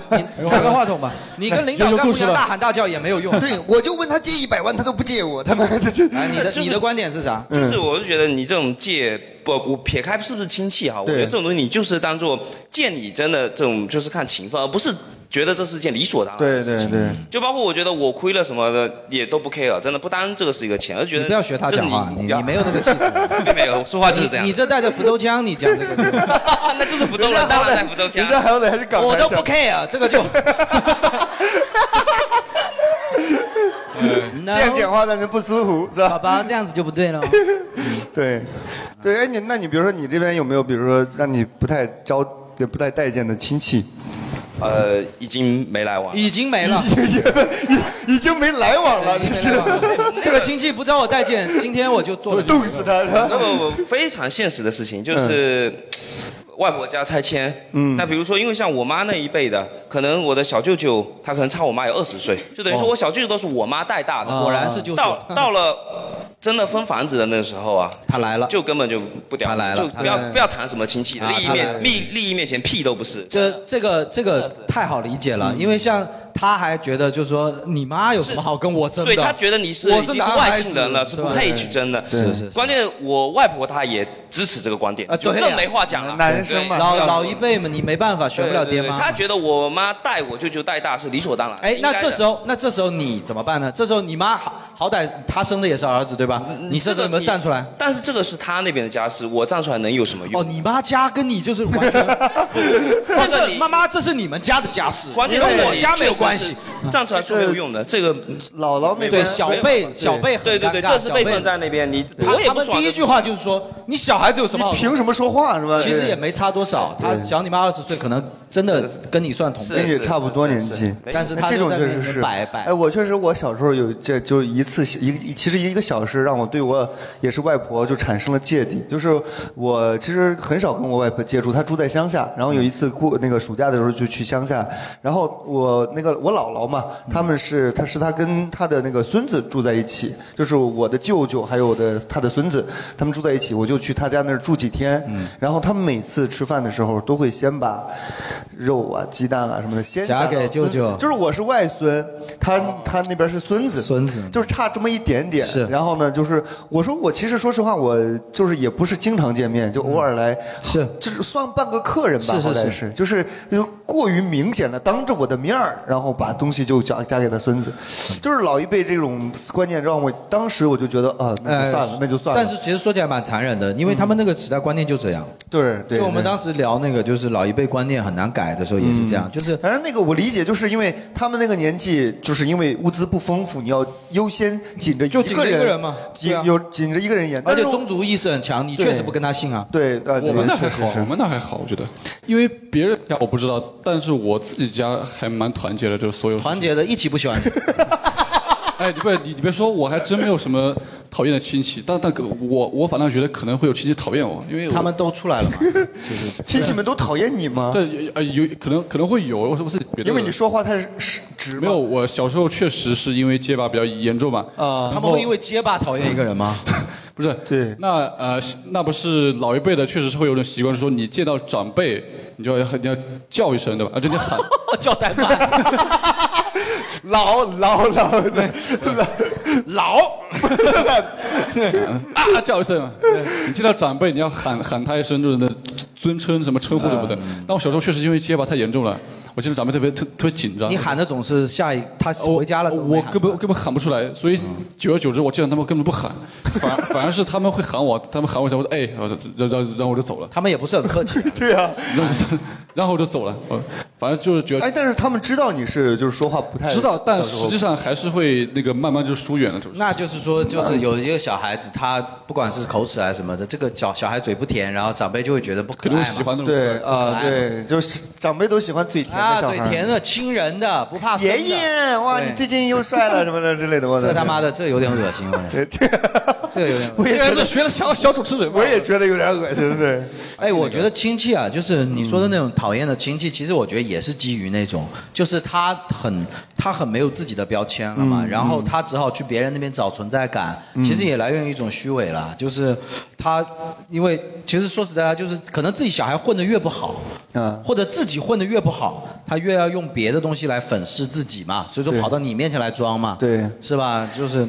Speaker 2: 拿个话筒吧，你跟领导干部一样大喊大叫也没有用。
Speaker 3: 对我就问他借一百万，他都不借我，他妈 的这
Speaker 2: 来，你的你的观点是啥？
Speaker 3: 嗯
Speaker 9: 就是我是觉得你这种借不，我撇开是不是亲戚哈，我觉得
Speaker 3: 对
Speaker 9: 这种东西你就是当做借你真的这种就是看情分，而不是觉得这是件理所当然
Speaker 3: 对
Speaker 9: 的事
Speaker 3: 对
Speaker 9: 情。
Speaker 3: 对，
Speaker 9: 就包括我觉得我亏了什么的也都不 care，真的不当这个是一个钱，而觉
Speaker 2: 你
Speaker 9: 得
Speaker 2: 不要学他
Speaker 9: 就是
Speaker 2: 讲话，
Speaker 9: 你
Speaker 2: 你你没 有那个气质。
Speaker 9: 并没有说话就是这样
Speaker 2: 你，这带着福州腔，你讲这个，
Speaker 9: 那就是福州人，当然在福州
Speaker 3: 人家
Speaker 9: 腔。
Speaker 3: 还要在这港
Speaker 2: 我
Speaker 3: 台
Speaker 2: 都不
Speaker 3: 上，
Speaker 2: care，这个啊 就。
Speaker 3: 这样讲话让人不舒服是
Speaker 2: 宝
Speaker 3: 吧？
Speaker 2: 宝这样子就不对了。
Speaker 3: 对，对，哎，你那你比如说你这边有没有，比如说让你不太招、不太待见的亲戚？
Speaker 9: 呃，已经没来往了。
Speaker 2: 已经没了
Speaker 3: 已。经已已经没来往了，这是
Speaker 2: 这个亲戚不招我待见，今天我就做了。
Speaker 3: 冻死他
Speaker 9: 那
Speaker 3: 了。
Speaker 9: 么非常现实的事
Speaker 2: 嗯
Speaker 9: 情就是。外婆家拆迁，嗯，那比如说，因为像我妈那一辈的，可能我的小舅舅他可能差我妈有二十岁，就等于说
Speaker 2: 哦
Speaker 9: 我小舅舅都是我妈带大的。
Speaker 2: 果然是舅舅
Speaker 9: 到到了真的分房子的那时候啊，
Speaker 2: 他来了，
Speaker 9: 就根本就不屌，
Speaker 2: 他来了
Speaker 9: 就
Speaker 2: 他
Speaker 9: 不要
Speaker 3: 来了
Speaker 9: 不要谈什么亲戚的，
Speaker 2: 啊
Speaker 9: 利益
Speaker 2: 他来
Speaker 9: 面
Speaker 2: 了
Speaker 9: 利利益面前屁都不是。
Speaker 2: 这这个这个太好理解
Speaker 9: 嗯
Speaker 2: 了，因为像他还觉得就是说你妈有什么好跟我争的？
Speaker 9: 对他觉得你是
Speaker 2: 我
Speaker 9: 已
Speaker 2: 是
Speaker 9: 经
Speaker 2: 男
Speaker 9: 是
Speaker 2: 孩
Speaker 9: 外
Speaker 2: 子
Speaker 9: 姓人了，是不
Speaker 2: 吧
Speaker 9: 配去争的。
Speaker 2: 是是
Speaker 9: 关键我外婆她也支持这个观点
Speaker 2: 啊，
Speaker 9: 就
Speaker 2: 对呀
Speaker 9: 更没话讲了。
Speaker 3: 男生嘛
Speaker 2: 老
Speaker 9: 对
Speaker 2: 老一辈们，你没办法，学不了爹
Speaker 9: 对对
Speaker 2: 妈
Speaker 9: 对。他觉得我妈带我舅舅带大是理所当然。
Speaker 2: 哎，那这时
Speaker 9: 候
Speaker 2: 候那这时候你怎么办呢？这时候你妈好好歹她生的也是儿子对吧？
Speaker 9: 嗯
Speaker 2: 你这时候有没有站出来？
Speaker 9: 但是这个是他那边的家事，我站出来能有什么用？
Speaker 2: 哦，你妈家跟你就是完 全，
Speaker 9: 这个
Speaker 2: 这
Speaker 9: 你
Speaker 2: 妈妈这是你们家的家事，
Speaker 9: 关键
Speaker 2: 跟
Speaker 9: 是
Speaker 2: 我
Speaker 9: 你
Speaker 2: 家没有
Speaker 9: 确实
Speaker 2: 关
Speaker 9: 是
Speaker 2: 系。
Speaker 9: 站出来是没有用的。这个
Speaker 3: 姥姥那
Speaker 2: 对
Speaker 3: 边
Speaker 2: 小辈小辈很
Speaker 9: 对对
Speaker 2: 尴
Speaker 9: 对，
Speaker 2: 尬
Speaker 9: 这是辈
Speaker 2: 小
Speaker 9: 分在那边，你
Speaker 2: 他
Speaker 9: 我也
Speaker 2: 他
Speaker 9: 不
Speaker 2: 们
Speaker 9: 爽
Speaker 2: 第一句话就是说，你小孩子有什么好说的？
Speaker 3: 凭什么说话是吧？
Speaker 2: 其实也没差多少，他小你妈二十岁，可能真的跟你算同
Speaker 3: 跟
Speaker 2: 辈。
Speaker 3: 你差不多年纪。
Speaker 2: 但是
Speaker 3: 那
Speaker 2: 他
Speaker 3: 哎这种
Speaker 2: 就在
Speaker 3: 确
Speaker 2: 那
Speaker 3: 实
Speaker 2: 边
Speaker 3: 是，
Speaker 2: 摆一摆
Speaker 3: 哎，我确实，我小时候有这就一次一，其实一个小事让我对我也是外婆就产生了芥蒂，就是我其实很少跟我外婆接触，她住在乡下，然后有一次过那个暑假的时候就去乡下，然后我那个我姥姥嘛，他们是她是她跟她的那个孙子住在一起，就是我的舅舅还有我的她的孙子，他们住在一起，我就去她家那儿住几天，
Speaker 2: 嗯
Speaker 3: 然后他们每次吃饭的时候都会先把肉啊、鸡蛋啊什么的先
Speaker 2: 夹
Speaker 3: 夹
Speaker 2: 给
Speaker 3: 到
Speaker 2: 舅
Speaker 3: 孙子
Speaker 2: 舅
Speaker 3: 就是我是外孙，他他那边是孙子，
Speaker 2: 哦孙子
Speaker 3: 就是差这么一点点。
Speaker 2: 是
Speaker 3: 然后呢，就是我说我其实说实话，我就是也不是经常见面，就偶尔来，
Speaker 2: 嗯是
Speaker 3: 就是算半个客人吧，
Speaker 2: 是是
Speaker 3: 好歹
Speaker 2: 是
Speaker 3: 是，就是就过于明显的当着我的面儿，然后把东西就夹夹给他孙子，
Speaker 2: 嗯
Speaker 3: 就是老一辈这种观念让我当时我就觉得啊，那就算了，那就算
Speaker 2: 哎呃
Speaker 3: 了。
Speaker 2: 但是其实说起来蛮残忍的，因为他们那个时代观念就这样。
Speaker 3: 对对，
Speaker 2: 就我们
Speaker 3: 对
Speaker 2: 当时聊那个，就是老一辈观念很难改的时候也是这样，就是
Speaker 3: 反正那个我理解，就是因为他们那个年纪，就是因为物资不丰富，你要优先紧着一
Speaker 2: 就紧着一个人嘛
Speaker 3: 紧
Speaker 2: 对啊
Speaker 3: 有紧着一个人演。
Speaker 2: 而且
Speaker 3: 但是
Speaker 2: 宗族意识很强，你确实不跟他姓啊。
Speaker 3: 对，呃，
Speaker 1: 我们那
Speaker 3: 确
Speaker 1: 还
Speaker 3: 实
Speaker 1: 好，
Speaker 3: 是
Speaker 1: 我们那还好，我觉得，因为别人家我不知道，但是我自己家还蛮团结的，就是所有事情
Speaker 2: 团结的一起不喜欢你，
Speaker 1: 哎，不是你，你别说，我还真没有什么讨厌的亲戚，但但我我反倒觉得可能会有亲戚讨厌我，因为他们
Speaker 2: 都出来了嘛，
Speaker 3: 亲戚们都讨厌你吗？
Speaker 1: 对，呃，有可能可能会有，我是不是觉得？
Speaker 3: 因为你说话太直。
Speaker 1: 没有，我小时候确实是因为结巴比较严重嘛。
Speaker 3: 啊
Speaker 2: 他们会因为结巴讨厌一个人吗？
Speaker 1: 不是，
Speaker 3: 对，
Speaker 1: 那呃，那不是老一辈的，确实是会有种习惯，说你见到长辈，你就要你要叫一声，对吧？啊，就你 喊，
Speaker 2: 叫代办，
Speaker 3: 老老老
Speaker 2: 老
Speaker 1: 啊叫一声啊。你见到长辈，你要喊喊他一声，就是那尊称什么称呼什么的。
Speaker 3: 嗯
Speaker 1: 但我小时候确实因为结巴太严重了，我见到长辈特别特特别紧张。
Speaker 2: 你喊的总是下一他回家了，
Speaker 1: 呃我根本根本喊不出来，所以
Speaker 3: 嗯
Speaker 1: 久而久之，我见到他们根本不喊， 反反而是他们会喊我，他们喊我一下，我说哎，然后然后然后我就走了，
Speaker 2: 他们也不是很客气。
Speaker 3: 对啊，
Speaker 1: 然后然后我就走了，我反正就是觉
Speaker 3: 哎，
Speaker 1: 得
Speaker 3: 但是他们知道你是就是说话不太
Speaker 1: 知道，但
Speaker 3: 小时候
Speaker 1: 实际上还是会那个慢慢就疏远了，就是。
Speaker 2: 那就是说，就是有一个小孩子，他不管是口齿还是啊什么的，这个小小孩嘴不甜，然后长辈就会觉得不可
Speaker 1: 肯定
Speaker 2: 爱
Speaker 1: 会喜
Speaker 2: 嘛。
Speaker 1: 欢那种
Speaker 3: 对
Speaker 2: 可
Speaker 3: 啊
Speaker 2: 爱
Speaker 3: 对，就是长辈都喜欢嘴甜
Speaker 2: 啊，
Speaker 3: 的小孩
Speaker 2: 嘴
Speaker 3: 儿。
Speaker 2: 甜的、亲人的、不怕生的
Speaker 3: 爷爷，哇，
Speaker 2: 对
Speaker 3: 你最近又帅了什么的之类的，我
Speaker 2: 这他妈的，这有点恶心，我觉得这有点恶心。
Speaker 3: 我也 觉
Speaker 1: 这
Speaker 3: 得，
Speaker 1: 学了 小小主持人嘛
Speaker 3: 我也觉得有点恶心，对。
Speaker 2: 哎，我觉得亲戚啊，就是你说的那种讨厌的亲戚，其实我觉得也是基于那种，就是他很他很没有自己的标签了嘛，然后他只好去别人那边找存在感，其实也来源于一种虚伪啦，就是他因为其实说实在话，就是可能自己小孩混得越不好，
Speaker 3: 嗯
Speaker 2: 或者自己混得越不好，他越要用别的东西来粉饰自己嘛，所以说
Speaker 3: 对
Speaker 2: 跑到你面前来装嘛，
Speaker 3: 对
Speaker 2: 是吧？就是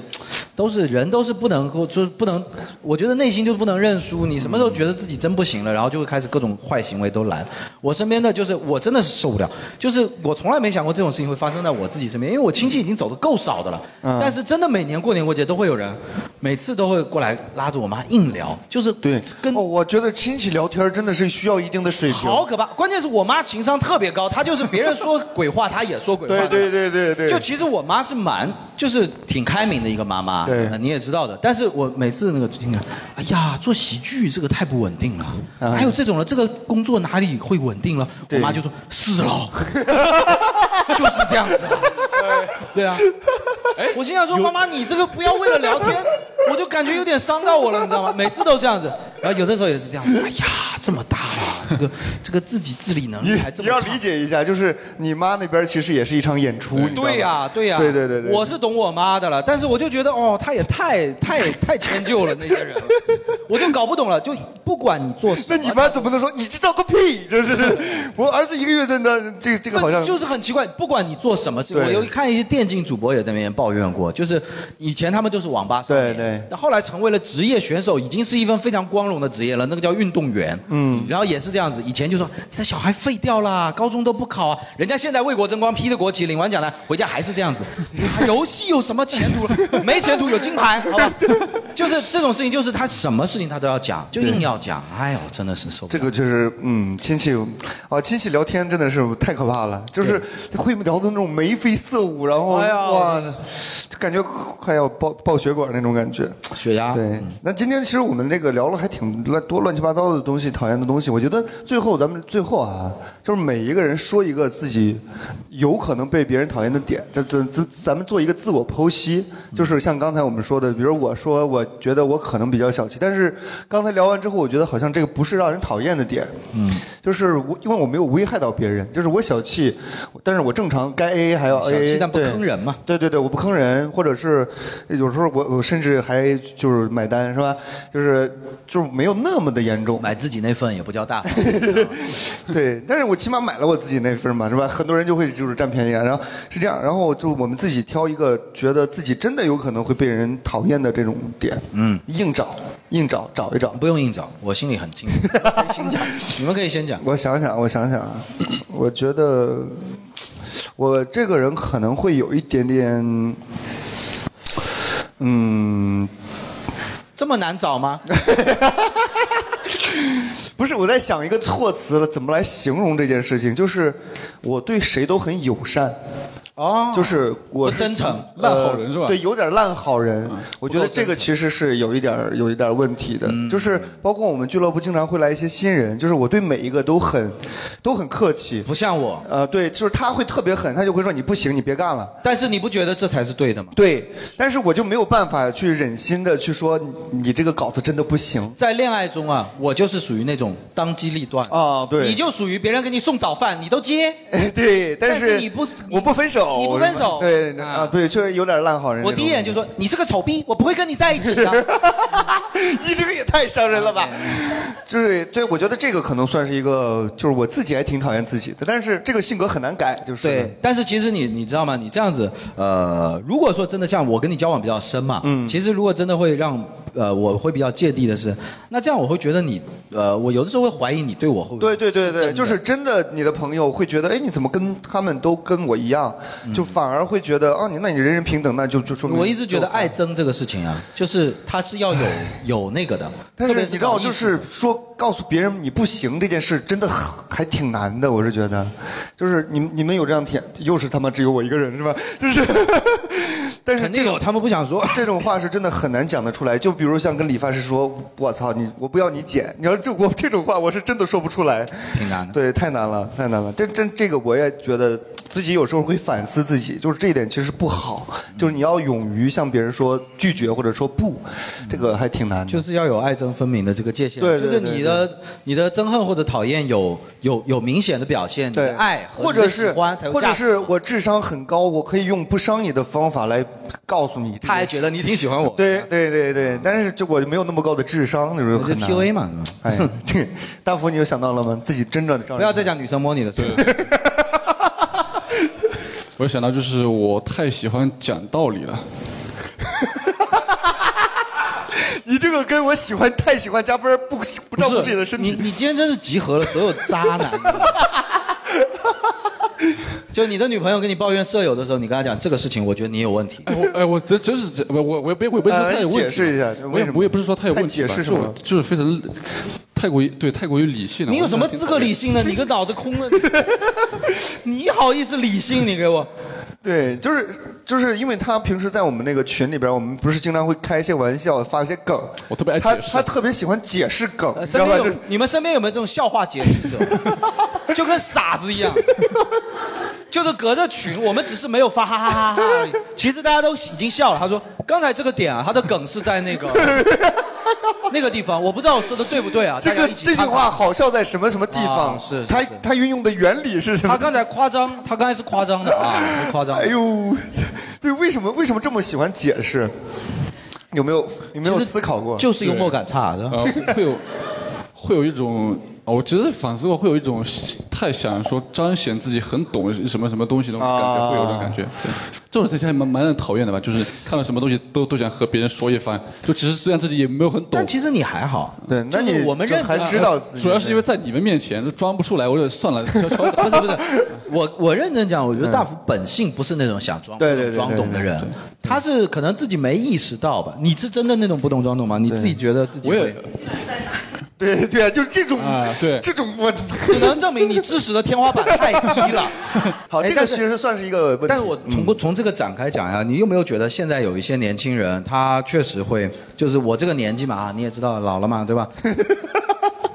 Speaker 2: 都是人，都是不能够，就是不能，我觉得内心就是不能认输。你什么时候觉得自己真不行了，然后就会开始各种坏行为都来。我身边的就是我真的是受不了，就是我从来没想过这种事情会发生在我自己身边，因为我亲戚已经走的够少的了，
Speaker 3: 嗯
Speaker 2: 但是真的每年过年过节都会有人，每次都会过来拉着我妈硬聊，就是
Speaker 3: 对，
Speaker 2: 跟
Speaker 3: 哦，我觉得亲戚聊天真的是需要一定的水平。
Speaker 2: 好可怕！关键是我妈情商特别高，她就是别人说鬼话，她也说鬼话。
Speaker 3: 对对对对对，
Speaker 2: 就其实我妈是蛮，就是挺开明的一个妈妈，
Speaker 3: 对
Speaker 2: 呃你也知道的。但是我每次那个听着，哎呀，做喜剧这个太不稳定了，
Speaker 3: 嗯
Speaker 2: 还有这种了，这个工作哪里会稳定了？我
Speaker 3: 对
Speaker 2: 妈就说是 咯，就是这样子啊，对啊。
Speaker 3: 哎
Speaker 2: 我心想说，妈妈，你这个不要为了聊天，我就感觉有点伤到我了，你知道吗？每次都这样子，然后有的时候也是这样，哎呀，这么大了，这个这个自己自理能
Speaker 3: 你
Speaker 2: 力还这
Speaker 3: 你
Speaker 2: 么差。
Speaker 3: 要理解一下，就是你妈那边其实也是一场演出，你知道吗
Speaker 2: 对呀、对呀、
Speaker 3: 对对对对，
Speaker 2: 我是懂我妈的了，但是我就觉得哦，她也太太太迁就了那些人，我就搞不懂了，就不管你做什
Speaker 3: 那
Speaker 2: 么，
Speaker 3: 你妈总不能说你知道个屁，就是 我儿子一个月在那，这个这个好像
Speaker 2: 就是很奇怪，不管你做什么事，
Speaker 3: 对
Speaker 2: 我有看一些电竞主播也在那边抱怨过，就是以前他们就是网吧少年，
Speaker 3: 对对
Speaker 2: 那后来成为了职业选手，已经是一份非常光荣的职业了，那个叫运动员，嗯，然后也是这样子，以前就说你的小孩废掉啦，高中都不考啊，人家现在为国争光，披着国旗，领完奖呢，回家还是这样子，啊游戏有什么前途了？没前途，有金牌，好吧， 就是这种事情，就是他什么事情他都要讲，就硬要讲，哎呦，真的是受不
Speaker 3: 这
Speaker 2: 了。
Speaker 3: 个就是嗯，亲戚啊，亲戚聊天真的是太可怕了，就是会聊的那种眉飞色舞，然后、
Speaker 2: 哎呀
Speaker 3: 哇，就感觉快要爆爆血管那种感觉。
Speaker 2: 血压
Speaker 3: 对，那今天其实我们这个聊了还挺乱多乱七八糟的东西，讨厌的东西。我觉得最后咱们最后啊，就是每一个人说一个自己有可能被别人讨厌的点，这这咱咱们做一个自我剖析，就是像刚才我们说的，比如我说我觉得我可能比较小气，但是刚才聊完之后，我觉得好像这个不是让人讨厌的点，嗯，就是我因为我没有危害到别人，就是我小气，但是我正常该 A A 还要
Speaker 2: 小
Speaker 3: A
Speaker 2: 气
Speaker 3: A，
Speaker 2: 但不坑人嘛。
Speaker 3: 对对对，我不坑人，或者是有时候我我甚至还就是买单是吧？就是就是没有那么的严重，
Speaker 2: 买自己那份也不叫大方，
Speaker 3: 对，但是我起码买了我自己那份嘛是吧？很多人就会就是占便宜啊，然后是这样，然后就我们自己挑一个觉得自己真的有可能会被人讨厌的这种点，嗯，硬找硬找找一找。
Speaker 2: 不用硬找，我心里很 清楚。可以先讲，你们可以先讲。
Speaker 3: 我想想，我想想啊，我觉得 我这个人可能会有一点点，嗯，
Speaker 2: 这么难找吗？
Speaker 3: 不是，我在想一个措辞了，怎么来形容这件事情？就是我对谁都很友善，
Speaker 6: 哦
Speaker 3: 就是我
Speaker 6: 不真诚
Speaker 3: 呃
Speaker 6: 烂好人是吧嗯
Speaker 3: 对，有点烂好人。我觉得这个其实是有一点儿有一点儿问题的，
Speaker 6: 嗯
Speaker 3: 就是包括我们俱乐部经常会来一些新人，就是我对每一个都很都很客气，
Speaker 2: 不像我。
Speaker 3: 呃，对，就是他会特别狠，他就会说你不行，你别干了。
Speaker 2: 但是你不觉得这才是对的吗？
Speaker 3: 对，但是我就没有办法去忍心的去说你你这个稿子真的不行。
Speaker 2: 在恋爱中啊，我就是属于那种当机立断
Speaker 3: 啊，对
Speaker 2: 你就属于别人给你送早饭，你都接，
Speaker 3: 对，但是
Speaker 2: 你不，
Speaker 3: 我不分手，
Speaker 2: 你不分手
Speaker 3: 对啊，对，确实有点烂好人。
Speaker 2: 我第一眼就说你是个丑逼，我不会跟你在一起的。
Speaker 3: 你这个也太伤人了吧！就是对，我觉得这个可能算是一个，就是我自己还挺讨厌自己的，但是这个性格很难改，就是
Speaker 2: 对，但是其实你你知道吗？你这样子，呃，如果说真的像我跟你交往比较深嘛，嗯，其实如果真的会让呃我会比较芥蒂的是，那这样我会觉得你呃，我有的时候会怀疑你对我会不会
Speaker 3: 对对对对，就是真的，你的朋友会觉得，哎，你怎么跟他们都跟我一样，就反而会觉得，哦，你那你人人平等，那就就说明
Speaker 2: 嗯我一直觉得爱憎这个事情啊，就是它是 要有有那个的，
Speaker 3: 但
Speaker 2: 特
Speaker 3: 是
Speaker 2: 别
Speaker 3: 你
Speaker 2: 是
Speaker 3: 知道，
Speaker 2: 搞艺
Speaker 3: 就
Speaker 2: 术
Speaker 3: 是说告诉别人你不行这件事，真的很还挺难的。我是觉得，就是你们你们有这样体验，又是他妈只有我一个人是吧？ 就是，但是这种
Speaker 2: 他们不想说
Speaker 3: 这种话是真的很难讲得出来。就比如像跟理发师说，我操你，我不要你剪，你要这我这种话，我是真的说不出来。
Speaker 2: 挺难的。
Speaker 3: 对，太难了，太难了。这这这个我也觉得自己有时候会反思自己，就是这一点其实不好，就是你要勇于向别人说拒绝或者说不，这个还挺难的。
Speaker 2: 就是要有爱憎分明的这个界限，
Speaker 3: 对对
Speaker 2: 就是你的你的憎恨或者讨厌有有有明显的表现，你
Speaker 3: 对哎
Speaker 2: 的，爱和
Speaker 3: 或
Speaker 2: 你的
Speaker 3: 者
Speaker 2: 喜
Speaker 3: 是
Speaker 2: 欢才有
Speaker 3: 或者
Speaker 2: 价值
Speaker 3: 是我智商很高，我可以用不伤你的方法来告诉你。
Speaker 2: 他还觉得你嗯挺喜欢我，
Speaker 3: 对对对对，但是就我就没有那么高的智商，那时候
Speaker 2: 是
Speaker 3: 很难。
Speaker 2: PUA 嘛，
Speaker 3: 哎，这大福，你有想到了吗？自己真正的
Speaker 2: 不要再讲女生摸你的事。
Speaker 1: 我想到就是我太喜欢讲道理了，
Speaker 3: 你这个跟我喜欢太喜欢加班不不照顾自己的身
Speaker 2: 你
Speaker 3: 体。
Speaker 2: 你今天真是集合了所有渣 男。就你的女朋友跟你抱怨舍友的时候，你跟她讲这个事情，我觉得你有问题。
Speaker 1: 哎我哎我真真是这我我我也不我也不是说
Speaker 3: 呃
Speaker 1: 他有问题吧，
Speaker 3: 解释一下
Speaker 1: 我
Speaker 3: 为
Speaker 1: 也
Speaker 3: 什么
Speaker 1: 我也不是说他有问题吧，
Speaker 3: 他解释什
Speaker 1: 就
Speaker 3: 么
Speaker 1: 就是非常太过于对太过于理性了。
Speaker 6: 你有
Speaker 1: 我
Speaker 6: 什么资格理性呢？你个脑子空了，你好意思理性？你给我，
Speaker 3: 对，就是就是因为他平时在我们那个群里边，我们不是经常会开一些玩笑，发一些梗。
Speaker 1: 我特别爱
Speaker 3: 他
Speaker 1: 解释
Speaker 3: 他特别喜欢解释梗，
Speaker 6: 呃
Speaker 3: 你知
Speaker 6: 身
Speaker 3: 道吧？
Speaker 6: 边
Speaker 3: 就
Speaker 6: 有
Speaker 3: 是
Speaker 6: 你们身边有没有这种笑话解 释者？就跟傻子一样，就是隔着群，我们只是没有发哈哈哈哈而已，其实大家都已经笑了。他说刚才这个点啊，他的梗是在那个 那个地方，我不知道我说的对不对啊？
Speaker 3: 这
Speaker 6: 大
Speaker 3: 个
Speaker 6: 家一起
Speaker 3: 这句
Speaker 6: 看看
Speaker 3: 话好笑在什么什么地方？
Speaker 2: 啊是是
Speaker 3: 他
Speaker 2: 是
Speaker 3: 他运用的原理是什么
Speaker 6: 他？刚才夸张，他刚才是夸张的 啊，是夸张的
Speaker 3: 哎。呦， 对，为什么为什么这么喜欢解释？有没有有没有
Speaker 2: 其实
Speaker 3: 思考过？
Speaker 2: 就是幽默感
Speaker 6: 啊
Speaker 2: 差，
Speaker 3: 哎
Speaker 2: 是吧？
Speaker 1: 呃会有会有一种。啊我觉得反思过，会有一种太想说彰显自己很懂什么什么东西的那种感觉，
Speaker 3: 啊
Speaker 1: 会有这种感觉。对这种在家蛮蛮让人讨厌的吧， 就是看到什么东西都都想和别人说一番，就其实虽然自己也没有很懂啊
Speaker 2: 但，其实你还好，
Speaker 3: 对，那
Speaker 2: 就是
Speaker 3: 你
Speaker 2: 我们认
Speaker 3: 就
Speaker 6: 啊
Speaker 3: 还
Speaker 2: 得
Speaker 3: 知道自己
Speaker 1: 主要是因为在你们面前都装不出来，我就算了，悄悄 的。
Speaker 2: 不是不 是，我我认真讲，我觉得大福本性不是那种想装
Speaker 3: 对对对对
Speaker 2: 装懂的人，他是可能自己没意识到吧。你是真的那种不懂装懂吗？你自己觉得自己
Speaker 1: 我
Speaker 2: 会
Speaker 1: 也，
Speaker 3: 对对啊，就是这种
Speaker 1: 啊对
Speaker 3: 这种我。
Speaker 2: 只能证明你知识的天花板太低了
Speaker 3: 好，
Speaker 2: 哎
Speaker 3: 这个
Speaker 2: 但
Speaker 3: 其
Speaker 2: 是
Speaker 3: 实算是一个问题。
Speaker 2: 但是我从过从这个展开讲呀，你有没有觉得现在有一些年轻人，他确实会，就是我这个年纪嘛，啊你也知道老了嘛，对吧？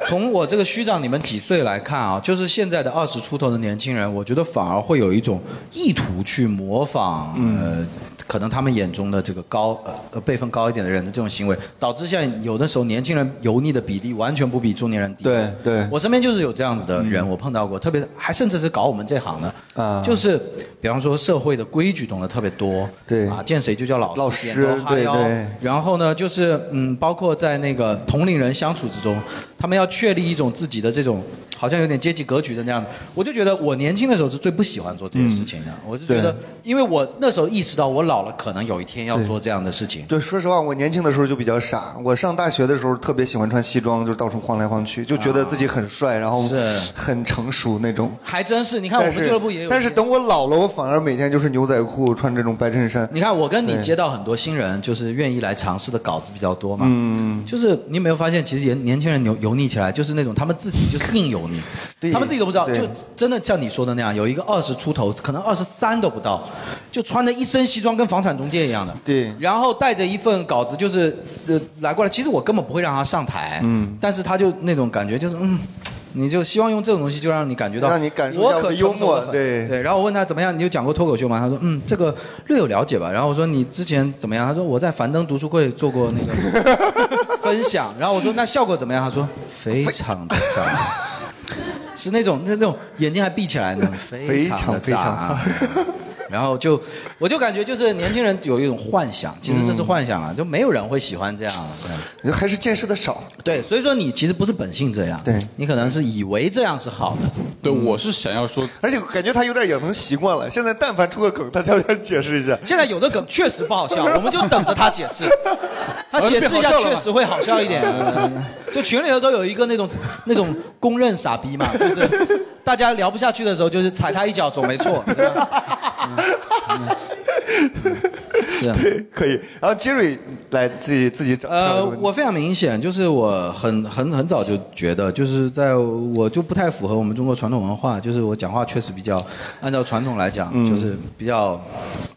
Speaker 2: 从我这个虚长你们几岁来看啊，就是现在的二十出头的年轻人，我觉得反而会有一种意图去模仿，呃，可能他们眼中的这个高呃呃辈分高一点的人的这种行为，导致现在有的时候年轻人油腻的比例完全不比中年人低。
Speaker 3: 对对
Speaker 2: 我身边就是有这样子的人，我碰到过，特别是还甚至是搞我们这行的，
Speaker 3: 啊
Speaker 2: 就是比方说社会的规矩懂得特别多，
Speaker 3: 对
Speaker 2: 啊，见谁就叫老师，
Speaker 3: 老师
Speaker 2: 点头哈
Speaker 3: 对
Speaker 2: 腰
Speaker 3: 对
Speaker 2: 然后呢，就是嗯，包括在那个同龄人相处之中，他们要确立一种自己的这种好像有点阶级格局的那样的。我就觉得我年轻的时候是最不喜欢做这些事情的，我就觉得
Speaker 3: 嗯对，
Speaker 2: 因为我那时候意识到我老了，可能有一天要做这样的事情。
Speaker 3: 对，说实话，我年轻的时候就比较傻。我上大学的时候特别喜欢穿西装，就是到处晃来晃去，就觉得自己很帅，然后
Speaker 2: 啊是
Speaker 3: 很成熟那种。
Speaker 2: 还真是，你看我
Speaker 3: 但
Speaker 2: 们
Speaker 3: 是
Speaker 2: 俱乐部也有一些，
Speaker 3: 但是等我老了，我反而每天就是牛仔裤，穿这种白衬衫。
Speaker 2: 你看，我跟你
Speaker 3: 对
Speaker 2: 接到很
Speaker 3: 嗯
Speaker 2: 多新人，就是愿意来尝试的稿子比较多嘛。嗯，就是你有没有发现，其实年年轻人有油腻起来，就是那种他们自己就是硬油腻，他们自己都不知道，
Speaker 6: 对
Speaker 2: 就真的像你说的那样，有一个二十出头，可能二十三都不到，就穿着一身西装，跟房产中介一样的，
Speaker 3: 对，
Speaker 2: 然后带着一份稿子，就是呃来过来，其实我根本不会让他上台，
Speaker 3: 嗯
Speaker 2: 但是他就那种感觉就是嗯。你就希望用这种东西就让你感觉到，
Speaker 3: 让你感受一下我的幽默
Speaker 2: 对对。然后我问他怎么样，你就讲过脱口秀吗？他说嗯，这个略有了解吧。然后我说你之前怎么样？他说我在樊登读书会做过那个 分享。然后我说那效果怎么样？他说非常的赞， 是那种那那种眼睛还闭起来呢，
Speaker 3: 非
Speaker 2: 常
Speaker 3: 常
Speaker 2: 的
Speaker 3: 非
Speaker 2: 赞
Speaker 3: 常
Speaker 2: 啊。然后就，我就感觉就是年轻人有一种幻想，其实这是
Speaker 3: 嗯
Speaker 2: 幻想啊，就没有人会喜欢这样啊
Speaker 3: 对，还是见识的少。
Speaker 2: 对，所以说你其实不是本性这样，对，你可能是以为这样是好的。
Speaker 1: 对，
Speaker 3: 嗯
Speaker 1: 我是想要说，
Speaker 3: 而且感觉他有点养成习惯了。现在但凡出个梗，他就要解释一下。
Speaker 2: 现在有的梗确实不好笑， 我们就等着他解释。他解释一下确实会好笑嗯一点。就群里头都有一个那种那种公认傻逼嘛，就是大家聊不下去的时候，就是踩他一脚总没错。对吧嗯是啊
Speaker 3: 对，可以。然后杰瑞来自己自己找。
Speaker 2: 呃，我非常明显，就是我很很很早就觉得，就是在我就不太符合我们中国传统文化，就是我讲话确实比较按照传统来讲，
Speaker 3: 嗯
Speaker 2: 就是比较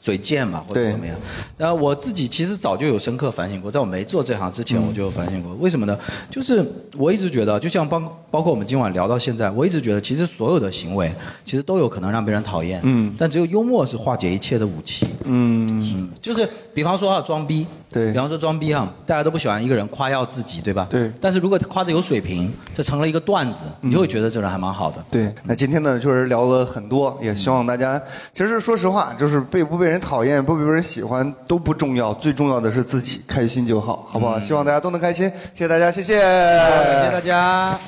Speaker 2: 嘴贱嘛，或者
Speaker 3: 对
Speaker 2: 怎么样。然后我自己其实早就有深刻反省过，在我没做这行之
Speaker 3: 嗯
Speaker 2: 前，我就有反省过。为什么呢？就是我一直觉得，就像包包括我们今晚聊到现在，我一直觉得，其实所有的行为其实都有可能让别人讨厌，
Speaker 3: 嗯
Speaker 2: 但只有幽默是化解一切的武器。
Speaker 3: 嗯，
Speaker 2: 就是比方说啊，装逼，对，比方说装逼哈、大家都不喜欢一个人夸耀自己，对吧？对。但是如果夸的有水平，这成了一个段子，你就会觉得这人还蛮好的。
Speaker 3: 对，那今天呢，确实聊了很多，也希望大家，其实说实话，就是被不被人讨厌，被不被人喜欢都不重要，最重要的是嗯自己开心就好，好不好？希望大家都能开心，谢谢大家，谢谢，谢
Speaker 2: 谢谢大家。